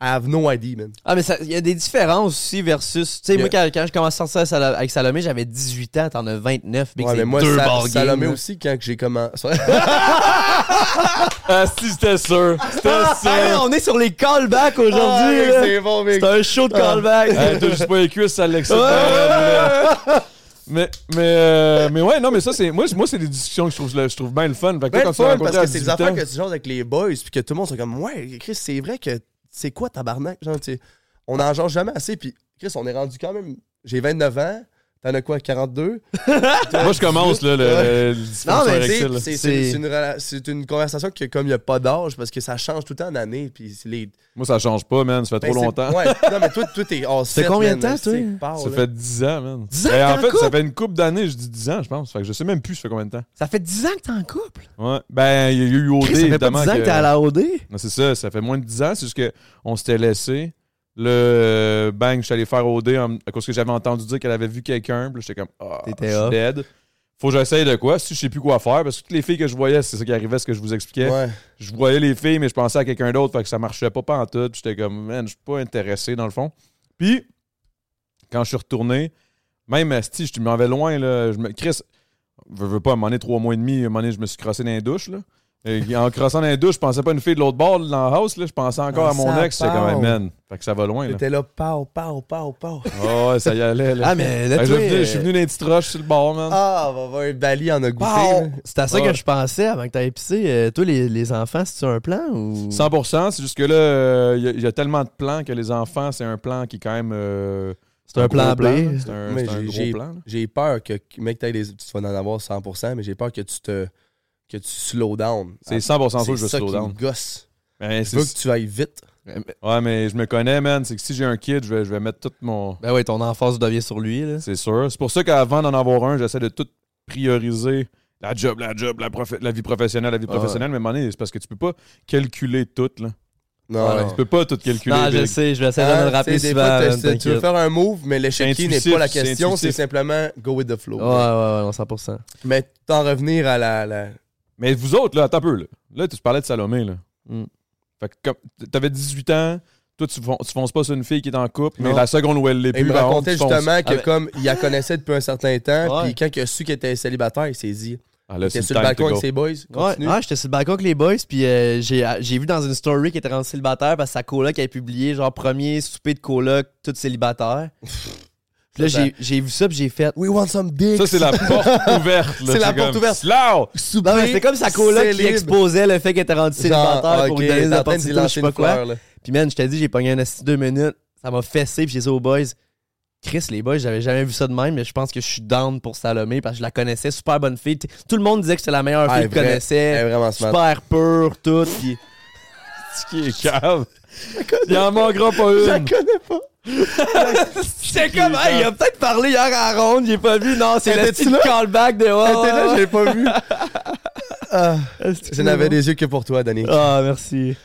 I have no idea, man. Ah, mais il y a des différences aussi versus. Tu sais, moi, quand, quand je commençais à sortir à Sala- avec Salomé, j'avais 18 ans, t'en as 29. Big, Ouais, c'est mais moi, deux Sa- ball games, Salomé là. aussi, quand que j'ai commencé. Ah, si, c'était sûr. C'était Hey, sûr. on est sur les callbacks aujourd'hui. Ah, mec, là. c'est Ah. bon, mec. C'est un show de callback. Hey, T'as juste pas les cuisses, ça l'excite. Mais, mais, euh, mais ouais, non, mais ça, c'est. Moi, c'est- moi c'est des discussions que je trouve, je trouve bien le fun. Ben, Fait que toi, quand le tu t'es fun, rencontré parce à que c'est des 18 ans, affaires que tu genre avec les boys, puis que tout le monde sont comme, ouais, Chris, c'est vrai que c'est quoi tabarnak? Genre, tu sais, on en genre jamais assez, puis Chris, on est rendu quand même. J'ai 29 ans, t'en as quoi, 42? Moi, je commence, là, le, le- le Non, dysfonction mais tu sais, érectile, là. c'est- C'est- c'est c'est une, rela- c'est une conversation qui, comme il n'y a pas d'âge, parce que ça change tout le temps d'année, puis c'est les. Moi, ça change pas, man. Ça fait Ben, trop c'est- longtemps. Ouais, non, mais toi, toi, t'es. Oh, C'est combien de temps, toi? Ça fait 10 ans, man. 10 ans Ben, que t'es en en fait, ça couple? fait une couple d'années, je dis 10 ans, je pense. Fait que je sais même plus, ça fait combien de temps. Ça fait 10 ans que t'es en couple. Ouais. Ben, il y a eu OD, Chris, ça fait pas 10 évidemment. ans que que- t'es à la OD. Non, c'est ça, ça fait moins de 10 ans. C'est juste qu'on s'était laissé. Le euh, bang, je suis allé faire OD en- à cause que j'avais entendu dire qu'elle avait vu quelqu'un. Puis là, j'étais comme, ah, je T'étais suis off. dead. Faut que j'essaye de quoi? Si je sais plus quoi faire, parce que toutes les filles que je voyais, c'est ça qui arrivait, ce que je vous expliquais. Ouais. Je voyais les filles, mais je pensais à quelqu'un d'autre, fait que ça marchait pas en tout. J'étais comme, man, je suis pas intéressé dans le fond. Puis, quand je suis retourné, même Asti, je m'en vais loin, là. Je me... Chris, je veux pas, à un moment donné, trois mois et demi, à un moment donné, je me suis crossé dans les douches, là. Et en crossant dans les douches, je pensais pas à une fille de l'autre bord, là, dans la house, là. Je pensais encore Ah, à mon ça ex. J'étais comme, part. hey, man, fait que ça va loin, là. T'étais là, pow, pow, pow, pow. Ah ouais, ça y allait, là. Ah, mais là, Fait que je, toi, suis venu- je suis euh, venu dans les petites roches sur le bord, man. Ah, va voir, Bali en a goûté. Pow! là. C'est à ça Ouais. que je pensais avant que t'ailles pisser. Euh, toi, les, les enfants, c'est-tu un plan ou. 100%, c'est juste que là, il y, a tellement de plans que les enfants, c'est un plan qui est quand même... euh, C'est un plan gros B. C'est un, Mais c'est un j'ai- gros j'ai- plan. là. J'ai peur que, mec, t'aies des- tu vas en avoir 100%, mais j'ai peur que tu te. que tu slow down. C'est 100% sûr que je Ah, C'est ça slow qui down. me gosse. Mais Je c'est- veux que tu ailles vite. Ouais, mais je me connais, man. C'est que si j'ai un kid, je vais, je vais mettre tout mon. Ben oui, ton enfance devient sur lui. Là. C'est sûr. C'est pour ça qu'avant d'en avoir un, j'essaie de tout prioriser. La job, la job, la, prof- la vie professionnelle, Ah la vie professionnelle. Mais à un moment donné, c'est parce que tu peux pas calculer tout, là. Non, Tu peux pas tout calculer. Non, je Big. sais, je vais essayer de me Hein, le rappeler tu sais, des souvent. fois, t'as- man, t'as- tu veux t'inquiète. faire un move, mais C'est l'échec qui n'est intuitif, pas la c'est question, c'est intuitif. simplement go with the flow. Ouais, ouais, ouais, non, 100%. Mais t'en revenir à la. la- Mais vous autres, là, attends un peu, là. Là, tu parlais de Salomé, là. Mm. Fait que comme- t'avais 18 ans. Toi, tu, fon- tu fonces pas sur une fille qui est en couple, mais Non. la seconde où elle l'est Et il plus, me par contre, racontait tu fonces. justement que, Ah ben- comme il la connaissait depuis un certain temps, Ouais. puis quand il a su qu'elle était célibataire, il s'est dit Ah, il là, était c'est sur le time to balcon avec go. ses boys. Ouais, Continue. ouais, Ah, j'étais sur le balcon avec les boys, puis euh, j'ai j'ai vu dans une story qui était rendue célibataire parce que sa coloc avait publié genre premier souper de coloc, toute célibataire. Puis là, j'ai- j'ai vu ça, puis j'ai fait. We want some dick. Ça, c'est la porte ouverte, là. C'est la comme, porte ouverte. Slow! Non, mais c'était comme sa coloc qui célib. exposait le fait qu'elle était rendue célibataire pour lui donner des opportunités, je sais pas quoi. Puis man, je t'ai dit, j'ai pogné un assis deux minutes, ça m'a fessé, puis j'ai dit aux boys, Chris, les boys, j'avais jamais vu ça de même, mais je pense que je suis down pour Salomé parce que je la connaissais, super bonne fille. T- Tout le monde disait que c'était la meilleure Ah, fille que vrai. Elle est connaissait, vraiment smart. super pure, tout. Puis Ce qui est cave. Il en manquera pas une. connais pas. c'est comme, hey, il a peut-être parlé hier à la ronde, j'ai pas vu, non, c'est Elle le était-tu petit callback de. Ouais, T'étais là, j'ai pas vu. ouais. Je n'avais des yeux que pour toi, Danny. Ah, merci.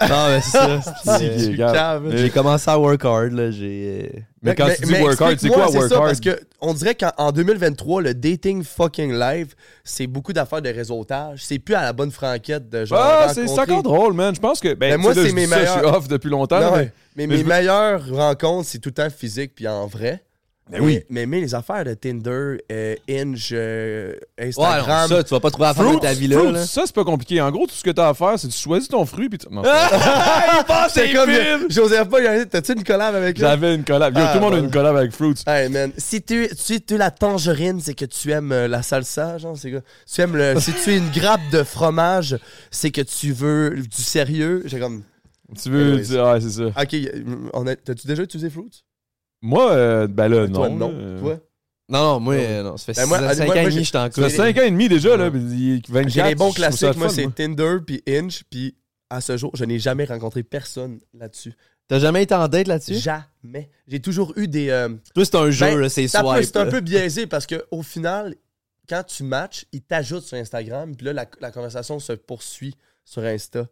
Non, mais c'est ça. Puis, euh, C'est grave. cave. Mais- J'ai commencé à work hard, là, j'ai. Mais quand tu dis work hard, c'est explique-moi, quoi work ça, hard? Parce que on dirait qu'en en 2023, le dating fucking live, c'est beaucoup d'affaires de réseautage. C'est plus à la bonne franquette de genre. Ah, c'est c'est rencontrer- encore drôle, man. Je pense que. Ben, Ben, moi, tu sais, c'est là, je mes dis ça, meilleurs- Je suis off depuis longtemps. Non, mais- ouais. Mais, mais mes je- meilleures rencontres, c'est tout le temps physique puis en vrai. Mais oui. Mais, mais les affaires de Tinder, euh, Inge, euh, Ouais, Instagram. ça, tu vas pas trouver à faire de ta vie là. Fruits, là. ça, c'est pas compliqué. En gros, tout ce que t'as à faire, c'est que tu choisis ton fruit. Puis tu- non, c'est comme euh, Joseph Paul, il a dit, t'as-tu une collab avec eux? J'avais une collab. Yo, Ah, tout le monde a bon. une collab avec Fruits. Hey man, si tu, si tu es la tangerine, c'est que tu aimes euh, la salsa, genre, c'est que tu aimes le. si tu es une grappe de fromage, c'est que tu veux du sérieux. J'ai comme. Tu veux. Anyways. tu- Ouais, c'est ça. Ok, on a- t'as-tu déjà utilisé Fruits? Moi, euh, ben là, non. Toi, là. non. Toi? Non, non, moi, euh, non, ça fait Ben, moi, 5 ans et moi, moi, demi j'ai- que j'étais en Ça fait couple. C'est- 5 ans et demi déjà, là. puis il est 24, J'ai les bons je trouve ça classiques, moi, fun, c'est Tinder puis Inch puis à ce jour, je n'ai jamais rencontré personne là-dessus. T'as jamais été en date là-dessus? Jamais. J'ai toujours eu des. euh, Toi, c'est un jeu, Ben, là, c'est ça peut- swipe. C'est un là. peu biaisé parce qu'au final, quand tu matches, il t'ajoute sur Instagram, puis là, la, la conversation se poursuit sur Insta.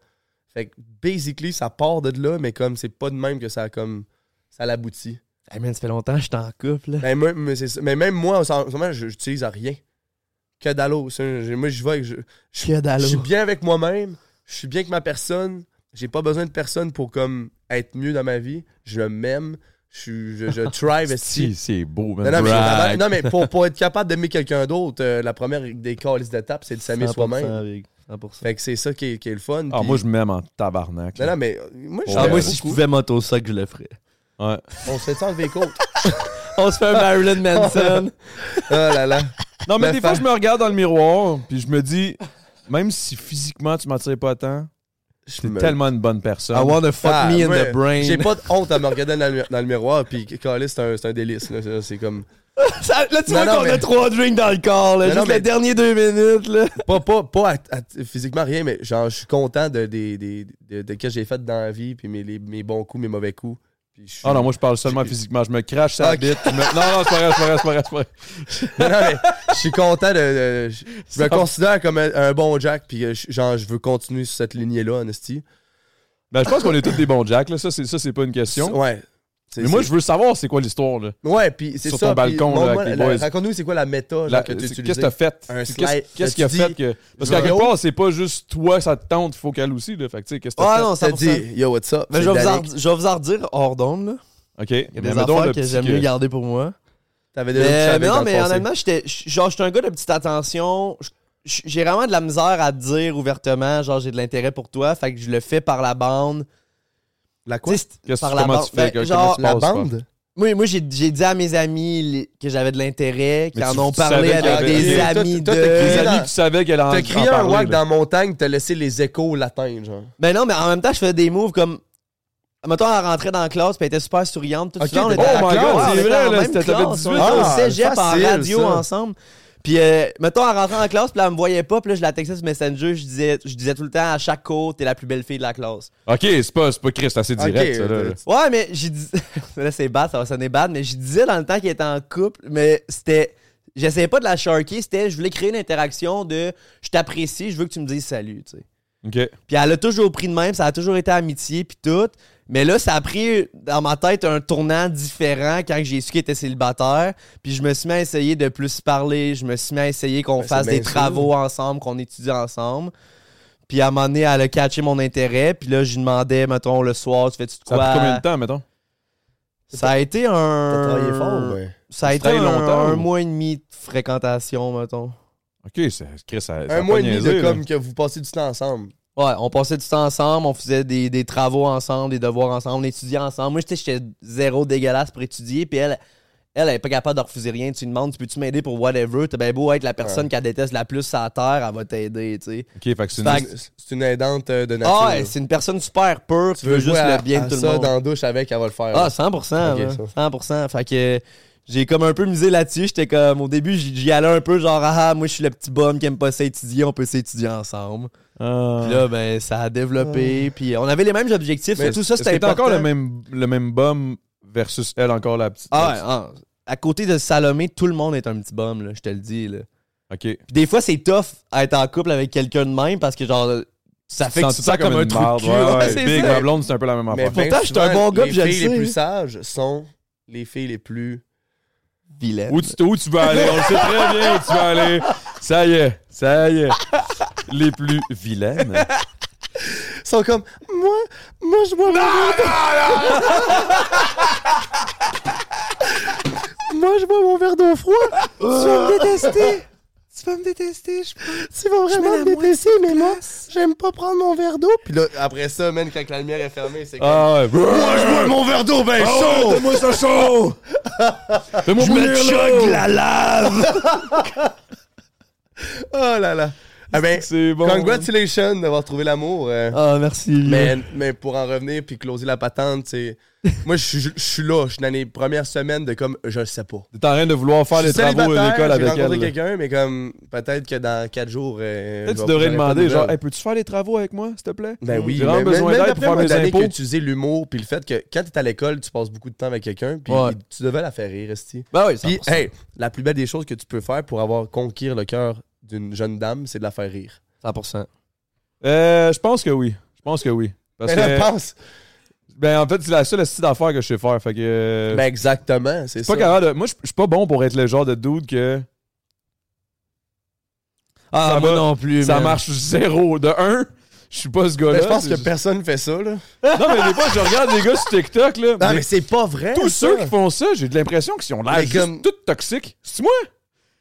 Fait que, basically, ça part de là, mais comme c'est pas de même que ça comme ça l'aboutit. Hey, man, ça fait longtemps que j'étais en couple. là. Ben, moi, mais, c'est ça. Mais même moi, en ce moment, je- j'utilise rien. Que d'allô. ça, j'ai- Moi, je vais. Je, je, Que dalle. je suis bien avec moi-même, je suis bien avec ma personne, j'ai pas besoin de personne pour comme être mieux dans ma vie. Je m'aime. Je, suis- je, je thrive. Si, c'est beau, man. Non, non, mais, Brag. non, mais pour, pour être capable d'aimer quelqu'un d'autre, euh, la première des calices d'étapes, c'est de s'aimer 100%, soi-même. Rick, 100%. Fait que c'est ça qui est, qui est le fun. Ah, puis- moi, je m'aime en tabarnak. Non, là. non, mais euh, moi, je Ah, t'aime moi, si je beaucoup. pouvais moto sac, je le ferais. Ouais. On se fait enlever les côtes. On se fait un Marilyn Manson. Oh là là. Non, mais La des fois, fa- je me regarde dans le miroir, puis je me dis, même si physiquement tu m'attires pas tant, Je t'es me- tellement une bonne personne. I wanna fuck Ah, me in moi, the brain. J'ai pas de honte à me regarder dans le, dans le miroir, puis calice, c'est un, c'est un délice. là. C'est- C'est comme. Ça- là, tu Non, vois non, qu'on mais- a trois drinks dans le corps, là. Non, juste non, mais- les derniers deux minutes, là. pas, pas, pas à- à- physiquement rien, mais genre, je suis content de, des des- de, de ce que j'ai fait dans la vie, puis mes, les- mes bons coups, mes mauvais coups. Puis je suis- Ah non, moi je parle seulement J'ai- physiquement. Je me crache sa Ok. bite. je me- Non, non, c'est pas vrai, c'est pas vrai, c'est pas vrai, c'est Non, pas vrai. non, mais je suis content de. de- je je me considère comme un, un bon Jack, puis euh, je- genre, je veux continuer sur cette lignée-là, Honesty. Ben, je pense qu'on est tous des bons Jack, là. Ça, c'est, ça, c'est pas une question. Ouais. C'est- Mais moi, c'est- je veux savoir c'est quoi l'histoire, là. Ouais, puis c'est Sur ça. ton puis balcon, là, montre-moi avec les la- boys. Raconte-nous, c'est quoi la méta La- genre, que tu c'est- utilises. qu'est-ce que t'as fait? Un Qu'est-ce- slide. Qu'est-ce As-tu qui a dit- fait que. Parce qu'à Yo. quelque part, c'est pas juste toi, ça te tente, faut qu'elle aussi, là. Fait que, tu sais, qu'est-ce que t'as Ah non, T'as 100%. dit, yo, what's up? Mais C'est je vais, vous en, Danick. je vais vous en redire hors d'onde, là. fait? OK. Il y a Mais des mettons, affaires le que petit j'aime que- mieux garder pour moi. T'avais déjà dit que tu Mais, savais mais dans non, le mais passé. honnêtement, j'étais- j- genre, j'étais un gars de petite attention. J- j- J'ai vraiment de la misère à te dire ouvertement, genre, j'ai de l'intérêt pour toi. Fait que je le fais par la bande. La quoi? Tu sais, c'est- Qu'est-ce par que- la comment bande. tu fais? Ben, Comment tu genre, passes? La passe, bande? moi, moi j'ai j'ai dit à mes amis les- que j'avais de l'intérêt, qui Mais en tu- ont tu parlé savais qu'il y avec avait- des Toi, amis toi, de... t'as crié Les dans- amis, tu savais qu'elle en T'as crié un wack wack dans la montagne, t'as laissé les échos l'atteindre, genre. Ben non, mais en même temps, je faisais des moves comme. Mettons, elle rentrait dans la classe, puis elle était super souriante. Tout Ok, ça, on t'es- était oh à la my classe, God, on c'est était vrai, dans la là, même t'avais classe, 18 on était ans. au cégep Facile, en radio ça. ensemble. Puis, euh, mettons, elle rentrait en classe, puis elle me voyait pas, puis là, je la textais sur Messenger, je disais, je disais tout le temps à chaque cours, t'es la plus belle fille de la classe. OK, c'est pas, c'est pas Chris, c'est assez direct, Ok, ça, là. t'as- là. Ouais, mais j'ai dit. là, c'est bad, ça va sonner bad, mais je disais dans le temps qu'elle était en couple, mais c'était. J'essayais pas de la sharker, c'était. Je voulais créer une interaction de. Je t'apprécie, je veux que tu me dises salut, tu sais. OK. Puis elle a toujours pris de même, ça a toujours été amitié, puis tout. Mais là, ça a pris dans ma tête un tournant différent quand j'ai su qu'elle était célibataire. Puis je me suis mis à essayer de plus parler, je me suis mis à essayer qu'on Ben, fasse c'est bien des travaux ensemble, qu'on étudie ensemble. Puis à un moment donné, elle a catché mon intérêt. Puis là, je lui demandais, mettons, le soir, tu fais-tu de Ça quoi? a pris combien de temps, mettons? Ça a été un... T'as travaillé fort, ouais. Ça a Tu été un, travailles longtemps, un ou? mois et demi de fréquentation, mettons. OK, c'est- Chris, ça. ça a Un pas mois et demi niaisé, de là. comme que vous passez du temps ensemble. Ouais, on passait du temps ensemble, on faisait des, des travaux ensemble, des devoirs ensemble, on étudiait ensemble. Moi, j'étais- j'étais zéro dégueulasse pour étudier, puis elle, elle, elle est pas capable de refuser rien. Tu lui demandes, tu peux-tu m'aider pour whatever? T'as bien beau être la personne qu'elle déteste la plus à terre, elle va t'aider, tu sais. OK, fait que c'est une- Fait que- C'est une aidante euh, de nature. Ah, ouais, c'est une personne super pure, tu veux jouer juste à- le bien à de tout le ça monde. dans la douche avec, elle va le faire. Ah, là. 100%, Ok, là, ça. 100%. Fait que j'ai comme un peu misé là-dessus. J'étais comme, au début, j'y j'y allais un peu genre, ah, ah, moi, je suis le petit bum qui aime pas s'étudier, on peut s'étudier ensemble. Ah. Puis là, ben, ça a développé. Ah. Puis on avait les mêmes objectifs. Mais Surtout ça, est-ce que c'était t'as important. encore le même, le même bum versus elle, encore la petite. Ah, ouais, ah. à côté de Salomé, tout le monde est un petit bum, là, je te le dis. Là. OK. Puis des fois, c'est tough à être en couple avec quelqu'un de même parce que, genre, ça fait que Sens tu te sens comme un une trou marde, de cul. ouais, ouais. c'est Big, ça. ma blonde, c'est un peu la même Mais affaire. bien pourtant, je suis un souvent, bon gars, puis je le Les filles sais. les plus sages sont les filles les plus. Vilaine. Où tu, où tu veux aller? On le sait très bien où tu veux aller. Ça y est, ça y est. Les plus vilaines. Ah, sont comme moi, moi je bois mon verre. d'eau- moi je bois mon verre d'eau froid. tu vas me détester. Tu vas me détester. Je... Tu vas vraiment me détester, mais moi j'aime pas prendre mon verre d'eau. Puis là après ça, même quand la lumière est fermée, c'est comme Ah ouais. Moi, je bois mon verre d'eau ben chaud. Moi, ça chaud! Fais-moi bouillir l'eau. lave! Oh là là. Ah ben, C'est bon. congratulations d'avoir trouvé l'amour. euh. Ah, merci. Mais, mais pour en revenir puis closer la patente, c'est moi je suis- je suis là, je suis dans les premières semaines de comme je le sais pas. T'es en train de vouloir faire Je les suis travaux à célibataire, l'école j'ai avec rencontré elle. quelqu'un, mais comme peut-être que dans 4 jours. euh, Peut-être je tu vais- devrais j'aurai pas de demander, genre, nouvelles. hey, peux-tu faire les travaux avec moi, s'il te plaît? Ben oui, J'ai vraiment mais- mais- besoin mais d'aide pour d'après faire moi, mes Danick, impôts. que tu utilises l'humour, puis le fait que quand t'es à l'école, tu passes beaucoup de temps avec quelqu'un, puis Ouais. il- tu devais la faire rire, Esti. Ben oui, 100%. Puis, hey, la plus belle des choses que tu peux faire pour avoir conquis le cœur d'une jeune dame, c'est de la faire rire. 100%. Euh, je pense que oui. Je pense que oui. Parce Mais là, que, pense. ben, en fait, c'est la seule style d'affaires que je sais faire. Fait que. euh, Ben exactement, c'est je suis ça. pas capable de- Moi, je je suis pas bon pour être le genre de dude que Ah, Ça moi va. Ah, non plus, ça man. marche zéro. De un, Je suis pas ce gars-là. Mais Ben, je pense c'est que juste- personne fait ça, là. Non, mais des fois, je regarde les gars sur TikTok, là. Non, mais c'est pas vrai. Tous ça. ceux qui font ça, j'ai de l'impression qu'ils ont l'air Mais juste comme- tout toxiques. C'est moi?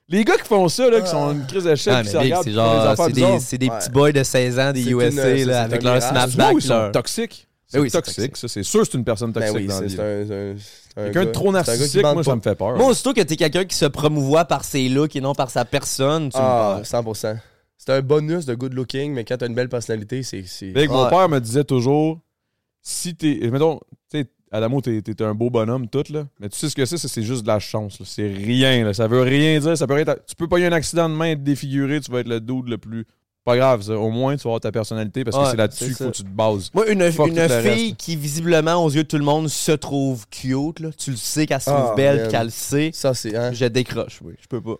Les gars qui font ça, là, qui sont une crise de chef, Ah, qui mais se big, regardent, c'est qui font des genre, affaires c'est des, bizarres. c'est des Ouais. petits boys de 16 ans des C'est une- USA, c'est- là, c'est avec un leur mirage. Tu vois snapback. où ils sont leur- toxiques. C'est Ben oui, c'est toxique, toxique. ça. C'est sûr, c'est une personne Ben toxique oui, dans la c'est vie. c'est un. c'est un- c'est un Quelqu'un de gars- trop c'est un gars qui narcissique, bande moi, pas. ça me fait peur. Moi, aussitôt que t'es quelqu'un qui se promouvoit par ses looks et non par sa personne, tu me Ah, parles. 100%. C'est un bonus de good looking, mais quand t'as une belle personnalité, c'est. c'est- Fait que mon Ouais. père me disait toujours si t'es. Mettons, tu sais, Adamo, t'es t'es un beau bonhomme, tout, là. Mais tu sais ce que c'est, ça, c'est juste de la chance, là. C'est rien, là. Ça veut rien dire. Ça peut rien t'a- Tu peux pas y avoir un accident de main et te défigurer, tu vas être le dude le plus. Pas grave, ça. Au moins, tu vas avoir ta personnalité parce que Ouais, c'est là-dessus c'est qu'il ça. faut que tu te bases. Moi, une, Fuck une tout le fille reste. qui, visiblement, aux yeux de tout le monde, se trouve cute, là, tu le sais qu'elle se trouve Ah, belle man. pis qu'elle le sait, Ça, c'est. hein. je décroche, oui. Je peux pas.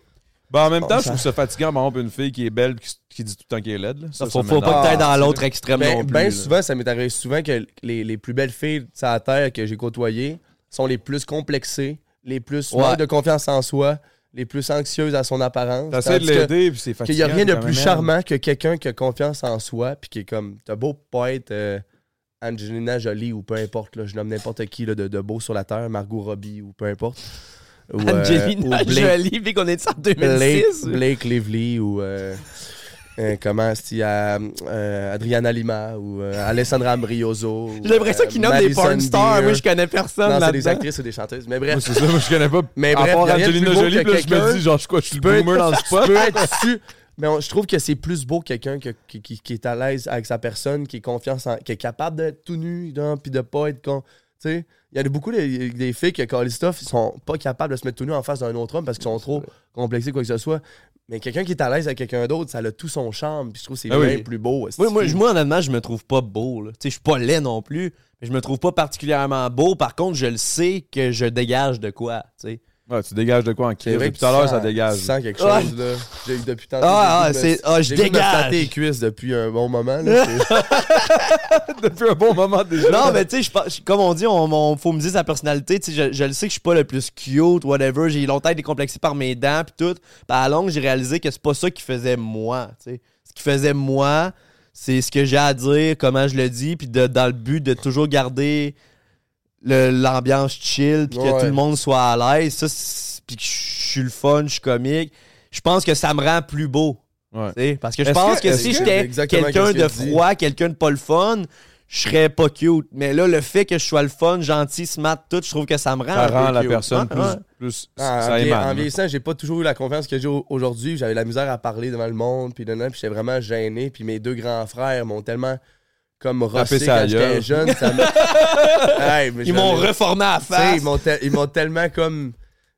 Ben, en même temps, Bon, je trouve ça fatigant, par exemple, une fille qui est belle qui, s- qui dit tout le temps qu'elle est laide, là. Ça, faut, ça faut pas que t'ailles dans m'énerve. l'autre extrême Ben, non plus. ben là. souvent, ça m'est arrivé souvent que les, les plus belles filles de la terre que j'ai côtoyées sont les plus complexées, les plus Ouais. manques de confiance en soi, les plus anxieuses à son apparence. T'essaies de Tandis que- l'aider, puis c'est Qu'il fatigant. n'y a rien de quand plus même. charmant que quelqu'un qui a confiance en soi, puis qui est comme, t'as beau pas être euh, Angelina Jolie ou peu importe, là, je nomme n'importe qui là, de, de beau sur la terre, Margot Robbie ou peu importe. Ou, euh, Angelina ou Blake, Jolie, puis qu'on est en Blake, 2006. Blake Lively ou euh, euh, comment c'est euh, Adriana Lima ou euh, Alessandra Ambrioso. euh, J'ai l'impression qu'ils nomment des porn stars. Moi, je connais personne Non, c'est des là-dedans. actrices ou des chanteuses. Mais Moi, bref, c'est ça, moi, je connais pas. Mais à bref, part y a rien de plus Angelina beau Jolie, que puis là, je me quelqu'un. dis, genre, je suis quoi, je suis le peux boomer dans le spot. tu peux être dessus. Mais on- je trouve que c'est plus beau quelqu'un que- qui, qui- qui est à l'aise avec sa personne, qui est confiance en- qui est capable d'être tout nu, là, puis de pas être con. Tu sais, il y a de- beaucoup des, des filles que quand les stuff, ils sont pas capables de se mettre tout nu en face d'un autre homme parce qu'ils sont trop complexés quoi que ce soit. Mais quelqu'un qui est à l'aise avec quelqu'un d'autre, ça a tout son charme, puis je trouve que c'est Ah oui. bien plus beau. Oui, moi, c'est- je- moi, honnêtement, je me trouve pas beau. là. Tu sais, je suis pas laid non plus, mais je me trouve pas particulièrement beau. Par contre, je le sais que je dégage de quoi. tu sais. Ouais, tu dégages de quoi en C'est crise. vrai Depuis que tout à l'heure, tu ça sens- dégage. Tu sens quelque Ouais. chose, là. J'ai eu depuis tant Ah, j'ai ah, le goût de me- c'est- ah, je j'ai le goût de me dégage. flatter les cuisses depuis un bon moment, là. C'est- Depuis un bon moment déjà. Non, mais tu sais, je pense- je- comme on dit, on, on- faut me dire sa personnalité. Tu sais, je, je le sais que je suis pas le plus cute, whatever. J'ai longtemps été décomplexé par mes dents, puis tout. Bah, Puis à la longue, j'ai réalisé que c'est pas ça qui faisait moi. tu sais. Ce qui faisait moi, c'est ce que j'ai à dire, comment je le dis, puis de- dans le but de toujours garder le- l'ambiance chill, puis que Ouais. tout le monde soit à l'aise. Ça, c'est- puis que je suis le fun, je suis comique. Je pense que ça me rend plus beau. Ouais. tu sais. Parce que je Est-ce pense que- que, est-ce si que- j'étais Exactement quelqu'un qu'est-ce que de tu dis. froid, quelqu'un de pas le fun, je serais pas cute. Mais là, le fait que je sois le fun, gentil, smart, tout, je trouve que ça me rend. Ça un peu rend la cute. personne Ouais, plus. ouais. plus Ah, en, ça vieil- émane. en vieillissant, j'ai pas toujours eu la confiance que j'ai au- aujourd'hui. J'avais la misère à parler devant le monde, puis nanana, puis j'étais vraiment gêné. Puis mes deux grands frères m'ont tellement comme rossé Tapé sa quand j'étais gueule. jeune. ça m'a- Hey, mais Ils m'ont j'avais- reformé à la Tu sais, face. Ils m'ont te- ils m'ont tellement comme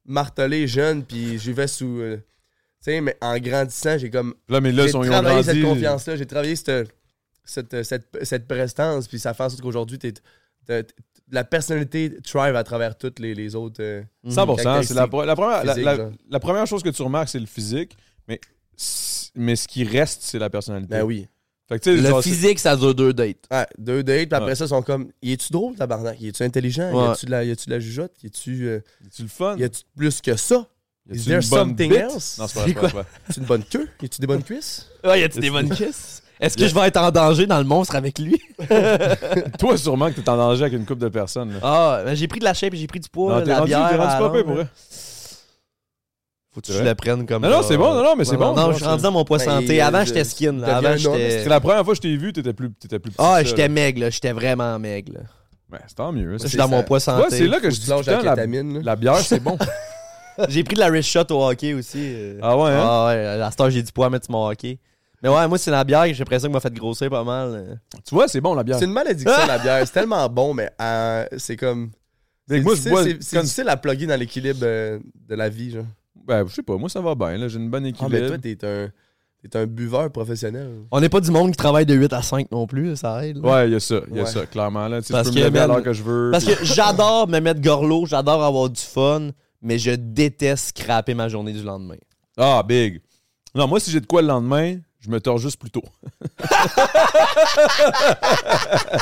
martelé jeune, puis j'y vais sous... euh, tu sais, mais en grandissant, j'ai comme... Là, mais là, J'ai ils ont ils ont travaillé cette grandi. confiance-là, j'ai travaillé cette, cette, cette, cette prestance, puis ça fait en sorte qu'aujourd'hui, t'es- t'as- t'as- la personnalité thrive à travers toutes les, les autres... euh, Mmh. 100 c'est la, Caractéristique pre- la première, la- physique, la- genre. la première chose que tu remarques, c'est le physique. Mais, c- mais ce qui reste, c'est la personnalité. Ben oui. Fait que, tu sais, Le genre, c'est- physique, ça dure deux dates. Ouais, deux dates, puis après Ouais. ça, ils sont comme Y es-tu drôle, tabarnak Y es-tu intelligent Ouais. Y a-tu de, la- y a-tu de la jugeote Y a-tu euh, c'est le fun. y a-tu de plus que ça Y a-tu Is there une bonne something bite? else? Non, c'est pas C'est vrai, c'est pas vrai. Y a-tu une bonne queue Y a-tu des bonnes cuisses Ouais, y a-tu des bonnes kisses? Est-ce que je vais être en danger dans le monstre avec lui? Toi, sûrement que t'es en danger avec une couple de personnes. là. Ah, ben, j'ai pris de la shape, j'ai pris du poids, Non, t'es la rendu, t'es bière. rendu à pas la peu longue. pour vrai. Faut que C'est je vrai. le prenne comme Non, non, ça. c'est bon, non, non, mais c'est Ouais, bon, Non, genre, je suis ça. rendu dans mon poids Ben, santé. euh, Avant, je- j'étais skin. là. deviens Avant, un homme, j'étais. C'est la première fois que je t'ai vu, t'étais plus, t'étais plus petit. Ah, que ça, j'étais là. maigre, là. J'étais vraiment maigre, là. Ben, c'est tant mieux. Je suis C'est- dans mon poids santé. Ouais, c'est là que je tu dis tout lâches le temps, la la, kétamine, là. la bière, c'est bon. J'ai pris de la wrist shot au hockey aussi. euh. Ah ouais, hein? Ah ouais, à la star, j'ai du poids à mettre sur mon hockey. Mais ouais, moi, c'est la bière que j'ai l'impression que m'a fait grossir pas mal. euh. Tu vois, c'est bon, la bière. C'est une malédiction, la bière. C'est tellement bon, mais euh, c'est comme. Mais C'est moi, je difficile, bois c'est- c'est comme- difficile à plugger dans l'équilibre euh, de la vie, genre. Ben, je sais pas, moi, ça va bien. là, J'ai une bonne Ah, équilibre. mais toi, t'es un, t'es un buveur professionnel. On n'est pas du monde qui travaille de 8 à 5 non plus, ça aide. là. Ouais, il y a ça, il y a Ouais. ça, clairement. Là, tu sais, je Parce peux que, me lever à man, l'heure que je veux. Parce puis- que j'adore me mettre gorlot, j'adore avoir du fun, mais je déteste scraper ma journée du lendemain. Ah, big. Non, moi, si j'ai de quoi le lendemain, je me tords juste plus tôt.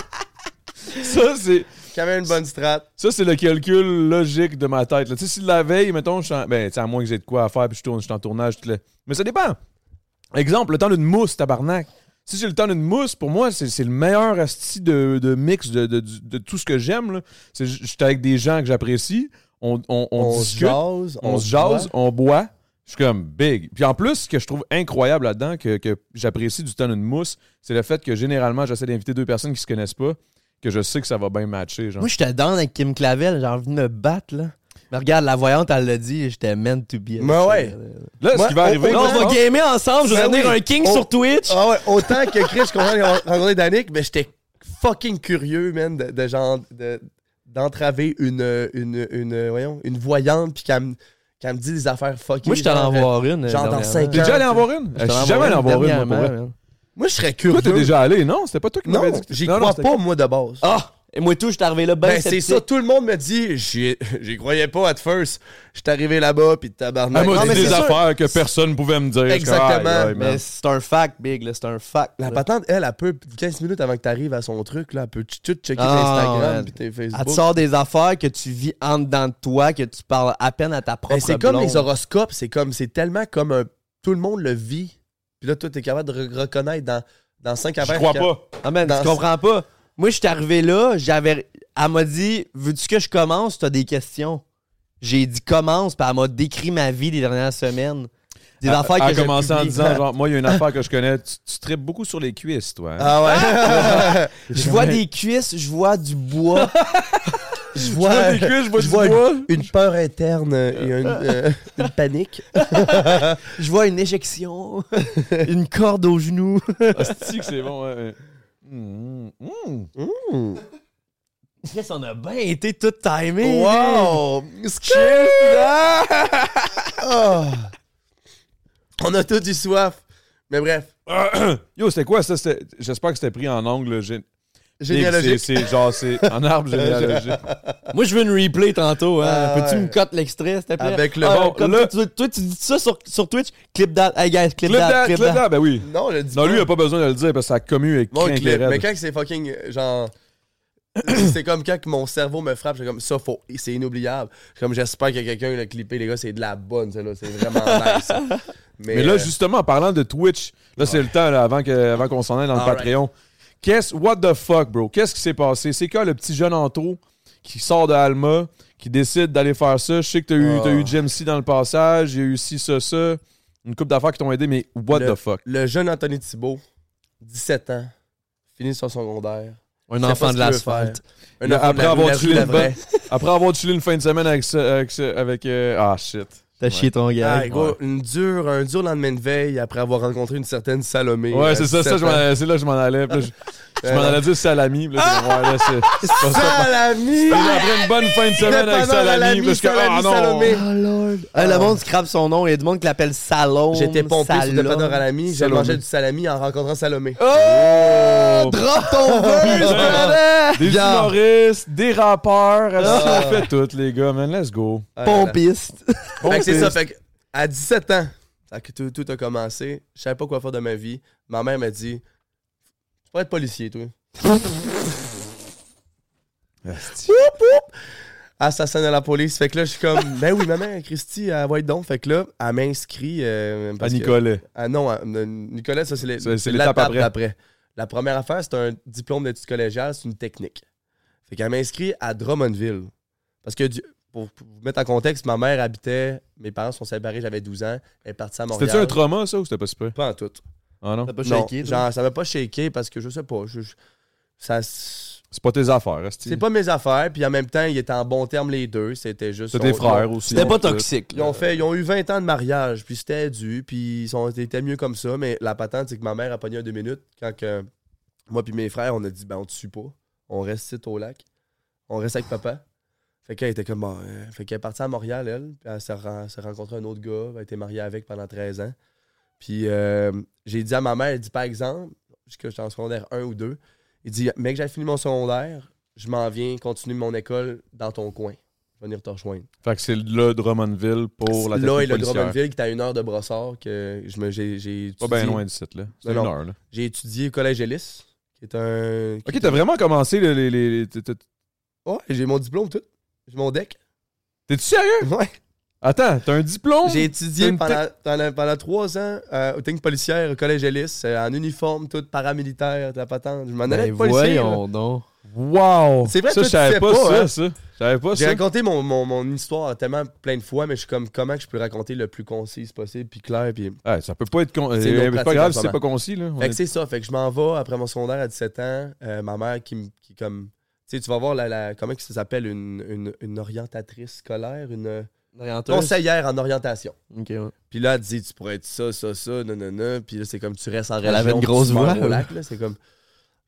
ça, c'est... Quand même une bonne strat. Ça, c'est le calcul logique de ma tête. là. Tu sais, si la veille, mettons, je suis en- ben, tu sais, à moins que j'ai de quoi à faire, puis je, tourne, je suis en tournage, tout le- Mais ça dépend. Exemple, le temps d'une mousse, tabarnak. Si j'ai le temps d'une mousse, pour moi, c'est c'est le meilleur asti de, de mix de, de- de tout ce que j'aime. là. C'est- Je suis avec des gens que j'apprécie. On, on, on, On se discute, jase, on on se jase, boit. on boit. Je suis comme big. Puis en plus, ce que je trouve incroyable là-dedans, que, que j'apprécie du temps d'une mousse, c'est le fait que généralement, j'essaie d'inviter deux personnes qui se connaissent pas, que je sais que ça va bien matcher. Genre. Moi, j'étais down avec Kim Clavel, j'ai envie de me battre, là. Mais regarde, la voyante, elle l'a dit, j'étais meant to be. Mais ouais. Là, ce Moi, qui va au- arriver. au- Là, on va Ah. gamer ensemble, je vais Ben devenir oui. un king On- sur Twitch. Ah ouais, autant que Chris qu'on a rencontré Danick, mais j'étais fucking curieux, man, de, de genre de- d'entraver une, une, une, voyons, une voyante puis qu'elle me, qu'elle me dit des affaires fucking. Moi, je t'allais en genre, voir une. euh, genre dans dernièrement. cinq T'es déjà allé en voir une? Eh, J'étais Je allé suis jamais allé en voir une, moi, pour dernièrement, vrai. man. Moi, je serais Toi, curieux. t'es déjà allé, non? C'était pas toi qui m'avais Non, dit. que- j'y Non, non, crois c'était- pas, moi, de base. Ah! Et moi, tout, j'étais arrivé là, ben, Ben, c'est sceptique. ça, tout le monde me dit, j'y j'y croyais pas at first. J'étais arrivé là-bas, puis tabarnak. Elle m'a Non, dit mais Ah, des c'est sûr. affaires que personne pouvait me dire. Je suis comme, Exactement. aïe, aïe, man. Mais c'est un fact, Big, là, c'est un fact. La là. patente, elle, elle peut, 15 minutes avant que t'arrives à son truc, là, elle peut tout checker Ah, ouais. Instagram puis tes Facebook. Elle te sort des affaires que tu vis en dedans de toi, que tu parles à peine à ta propre Ben, c'est comme blonde. les horoscopes, c'est comme c'est tellement comme un tout le monde le vit. Puis là, toi, t'es capable de re- reconnaître dans, dans 5 Je crois pas. Ah, man, Dans- tu comprends pas. Moi, je suis arrivé là, j'avais. Elle m'a dit Veux-tu que je commence T'as des questions. J'ai dit Commence, puis elle m'a décrit ma vie des dernières semaines. Des Elle- affaires que Elle j'ai. a commencé en publiées. disant, genre, moi, il y a une affaire que je connais. Tu, tu tripes beaucoup sur les cuisses, toi. hein? Ah ouais? Je vois des cuisses, je vois du bois. je vois, des cuisses, je vois du une- bois. Une, peur interne et une, euh, une panique. Je vois une éjection, une corde au genou. Ah, Asti que c'est bon, ouais, ouais. Mm, mm. Chris, on a bien été tout timé. wow! Excuse- Ah. On a tous du soif. Mais bref, Yo, c'était quoi ça? C'était- J'espère que c'était pris en angle. gé- C'est généalogique. c'est genre, c'est en arbre généalogique. Moi, je veux une replay tantôt. Hein. Ah Peux-tu ouais. me cote l'extrait, s'il te plaît? Avec le- Ah, Bon, comme là- toi, tu- toi, tu dis ça sur, sur Twitch. Clip that. Hey, guys, clip, Clip that, dad, clip clip that. dad, ben oui. Non, je le dis Non, lui, il pas. a pas besoin de le dire parce que ça a commu et Mon crinque les clip. Mais raides. quand c'est fucking euh, genre. c'est comme quand que mon cerveau me frappe, j'ai comme ça, faut, c'est inoubliable. Comme j'espère que quelqu'un l'a clippé, les gars, c'est de la bonne, celle-là, c'est vraiment nice. ça. Mais là, euh, justement, en parlant de Twitch, là, c'est le temps, là, avant que- avant qu'on s'en aille dans le Alright. Patreon. Qu'est-ce, what the fuck, bro? Qu'est-ce qui s'est passé? C'est quoi le petit jeune Anto qui sort de Alma, qui décide d'aller faire ça? Je sais que t'as eu, Ah. t'as eu Jim C dans le passage, il y a eu ci, ça, ça. Une coupe d'affaires qui t'ont aidé, mais what le, the fuck? Le jeune Anthony Thibault, 17 ans, fini son secondaire. Un sait pas enfant ce de qu'il veut l'asphalte. faire. Un Là, enfant de après, la rue, avoir la rue, tué la une bonne, vraie. après avoir tué une fin de semaine avec. ça- avec, ça- avec, euh, ah shit. T'as chié ton gars. Ah, gros, une dure, un dur lendemain de veille après avoir rencontré une certaine Salomé. Ouais, à c'est ça, ça 17 je m'en euh, ans. allais- c'est là que je m'en allais. puis là, je je m'en Ouais. allais dire salami. puis là, c'est- ouais, là, c'est- c'est pas ça. Salami! Puis là, après une bonne fin de semaine avec Dépendant à salami, l'ami, parce que, ah Salami, non. Salomé. Oh, Lord. Hey, le monde scrape son nom. Il y a du monde qui l'appelle Salon. Ah. J'étais pompé sur le Salon. dépanneur à l'ami, j'ai Salomé. Ah! mangé du salami en rencontrant Salomé. Oh! Drop ton verse, Putain. brother! Des Viens. humoristes, des rappeurs, on fait toutes les gars, man, let's go. Ah là là. Pompiste. Fait que c'est Pompiste. ça, fait que à 17 ans, fait que tout, tout a commencé, je savais pas quoi faire de ma vie. Ma mère m'a dit Tu pourrais être policier, toi. Asti. Assassin de la police. Fait que là, je suis comme Ben oui, ma mère, Christy, elle va être donc. Fait que là, elle m'inscrit. euh, À parce que- Nicolet. Ah non, à- euh, Nicolas, ça, c'est le- C'est- c'est c'est l'étape l'étape après. après. La première affaire, c'est un diplôme d'études collégiales, c'est une technique. Fait qu'elle m'inscrit à Drummondville. Parce que, du- pour, pour vous mettre en contexte, ma mère habitait, mes parents sont séparés, j'avais 12 ans, elle est partie à Montréal. C'était-tu un trauma, ça, ou c'était pas super? Pas en tout. Ah non? pas Non, genre, ça m'a pas shaké parce que je sais pas. je- je- ça, c'est C'est pas tes affaires, Asti. pas mes affaires. Puis en même temps, ils étaient en bon terme les deux. C'était juste. C'est tes on- frères on- aussi. C'était pas Donc, euh, toxique. Ils ont, fait, ils ont eu 20 ans de mariage, puis c'était dû, puis ils sont, étaient mieux comme ça. Mais la patente, c'est que ma mère a pogné un deux minutes quand que moi puis mes frères, on a dit, ben on te suit pas, on reste ici au lac, on reste avec papa. Fait qu'elle était comme, Bon, euh, fait qu'elle est partie à Montréal, elle, puis elle s'est ren- s'est rencontrée un autre gars, elle a été mariée avec pendant 13 ans. Puis euh, j'ai dit à ma mère, elle dit par exemple, que j'étais en secondaire 1 ou 2, il dit, mec, j'ai fini mon secondaire, je m'en viens continuer mon école dans ton coin. Je vais venir te rejoindre Fait que c'est le Drummondville pour la là, technique et le policière. Drummondville qui est à une heure de brossard que je me, j'ai, j'ai Pas étudié. bien loin du site, là. C'est une Non, non. heure, là. J'ai étudié au Collège Ellis, qui est un. qui Ok, est t'as un- vraiment commencé les- les- les- les- t'es- t'es- Ouais, j'ai mon diplôme tout. J'ai mon deck. T'es-tu sérieux? Ouais. Attends, t'as un diplôme? J'ai étudié Une pendant, pendant, pendant trois ans euh, aux techniques policières au collège Ellis, euh, en uniforme, tout paramilitaire, de la patente. Je m'en allais Ben être policier. voyons là. donc. Wow! C'est vrai, ça, toi, je tu savais sais pas, pas, ça, hein? ça. Je savais pas J'ai ça. raconté mon, mon, mon histoire tellement plein de fois, mais je suis comme comment que je peux raconter le plus concise possible, puis clair, puis. Ah, ça peut pas être. con- C'est une autre euh, C'est pas pratique grave en si ce c'est pas moment. concis, là. On Fait est- que c'est ça. Fait que je m'en vais après mon secondaire à 17 ans. euh, ma mère qui, me- qui comme. Tu sais, tu vas voir la, la- comment que ça s'appelle une, une, une orientatrice scolaire, une euh, conseillère en orientation. Ok, ouais. Puis là, elle dit, tu pourrais être ça, ça, ça, nanana. Puis là, c'est comme, tu restes en Elle région. avait une puis tu grosse meurs voix, au lac, là. C'est comme.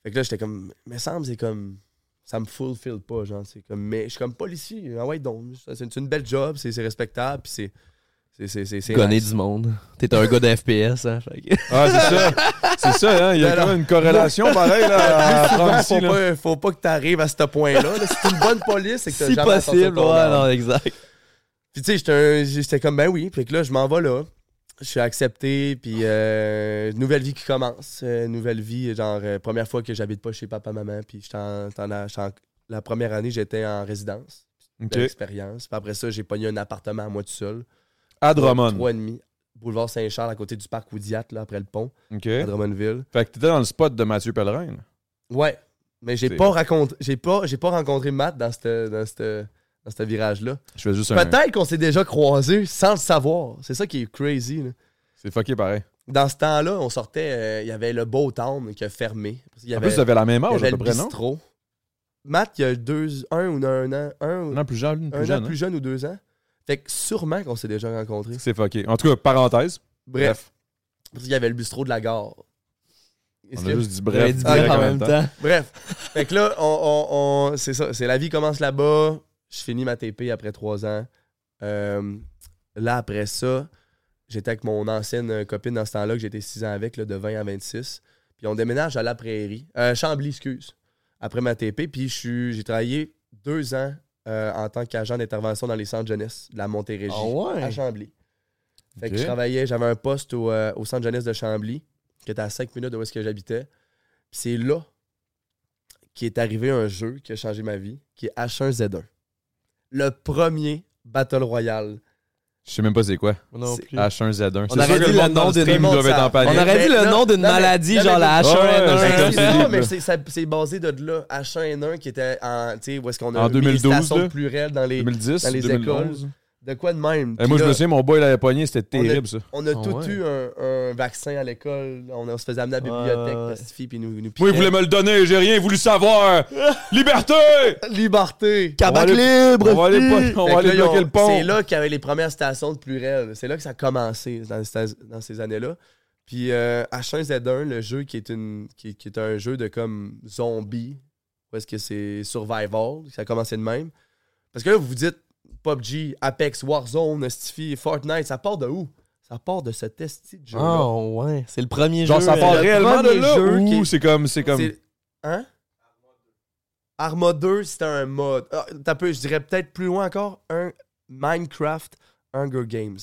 Fait que là, j'étais comme, mais semble, c'est comme. Ça me fulfill pas, genre. C'est comme, mais je suis comme policier. Ah ouais, donc. ça, C'est c'est une belle job, c'est c'est respectable, puis c'est. C'est. C'est. C'est. c'est Gonner nice. du monde. T'es un gars de FPS, hein. fait que- Ah, c'est ça. C'est ça, hein. Il y a Ben quand non. même une corrélation pareille, là, à Souvent, prendre ici, faut, là. pas, faut pas que t'arrives à ce point-là. là. Si t'es une bonne police, c'est que t'as Si jamais à sortir possible, ton ouais, arme. non, exact. Puis tu sais, j'étais un- j'étais comme, ben oui. Puis que là, je m'en vais là. Je suis accepté, puis euh, nouvelle vie qui commence. Euh, nouvelle vie, genre, euh, première fois que j'habite pas chez papa-maman. Puis j'étais en- j'étais en- j'étais en- la première année, j'étais en résidence. Ok. de l'expérience. Puis après ça, j'ai pogné un appartement à moi tout seul. À Trois Drummond. et demi. Boulevard Saint-Charles, à côté du parc Oudiat, là, après le pont, OK. à Drummondville. Fait que t'étais dans le spot de Mathieu Pellerin. là. Ouais. Mais j'ai C'est- pas raconté, j'ai pas, j'ai pas rencontré Matt dans ce dans cette- dans ce virage-là. Je fais juste un. Peut-être qu'on s'est déjà croisés sans le savoir. C'est ça qui est crazy. là. C'est fucké pareil. Dans ce temps-là, on sortait, euh, il y avait le beau town qui a fermé. Il y En avait, plus, t'avais la même il y âge, avait à le peu près, non? bistrot. Matt, il y a deux, un ou un an, un, Non, plus jeune. un Plus an jeune. plus hein. jeune ou deux ans. Fait que sûrement qu'on s'est déjà rencontrés. C'est fucké. En tout cas, parenthèse. Bref. Parce qu'il y avait le bistrot de la gare. Est-ce On a que- juste dit J'aurais bref. dit direct bref en même temps. Bref. fait que là, on, on- on- c'est ça. C'est la vie commence là-bas. Je finis ma TP après trois ans. Euh, là, après ça, j'étais avec mon ancienne euh, copine dans ce temps-là que j'étais six ans avec, là, de 20 à 26. Puis on déménage à La Prairie. euh, Chambly, excuse. Après ma TP. Puis je suis- j'ai travaillé deux ans euh, en tant qu'agent d'intervention dans les centres jeunesse de la Montérégie Ah ouais? à Chambly. Fait que Ok. je travaillais, j'avais un poste au, euh, au centre jeunesse de Chambly, qui était à 5 minutes de où est-ce que j'habitais. Puis c'est là qui est arrivé un jeu qui a changé ma vie, qui est H1Z1. Le premier Battle Royale. Je sais même pas c'est quoi. Non C'est- plus. H1Z1. On C'est aurait sûr que dit le monde dans nom le d'une- stream doit être en On panique. On aurait Mais dit le non, nom d'une non, mais- maladie, non, genre mais- la Ouais, Ben, comme c'est tu ça, dis, mais là. c'est ça- c'est basé de là, H1N1 qui était en, tu sais, où est-ce qu'on a En mis les 2012, stations là. de pluriel dans les, 2010, dans les 2011. écoles. De quoi de même. Eh, Puis moi, je là, me souviens, mon boy l'avait pogné, c'était on a- terrible, ça. On a Ah tout ouais. eu un, un vaccin à l'école. On, on se faisait amener à la bibliothèque, Ouais, ouais. pacifier, puis nous, nous Moi, il piquait. voulait me le donner, j'ai rien voulu savoir. Liberté! Liberté! Cabac libre! On va aller, po- on Fait va Ben, que aller là, bloquer on- le pont. C'est là qu'il y avait les premières stations de pluriel. C'est là que ça a commencé dans, ces- dans ces années-là. Puis euh, H1Z1, le jeu qui est, une, qui, qui est un jeu de comme zombie, ou est-ce que c'est survival, ça a commencé de même. Parce que là, vous vous dites PUBG, Apex, Warzone, Stifi, Fortnite, ça part de où? Ça part de ce esti de jeu-là. Ah, Oh, ouais. C'est le premier Genre, jeu. ça euh, part le réellement de premier là jeu qui ou est- c'est comme. C'est comme. C'est- Hein? Arma 2, c'était un mod. Ah, t'as peu, je dirais peut-être plus loin encore, un Minecraft Hunger Games.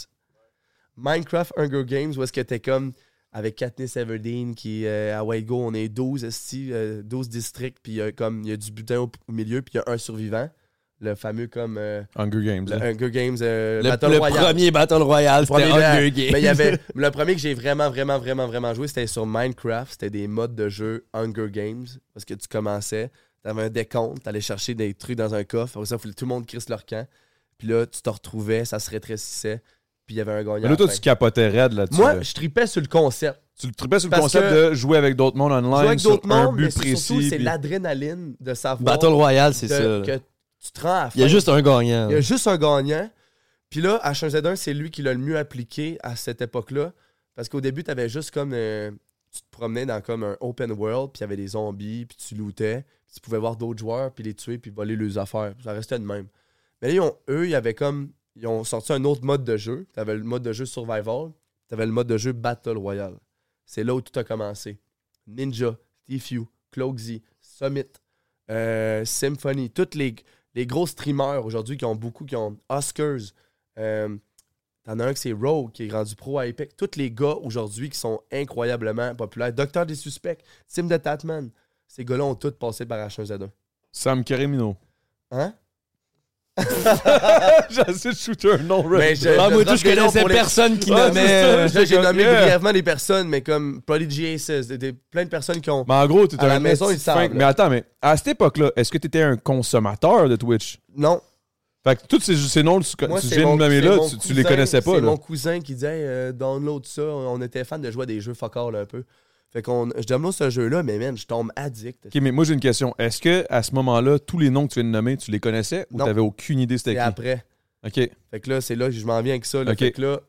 Minecraft Hunger Games, où est-ce que t'es comme avec Katniss Everdeen qui euh, à White Go, on est 12 esti, euh, 12 districts, puis il y a comme il y a du butin au au milieu, puis il y a un survivant, le fameux comme euh, Hunger Games. le hein. Hunger Games euh, Le, Battle le Royale. premier Battle Royale, c'était Premier Hunger de- Games. Mais il y avait le premier que j'ai vraiment vraiment vraiment vraiment joué, c'était sur Minecraft, c'était des modes de jeu Hunger Games parce que tu commençais, t'avais un décompte, t'allais chercher des trucs dans un coffre, après ça fallait que tout le monde crisse leur camp. Puis là, tu te retrouvais, ça se rétrécissait, puis il y avait un gagnant. Mais là, toi, à la tu capotais raide là-dessus. fin. là. Moi, je tripais sur le concept. Tu le tripais sur le Parce concept que- de jouer avec d'autres mondes Jouer online avec sur d'autres un mondes, mais but c'est surtout précis. c'est puis- l'adrénaline de savoir Battle Royale, c'est de- ça. là. que tu te rends à la Il y a fin. juste un gagnant. Il y a juste un gagnant. Puis là, H1Z1, c'est lui qui l'a le mieux appliqué à cette époque-là. Parce qu'au début, tu avais juste comme. euh, tu te promenais dans comme un open world, puis il y avait des zombies, puis tu lootais. Puis tu pouvais voir d'autres joueurs, puis les tuer, puis voler leurs affaires. Ça restait de même. Mais là, ils ont- eux, ils avaient comme. Ils ont sorti un autre mode de jeu. Tu avais le mode de jeu survival, tu avais le mode de jeu Battle Royale. C'est là où tout a commencé. Ninja, Tfue, Cloaksy, Summit, euh, Symphony, toutes les les gros streamers aujourd'hui qui ont beaucoup, qui ont Oscars. Euh, T'en as un que c'est Rogue qui est rendu pro à Epic. Tous les gars aujourd'hui qui sont incroyablement populaires. Docteur des suspects, Tim de Tatman. Ces gars-là ont tous passé par H1Z1. Sam Carimino. Hein? J'essaie de shooter un nom. Mais je- Ah, drop des noms pour les- Ouais, euh, c'est ça, nommait. euh, J'ai j'ai nommé brièvement. brièvement des personnes, mais comme Prodigy Aces, des- des- plein de personnes qui ont. Mais en gros, tu À la maison, ils savent. Mais attends, mais à cette époque-là, est-ce que tu étais un consommateur de Twitch? Non. Fait que tous ces, ces noms que tu, Moi, tu c'est viens mon- de nommer c'est là, mon tu, tu les cousin- connaissais pas. C'est là. mon cousin qui disait euh, download ça. On était fan de jouer à des jeux fuck all un peu. Fait qu'on, je download ce jeu-là, mais man, je tombe addict. Ok, mais moi j'ai une question. Est-ce que à ce moment-là, tous les noms que tu viens de nommer, tu les connaissais ou Non. t'avais aucune idée c'était C'est qui? après. Ok. Fait que là, c'est là que je m'en viens avec ça. là. Ok. Fait que là,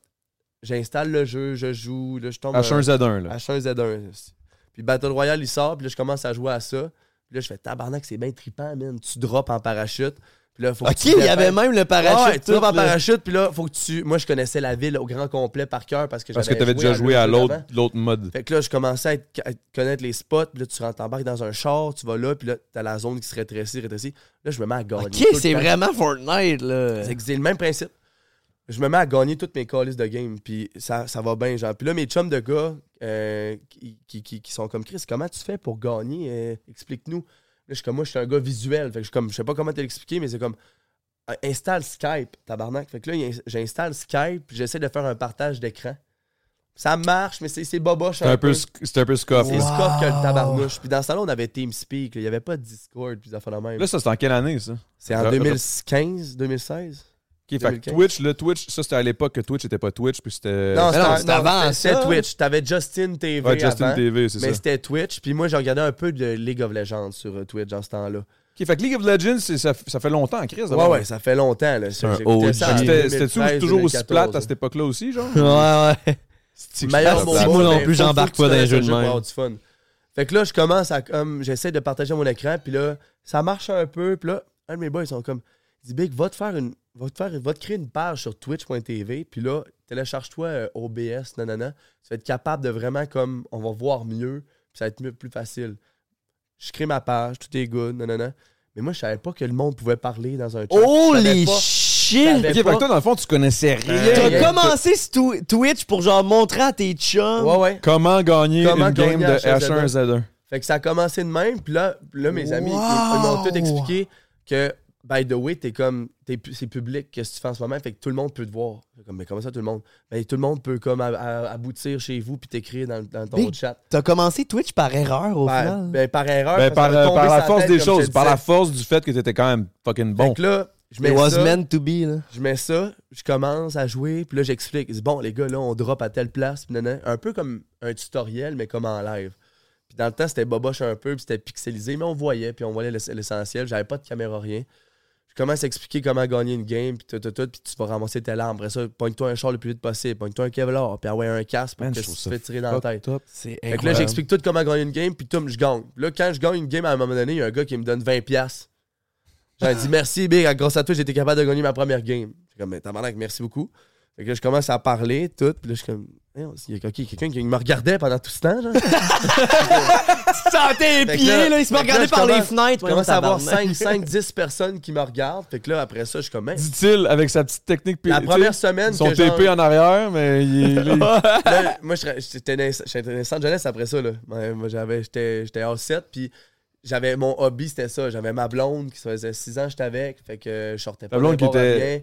j'installe le jeu, je joue, là, je tombe. euh, H1Z1, là. H1Z1. Puis Battle Royale, il sort, puis là, je commence à jouer à ça. Puis là, je fais tabarnak, c'est bien trippant, man. Tu drops en parachute. Puis là, faut que Ok, tu il y dépêches. avait même le parachute, Ouais, tu drops en tout, là. parachute, puis là, faut que tu. Moi, je connaissais la ville au grand complet par cœur parce que Parce que j'avais t'avais déjà joué à le jeu l'autre d'avant. l'autre mode. Fait que là, je commençais à, être- à connaître les spots. Puis là, tu rentres, t'embarques dans un char, tu vas là, puis là, t'as la zone qui se rétrécit, rétrécit. Là, je me mets à gagner. Ok, tout le c'est temps. vraiment Fortnite, là. C'est c'est le même principe. Je me mets à gagner toutes mes calices de game, puis ça, ça va bien, genre. Puis là, mes chums de gars euh, qui, qui- qui- qui sont comme Chris, comment tu fais pour gagner Euh, Explique-nous. Là, je suis comme, moi, je suis un gars visuel. Fait que je, suis comme, je sais pas comment te l'expliquer, mais c'est comme, euh, installe Skype, tabarnak. Fait que là, il- j'installe Skype, puis j'essaie de faire un partage d'écran. Ça marche, mais c'est c'est boboche C'est un peu sc- c'est un peu scoff. C'est là. scoff que le tabarnouche. Puis dans ce salon, on avait TeamSpeak, là. il n'y avait pas de Discord, puis des affaires de même. Là, ça c'est en quelle année ça? C'est en Re- re- 2015, 2016. Ok, fait que 2015. Twitch, là, Twitch, ça c'était à l'époque que Twitch était pas Twitch, puis c'était. Non, non, c'était c'était avant avant C'était ça. Twitch. T'avais Justin TV. Euh, Ouais, Justin avant, TV, c'est ça. Mais c'était Twitch. Puis moi, j'ai regardé un peu de League of Legends sur euh, Twitch en ce temps-là. Ok, fait que League of Legends, c'est- ça, ça fait longtemps, Chris. Ouais, ouais, ça fait longtemps. là. un J'écoutais ça OG. en C'était c'était-tu 2013, toujours aussi 2014, plate à là. cette époque-là aussi, genre? Ouais, ouais. Parce Meilleur que moment, moi non mais plus, faut- j'embarque faut pas dans que tu les connaisses jeux le de jeu pour même. avoir du fun. Fait que là, je commence à comme j'essaie de partager mon écran, puis là, ça marche un peu, puis là, un de mes boys ils sont comme il dit Big, va te faire une va te faire va te créer une page sur twitch.tv, puis là, télécharge-toi euh, OBS nanana, tu vas être capable de vraiment comme on va voir mieux, puis ça va être mieux, plus facile. Je crée ma page, tout est good, nanana. Mais moi, je savais pas que le monde pouvait parler dans un chat. Je savais Holy pas. shit! Ok, savais fait pas. que toi, dans le fond, tu connaissais Ben, rien. T'as T'as commencé ce twi- Twitch pour genre montrer à tes chums. Ouais, ouais. Comment gagner Comment une game gagner de H1Z1? H1Z1? Fait que ça a commencé de même. Puis là, puis là, mes amis, ils, ils m'ont tout expliqué que, by the way, t'es comme, t'es pu- c'est public, qu'est-ce que tu fais en ce moment? Fait que tout le monde peut te voir. Fait Comme, mais comment ça, tout le monde? Ben, tout le monde peut comme ab- a- aboutir chez vous puis t'écrire dans, dans ton Big chat. T'as commencé Twitch par erreur au Par, final. ben, par erreur. Ben, parce par, qu'on est euh, tombé par la sur force tête, des comme je choses, te par la disais. force du fait que t'étais quand même fucking Fait bon. que là, je It mets was ben, ça. meant to be, là. Je mets ça, je commence à jouer, puis là j'explique. Je dis, Bon, les gars, là, on drop à telle place, puis nanana. un peu comme un tutoriel, mais comme en live. Puis dans le temps, c'était boboche un peu, puis c'était pixelisé, mais on voyait, puis on voyait l'ess- l'essentiel. J'avais pas de caméra, rien. Je commence à expliquer comment gagner une game, puis tout, tout, tout, puis tu vas ramasser tes larmes. Après ça, pogne-toi un char le plus vite possible, pogne-toi un Kevlar, puis ouais un casque pour Man, que je tu trouve te ça fais tirer dans la tête. C'est Fait que là, j'explique tout comment gagner une game, puis tout, je gagne. Puis Là, quand je gagne une game, à un moment donné, il y a un gars qui me donne 20$. piastres. J'ai dit merci, Big, Ah, grâce à toi, j'étais capable de gagner ma première game. J'ai comme, mais tabarnak, merci beaucoup. Fait que là, je commence à parler, tout, puis là, je suis comme, Eh, on- il y a ok, quelqu'un qui me regardait pendant tout ce temps, genre. sentais les Fait que pieds, là. Il se met fait que là, regarder je par les commence- fenêtres. Je commence à avoir tabarnak. 5, 5, 10 personnes qui me regardent. Fait que là, après ça, je suis comme, Hey, Dit-il avec sa petite technique. la tu première sais, semaine Son que genre- TP en arrière, mais il est. il est- Là, moi, je serais- j'étais dans- j'étais dans de jeunesse après ça. Là. Ouais, moi, j'avais, j'étais, j'étais all set, puis j'avais mon hobby, c'était ça. J'avais ma blonde qui se faisait 6 ans, j'étais avec. Fait que je sortais pas. Ta de blonde qui bar à était- rien.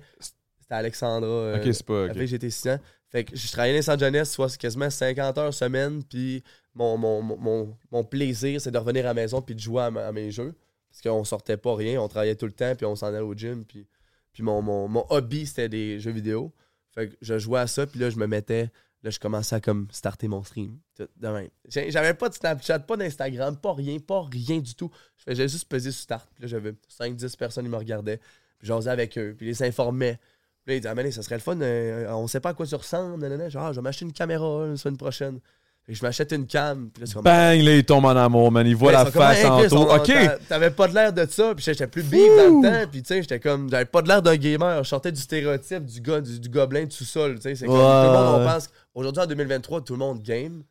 C'était Alexandra. euh, Ok, c'est pas- ok. Avec qui j'étais 6 ans. Fait que je travaillais dans de jeunesse, soit quasiment 50 heures semaine, puis mon, mon, mon, mon- mon plaisir, c'est de revenir à la maison puis de jouer à, ma- à mes jeux. Parce qu'on sortait pas rien, on travaillait tout le temps, puis on s'en allait au gym, puis. Puis mon, mon, mon hobby, c'était des jeux vidéo. Fait que je jouais à ça, puis là, je me mettais. Là, je commençais à comme starter mon stream. Tout de même. J'ai- J'avais pas de Snapchat, pas d'Instagram, pas rien, pas rien du tout. Je faisais juste peser sur start. Puis là, j'avais 5-10 personnes qui me regardaient. Puis j'osais avec eux, puis ils les informaient. Puis là, ils disaient, ah, mais ça serait le fun, euh, on sait pas à quoi tu ressembles. nanana. Genre, Ah, je vais m'acheter une caméra euh, la semaine prochaine. Fait que je m'achète une cam. Puis là, c'est comme. Bang, là, il tombe en amour, man. Il voit Ben, la ils sont comme, face Hey, en Chris, tour. on- Ok, t'a- T'avais pas de l'air de ça, puis j'étais plus big dans le temps, puis tu sais, j'étais comme, j'avais pas de l'air d'un gamer, je sortais du stéréotype du gars, du, du gobelin tout seul, tu sais, c'est comme, Ouais, tout le monde, on ouais. pense, aujourd'hui en 2023, tout le monde game.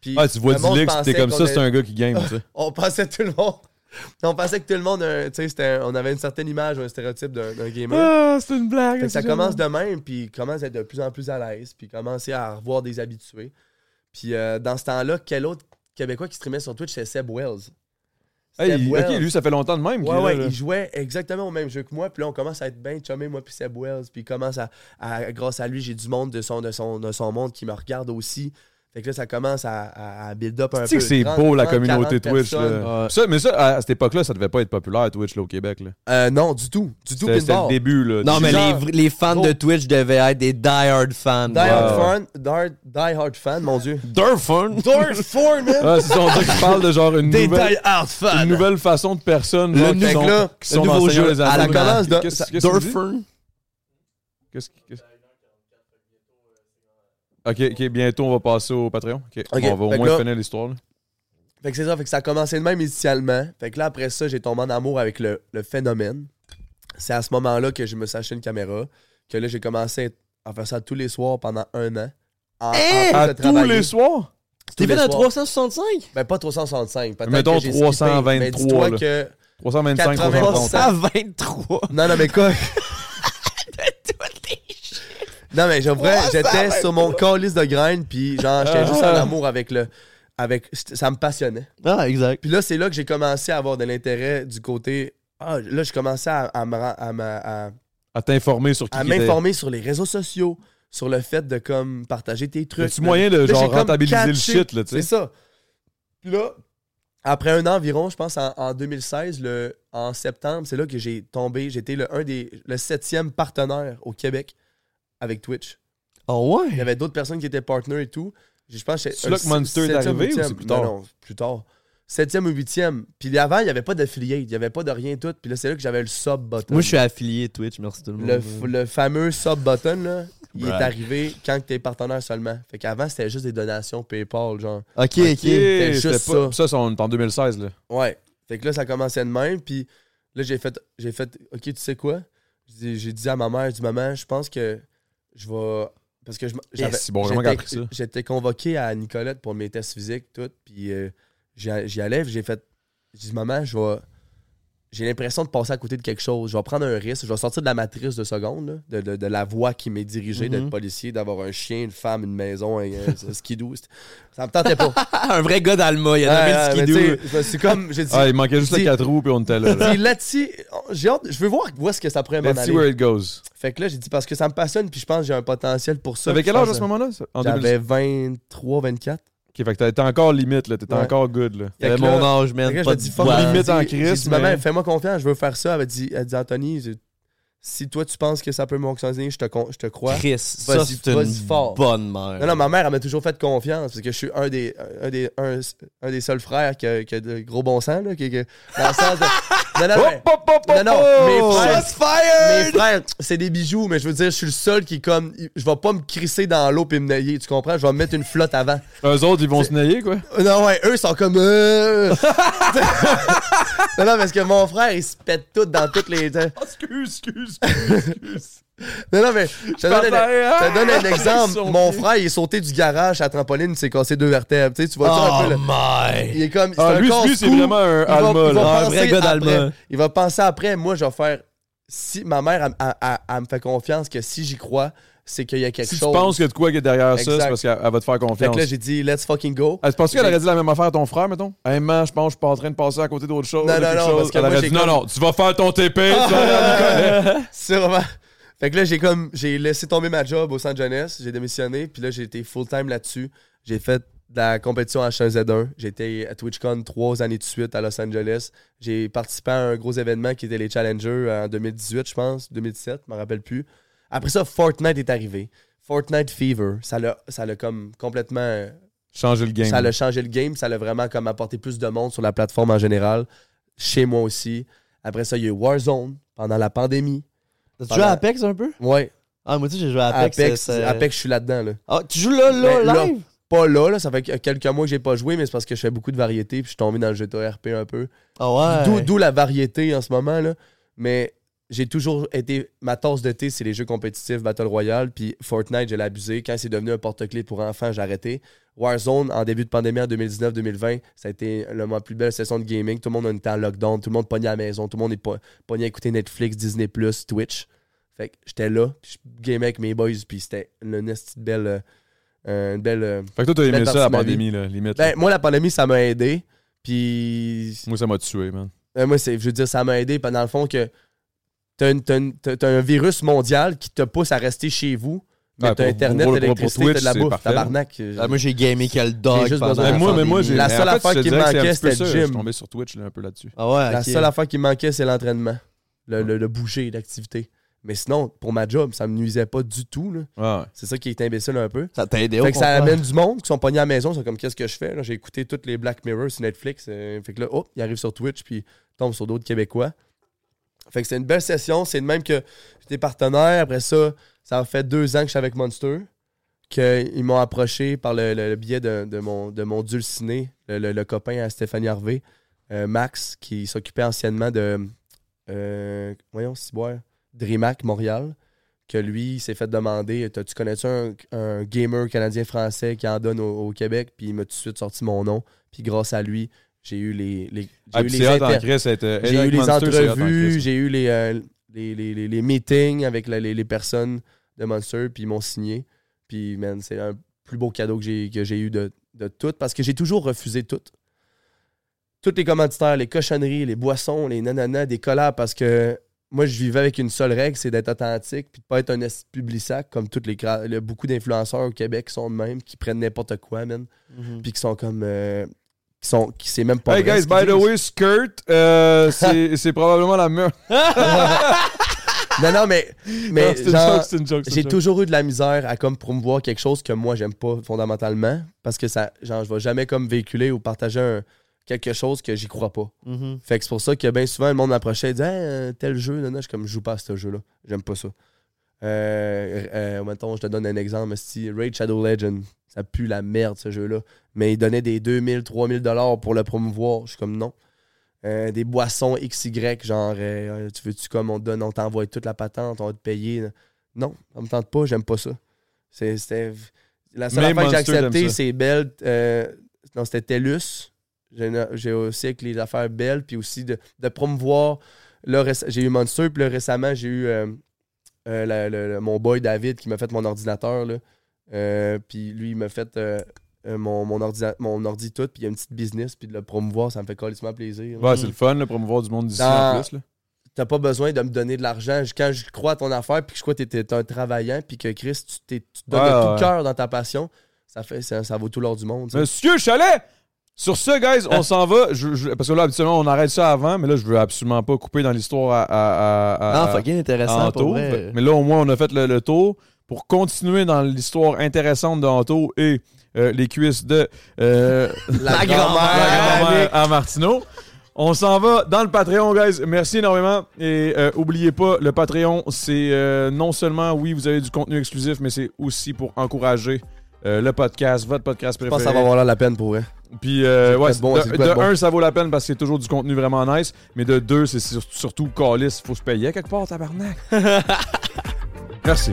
Puis Ah, tu vois le monde Dilix, t'es pensait comme qu'on ça, c'est est- un gars qui game, tu sais. On pensait tout le monde, on pensait que tout le monde, euh, tu sais, c'était un- on avait une certaine image, ou un stéréotype d'un d'un gamer. Ah, c'est une blague. Fait que ça commence de même, puis commence à être de plus en plus à l'aise, puis commencer à revoir des habitués. Puis euh, dans ce temps-là, quel autre Québécois qui streamait sur Twitch, c'est Seb Wells. Hey, Seb il- Wells. ok, lui, ça fait longtemps de même. qu'il Ouais, est ouais, là, là. il jouait exactement au même jeu que moi. Puis là, on commence à être bien chumé, moi, puis Seb Wells. Puis il commence à, à- Grâce à lui, j'ai du monde de son, de, son, de son monde qui me regarde aussi. Fait que là, ça commence à, à- à build up un peu. Tu sais que c'est 30, beau, la 30, 40 communauté Twitch. personnes. là. Ça, mais ça, à cette époque-là, ça devait pas être populaire, Twitch, là, au Québec. Là. Euh, non, du tout. Du tout, C'était- c'était pinball. le début. Là, Non, Du- mais Genre- Oh. les, vr- les fans de Gros. Twitch devaient être des die-hard fans. Die Hard Fan, die, hard- die Hard Fan, mon Dieu. Dirt fans. Darth Fan, man! Ah, c'est ça, on dirait que tu parles de genre une Des nouvelle, die-hard fans. une nouvelle façon de personne Le genre, qui nouveau- sont, là, qui le sont nouveau enseignants jeu des enfants. à la commence de- Qu'est-ce- ça- qu'est-ce que Dirt tu dis? fans. Qu'est-ce qui- qu'est-ce- Ok, ok, bientôt on va passer au Patreon. Ok, on va fait au que moins là- finir l'histoire. là. Fait que c'est ça, fait que ça a commencé de même initialement. Fait que là, après ça, j'ai tombé en amour avec le, le phénomène. C'est à ce moment-là que je me suis acheté une caméra, que là, j'ai commencé à faire ça tous les soirs pendant un an. En, en plus de Hein? À tous travailler. les soirs? Tous les soirs. 365? Ben, pas 365. Peut-être Mettons que j'ai skippé, 323, mais dis-toi là. que... 325, 330. 323. Non, non, mais quoi? Non, mais j'ai vrai, j'étais sur mon calice de graines, puis genre, j'étais juste en Ah. amour avec le. Avec, ça me passionnait. Ah, exact. Puis là, c'est là que j'ai commencé à avoir de l'intérêt du côté. Ah, là, je commençais à, à me ra- à me- à- À t'informer sur qui à m'informer sur les réseaux sociaux, sur le fait de comme partager tes trucs. Y'a-tu moyen de, Là, genre, j'ai comme rentabiliser le catché- shit, là, tu sais? C'est ça. Puis là, après un an environ, je pense en, en 2016, le, en septembre, c'est là que j'ai tombé. J'étais le un des le septième partenaire au Québec avec Twitch. Oh ouais? Il y avait d'autres personnes qui étaient partners et tout. Je pense que C'est là que Monster est septième, arrivé ou huitième. c'est plus tard? Non, non, plus tard. Septième ou huitième. Puis avant, il n'y avait pas d'affiliate, il n'y avait pas de rien tout. Puis là, c'est là que j'avais le sub button. Moi, je suis affilié Twitch, merci tout le monde. le, f- le fameux sub button, là, il est Brag. arrivé quand t'es partenaire seulement. Fait qu'avant, c'était juste des donations PayPal, genre. Ok, Ok, ok. c'était juste pas- ça. Ça, c'est en en 2016, là. Ouais. Fait que là, ça commençait de même. Puis là, j'ai fait, j'ai fait, OK, tu sais quoi? J'ai j'ai dit à ma mère, du maman, je pense que je vais. Parce que je m- j'avais- Eh, si, bon, vraiment qu'elle a j'étais- pris ça. J'étais convoqué à Nicolette pour mes tests physiques, tout. Puis euh, j'y j'y allais, puis j'ai fait, j'ai dit, maman, je vais. J'ai l'impression de passer à côté de quelque chose. Je vais prendre un risque. Je vais sortir de la matrice de seconde, là, de, de- de la voie qui m'est dirigée, Mm-hmm. d'être policier, d'avoir un chien, une femme, une maison, un, un skidoo. C'est- Ça me tentait pas. un vrai gars d'Alma, il a Ah, nommé mais le skidoo. tu sais, C'est comme, j'ai dit, Ah, il manquait juste dis- les 4 roues, puis on était là. là. puis là-dessus, j'ai hâte, je veux voir où est-ce que ça pourrait m'en Let's see where aller. it goes. Fait que là, j'ai dit parce que ça me passionne, puis je pense que j'ai un potentiel pour ça. T'avais Puis quel je âge à pense ce moment-là? ça? En que 2016? J'avais 23, 24. Ok, fait que t'étais encore limite, là. T'étais Ouais. encore good, là. Fait T'avais que là- mon âge, man. Fait que là, je pas me de dis, fuck, voix. j'ai Limite dit- en j'ai crise, dit, maman, mais- fais-moi confiance, je veux faire ça. Elle m'a dit, elle dit, Anthony, je- si toi tu penses que ça peut fonctionner, je te, con- je te crois. Chris, ça, Vas-y, c'est vas-y une fort. bonne mère. Non, non, ma mère, elle m'a toujours fait confiance parce que je suis un des, un des, un, un des seuls frères qui a, qui a de gros bon sens. Là, qui, qui- dans le sens de. Non, non, mais- Hop, hop, hop, non, non, hop! mes frères, Shots fired! Mes frères, c'est des bijoux, mais je veux dire, je suis le seul qui, comme, je vais pas me crisser dans l'eau puis me nailler, tu comprends? Je vais me mettre une flotte avant. Eux autres, ils vont se nailler, quoi. Euh, Non, ouais, eux sont comme. euh. non, non, parce que mon frère, il se pète tout dans toutes les. Excuse, excuse. Non, non, mais je te donne, Papa, un- je te donne ah, un exemple. ils sont Mon pris. frère, il est sauté du garage à trampoline, il s'est cassé deux vertèbres. Tu sais, tu vois ça un peu. Oh là? my! Il est comme. Ah, un lui, lui, casse-cou. c'est vraiment un Il va- Alma, il là. va Ah, un vrai penser gars après. d'Alma. Il va penser après. Moi, je vais faire. Si ma mère, elle, elle- elle- elle me fait confiance que si j'y crois, c'est qu'il y a quelque Si tu chose. penses que de quoi qui est derrière ça, c'est Exact. parce qu'elle elle va te faire Fait confiance. Ah, que là, j'ai dit, let's fucking go. Elle se pensait qu'elle J'ai- aurait dit la même affaire à ton frère, mettons? Hey man, je pense que je suis pas en train de passer à côté d'autre chose. Non, de non, quelque non, chose. parce que Elle moi, aurait j'ai dit, non, comme- non, tu vas faire ton TP, tu vas aller à Nicolas. Sûrement. Fait que là, j'ai comme j'ai laissé tomber ma job au centre jeunesse, j'ai démissionné, puis là j'ai été full time là-dessus. J'ai fait de la compétition H1Z1, j'étais à TwitchCon trois années de suite à Los Angeles. J'ai participé à un gros événement qui était les Challengers en 2018, je pense, 2017, je m'en rappelle plus. Après ça, Fortnite est arrivé. Fortnite Fever, ça l'a ça l'a comme complètement euh, Changer le game. ça l'a changé le game, ça l'a vraiment comme apporté plus de monde sur la plateforme en général, chez moi aussi. Après ça, il y a eu Warzone pendant la pandémie. T'as joué à Apex un peu? Ouais. Ah, moi, tu sais, j'ai joué à Apex. Apex, c'est- Apex, je suis là-dedans. Là. Ah, tu joues là, là, Ben, live? Pas là, là, ça fait que- euh, quelques mois que j'ai pas joué, mais c'est parce que je fais beaucoup de variété, puis je suis tombé dans le GTA RP un peu. Ah ouais. D'où- D'où la variété en ce moment, là. Mais j'ai toujours été. Ma tasse de thé, c'est les jeux compétitifs Battle Royale, puis Fortnite, je l'ai abusé. Quand c'est devenu un porte-clés pour enfants, j'ai arrêté. Warzone, en début de pandémie en 2019-2020, ça a été la ma plus belle session de gaming. Tout le monde a été en lockdown, tout le monde pogné à la maison, tout le monde est po- pogné à écouter Netflix, Disney, Twitch. Fait que j'étais là, puis je gamais avec mes boys, puis c'était une petite belle. euh, ben, euh, une belle euh, Fait que toi, t'as aimé Belle ça, partie la de ma vie. pandémie, là, limite. ben, moi, la pandémie, ça m'a aidé. Puis. Moi, ça m'a tué, man. Euh, moi, c'est, je veux dire, ça m'a aidé. Pendant le fond, que t'as, une- t'as une- t'as- t'as un virus mondial qui te pousse à rester chez vous. Mais Ouais, t'as pour- Internet, pour- t'as pour l'électricité, Twitch, t'as de la c'est bouffe, parfait. tabarnak. Ah, moi, j'ai gamé Cal Dog. J'ai juste pendant besoin la d'un Ben, moi, mais moi, pandémie. j'ai. La mais seule en fait, affaire je te qui dirais que c'est un manquait, petit c'était peu le ça. Je suis gym. tombé sur Twitch là, un peu là-dessus. Ah ouais, La ok. seule affaire qui manquait, c'est l'entraînement. Le, le- le bouger, l'activité. Mais sinon, pour ma job, ça me nuisait pas du tout. là. Ouais, ouais. C'est ça qui est imbécile un peu. Ça t'a aidé au Fait que ça contraire. amène du monde qui sont pognés à la maison, ils sont comme qu'est-ce que je fais? là? J'ai écouté toutes les Black Mirror sur Netflix. euh, fait que là, oh, ils arrivent sur Twitch puis ils tombent sur d'autres Québécois. Fait que c'est une belle session. C'est de même que j'étais partenaire. Après ça, ça a fait deux ans que je suis avec Monster. Qu'ils m'ont approché par le, le- le biais de, de mon, de mon dulciné, le, le- le copain à Stéphanie Harvey, euh, Max, qui s'occupait anciennement de. euh, voyons, Ciboire. Dreamac Montréal que lui, il s'est fait demander T'as- Tu connais-tu un, un gamer canadien-français qui en donne au, au Québec Puis il m'a tout de suite sorti mon nom. Puis grâce à lui, j'ai eu les, les- j'ai Ah, eu puis les c'est hot en inter- Chris, ça a été- j'ai eu Eric les Monster, euh, c'est hot en entrevues, Chris. j'ai eu les, euh, les, les, les- les meetings avec la- les, les personnes de Monster, puis ils m'ont signé. Puis, man, c'est un plus beau cadeau que j'ai, que j'ai eu de, de tout, parce que j'ai toujours refusé tout. Toutes les commanditaires, les cochonneries, les boissons, les nananas, des collabs, parce que moi, je vivais avec une seule règle, c'est d'être authentique, puis de pas être un esti de public-sac, comme toutes les, cra- le- beaucoup d'influenceurs au Québec qui sont de même, qui prennent n'importe quoi, man, puis qui sont comme... euh, qui sont, qui c'est même pas Mhm. Hey vrai guys, ce qu'ils by the disent. way, Skirt, euh, c'est c'est probablement la meilleure. Non, non, mais, Non, mais c'est une genre, joke, c'est une joke, c'est une j'ai joke. toujours eu de la misère à comme promouvoir quelque chose que moi j'aime pas fondamentalement parce que ça, genre, je vais jamais comme véhiculer ou partager un- quelque chose que j'y crois pas. Mm-hmm. Mhm. Fait que c'est pour ça que bien souvent le monde m'approchait et disait Hey, euh, tel jeu, non, non, je suis comme je joue pas à ce jeu-là, j'aime pas ça. Euh, euh, mettons, je te donne un exemple, si Raid Shadow Legend, ça pue la merde ce jeu-là, mais il donnait des 2000, 3000 dollars pour le promouvoir, je suis comme non. Euh, des boissons XY, genre euh, tu veux-tu comme on te donne, on t'envoie toute la patente, on va te payer. Non, ça me tente pas, j'aime pas ça. C'est- C'était. La seule Mais affaire que j'ai Monster, j'aime acceptée, ça. c'est Belle. euh, non, c'était TELUS. J'ai j'ai aussi avec les affaires Belle, puis aussi de, de promouvoir. Là, réc- j'ai eu Monster, puis là, récemment, j'ai eu euh, euh, la- le- le- mon boy David qui m'a fait mon ordinateur. Là. Euh, puis lui, il m'a fait euh, euh, mon, mon, ordina- mon ordi tout, puis il y a une petite business, puis de le promouvoir, ça me fait carrément plaisir. Ouais, c'est le fun, là, promouvoir du monde d'ici Dans- en plus. Là. T'as pas besoin de me donner de l'argent. Je- Quand je crois à ton affaire, puis que je crois que t'es- t'es un travaillant, puis que Chris, tu, t'es- tu te donnes Ouais, de tout ouais. cœur dans ta passion, ça, fait, ça, ça vaut tout l'or du monde. ça. Monsieur Chalet! Sur ce, guys, on s'en va. Je- je- parce que là, habituellement, on arrête ça avant, mais là, je veux absolument pas couper dans l'histoire à, à, à- à- Ah, fucking intéressant en pour taux. vrai. Mais là, au moins, on a fait le, le tour. Pour continuer dans l'histoire intéressante de Anto et euh, les cuisses de euh, La la grand-mère. grand-mère à Martineau, on s'en va dans le Patreon, guys. Merci énormément. Et euh, oubliez pas, le Patreon, c'est euh, non seulement, oui, vous avez du contenu exclusif, mais c'est aussi pour encourager euh, le podcast, votre podcast Je préféré. pense que ça va valoir la peine pour vrai. Puis, euh, C'est ouais, peut-être bon, de, c'est peut-être de bon. un, ça vaut la peine parce que c'est toujours du contenu vraiment nice. Mais de deux, c'est sur- surtout calice, faut se payer quelque part, tabarnak. Merci.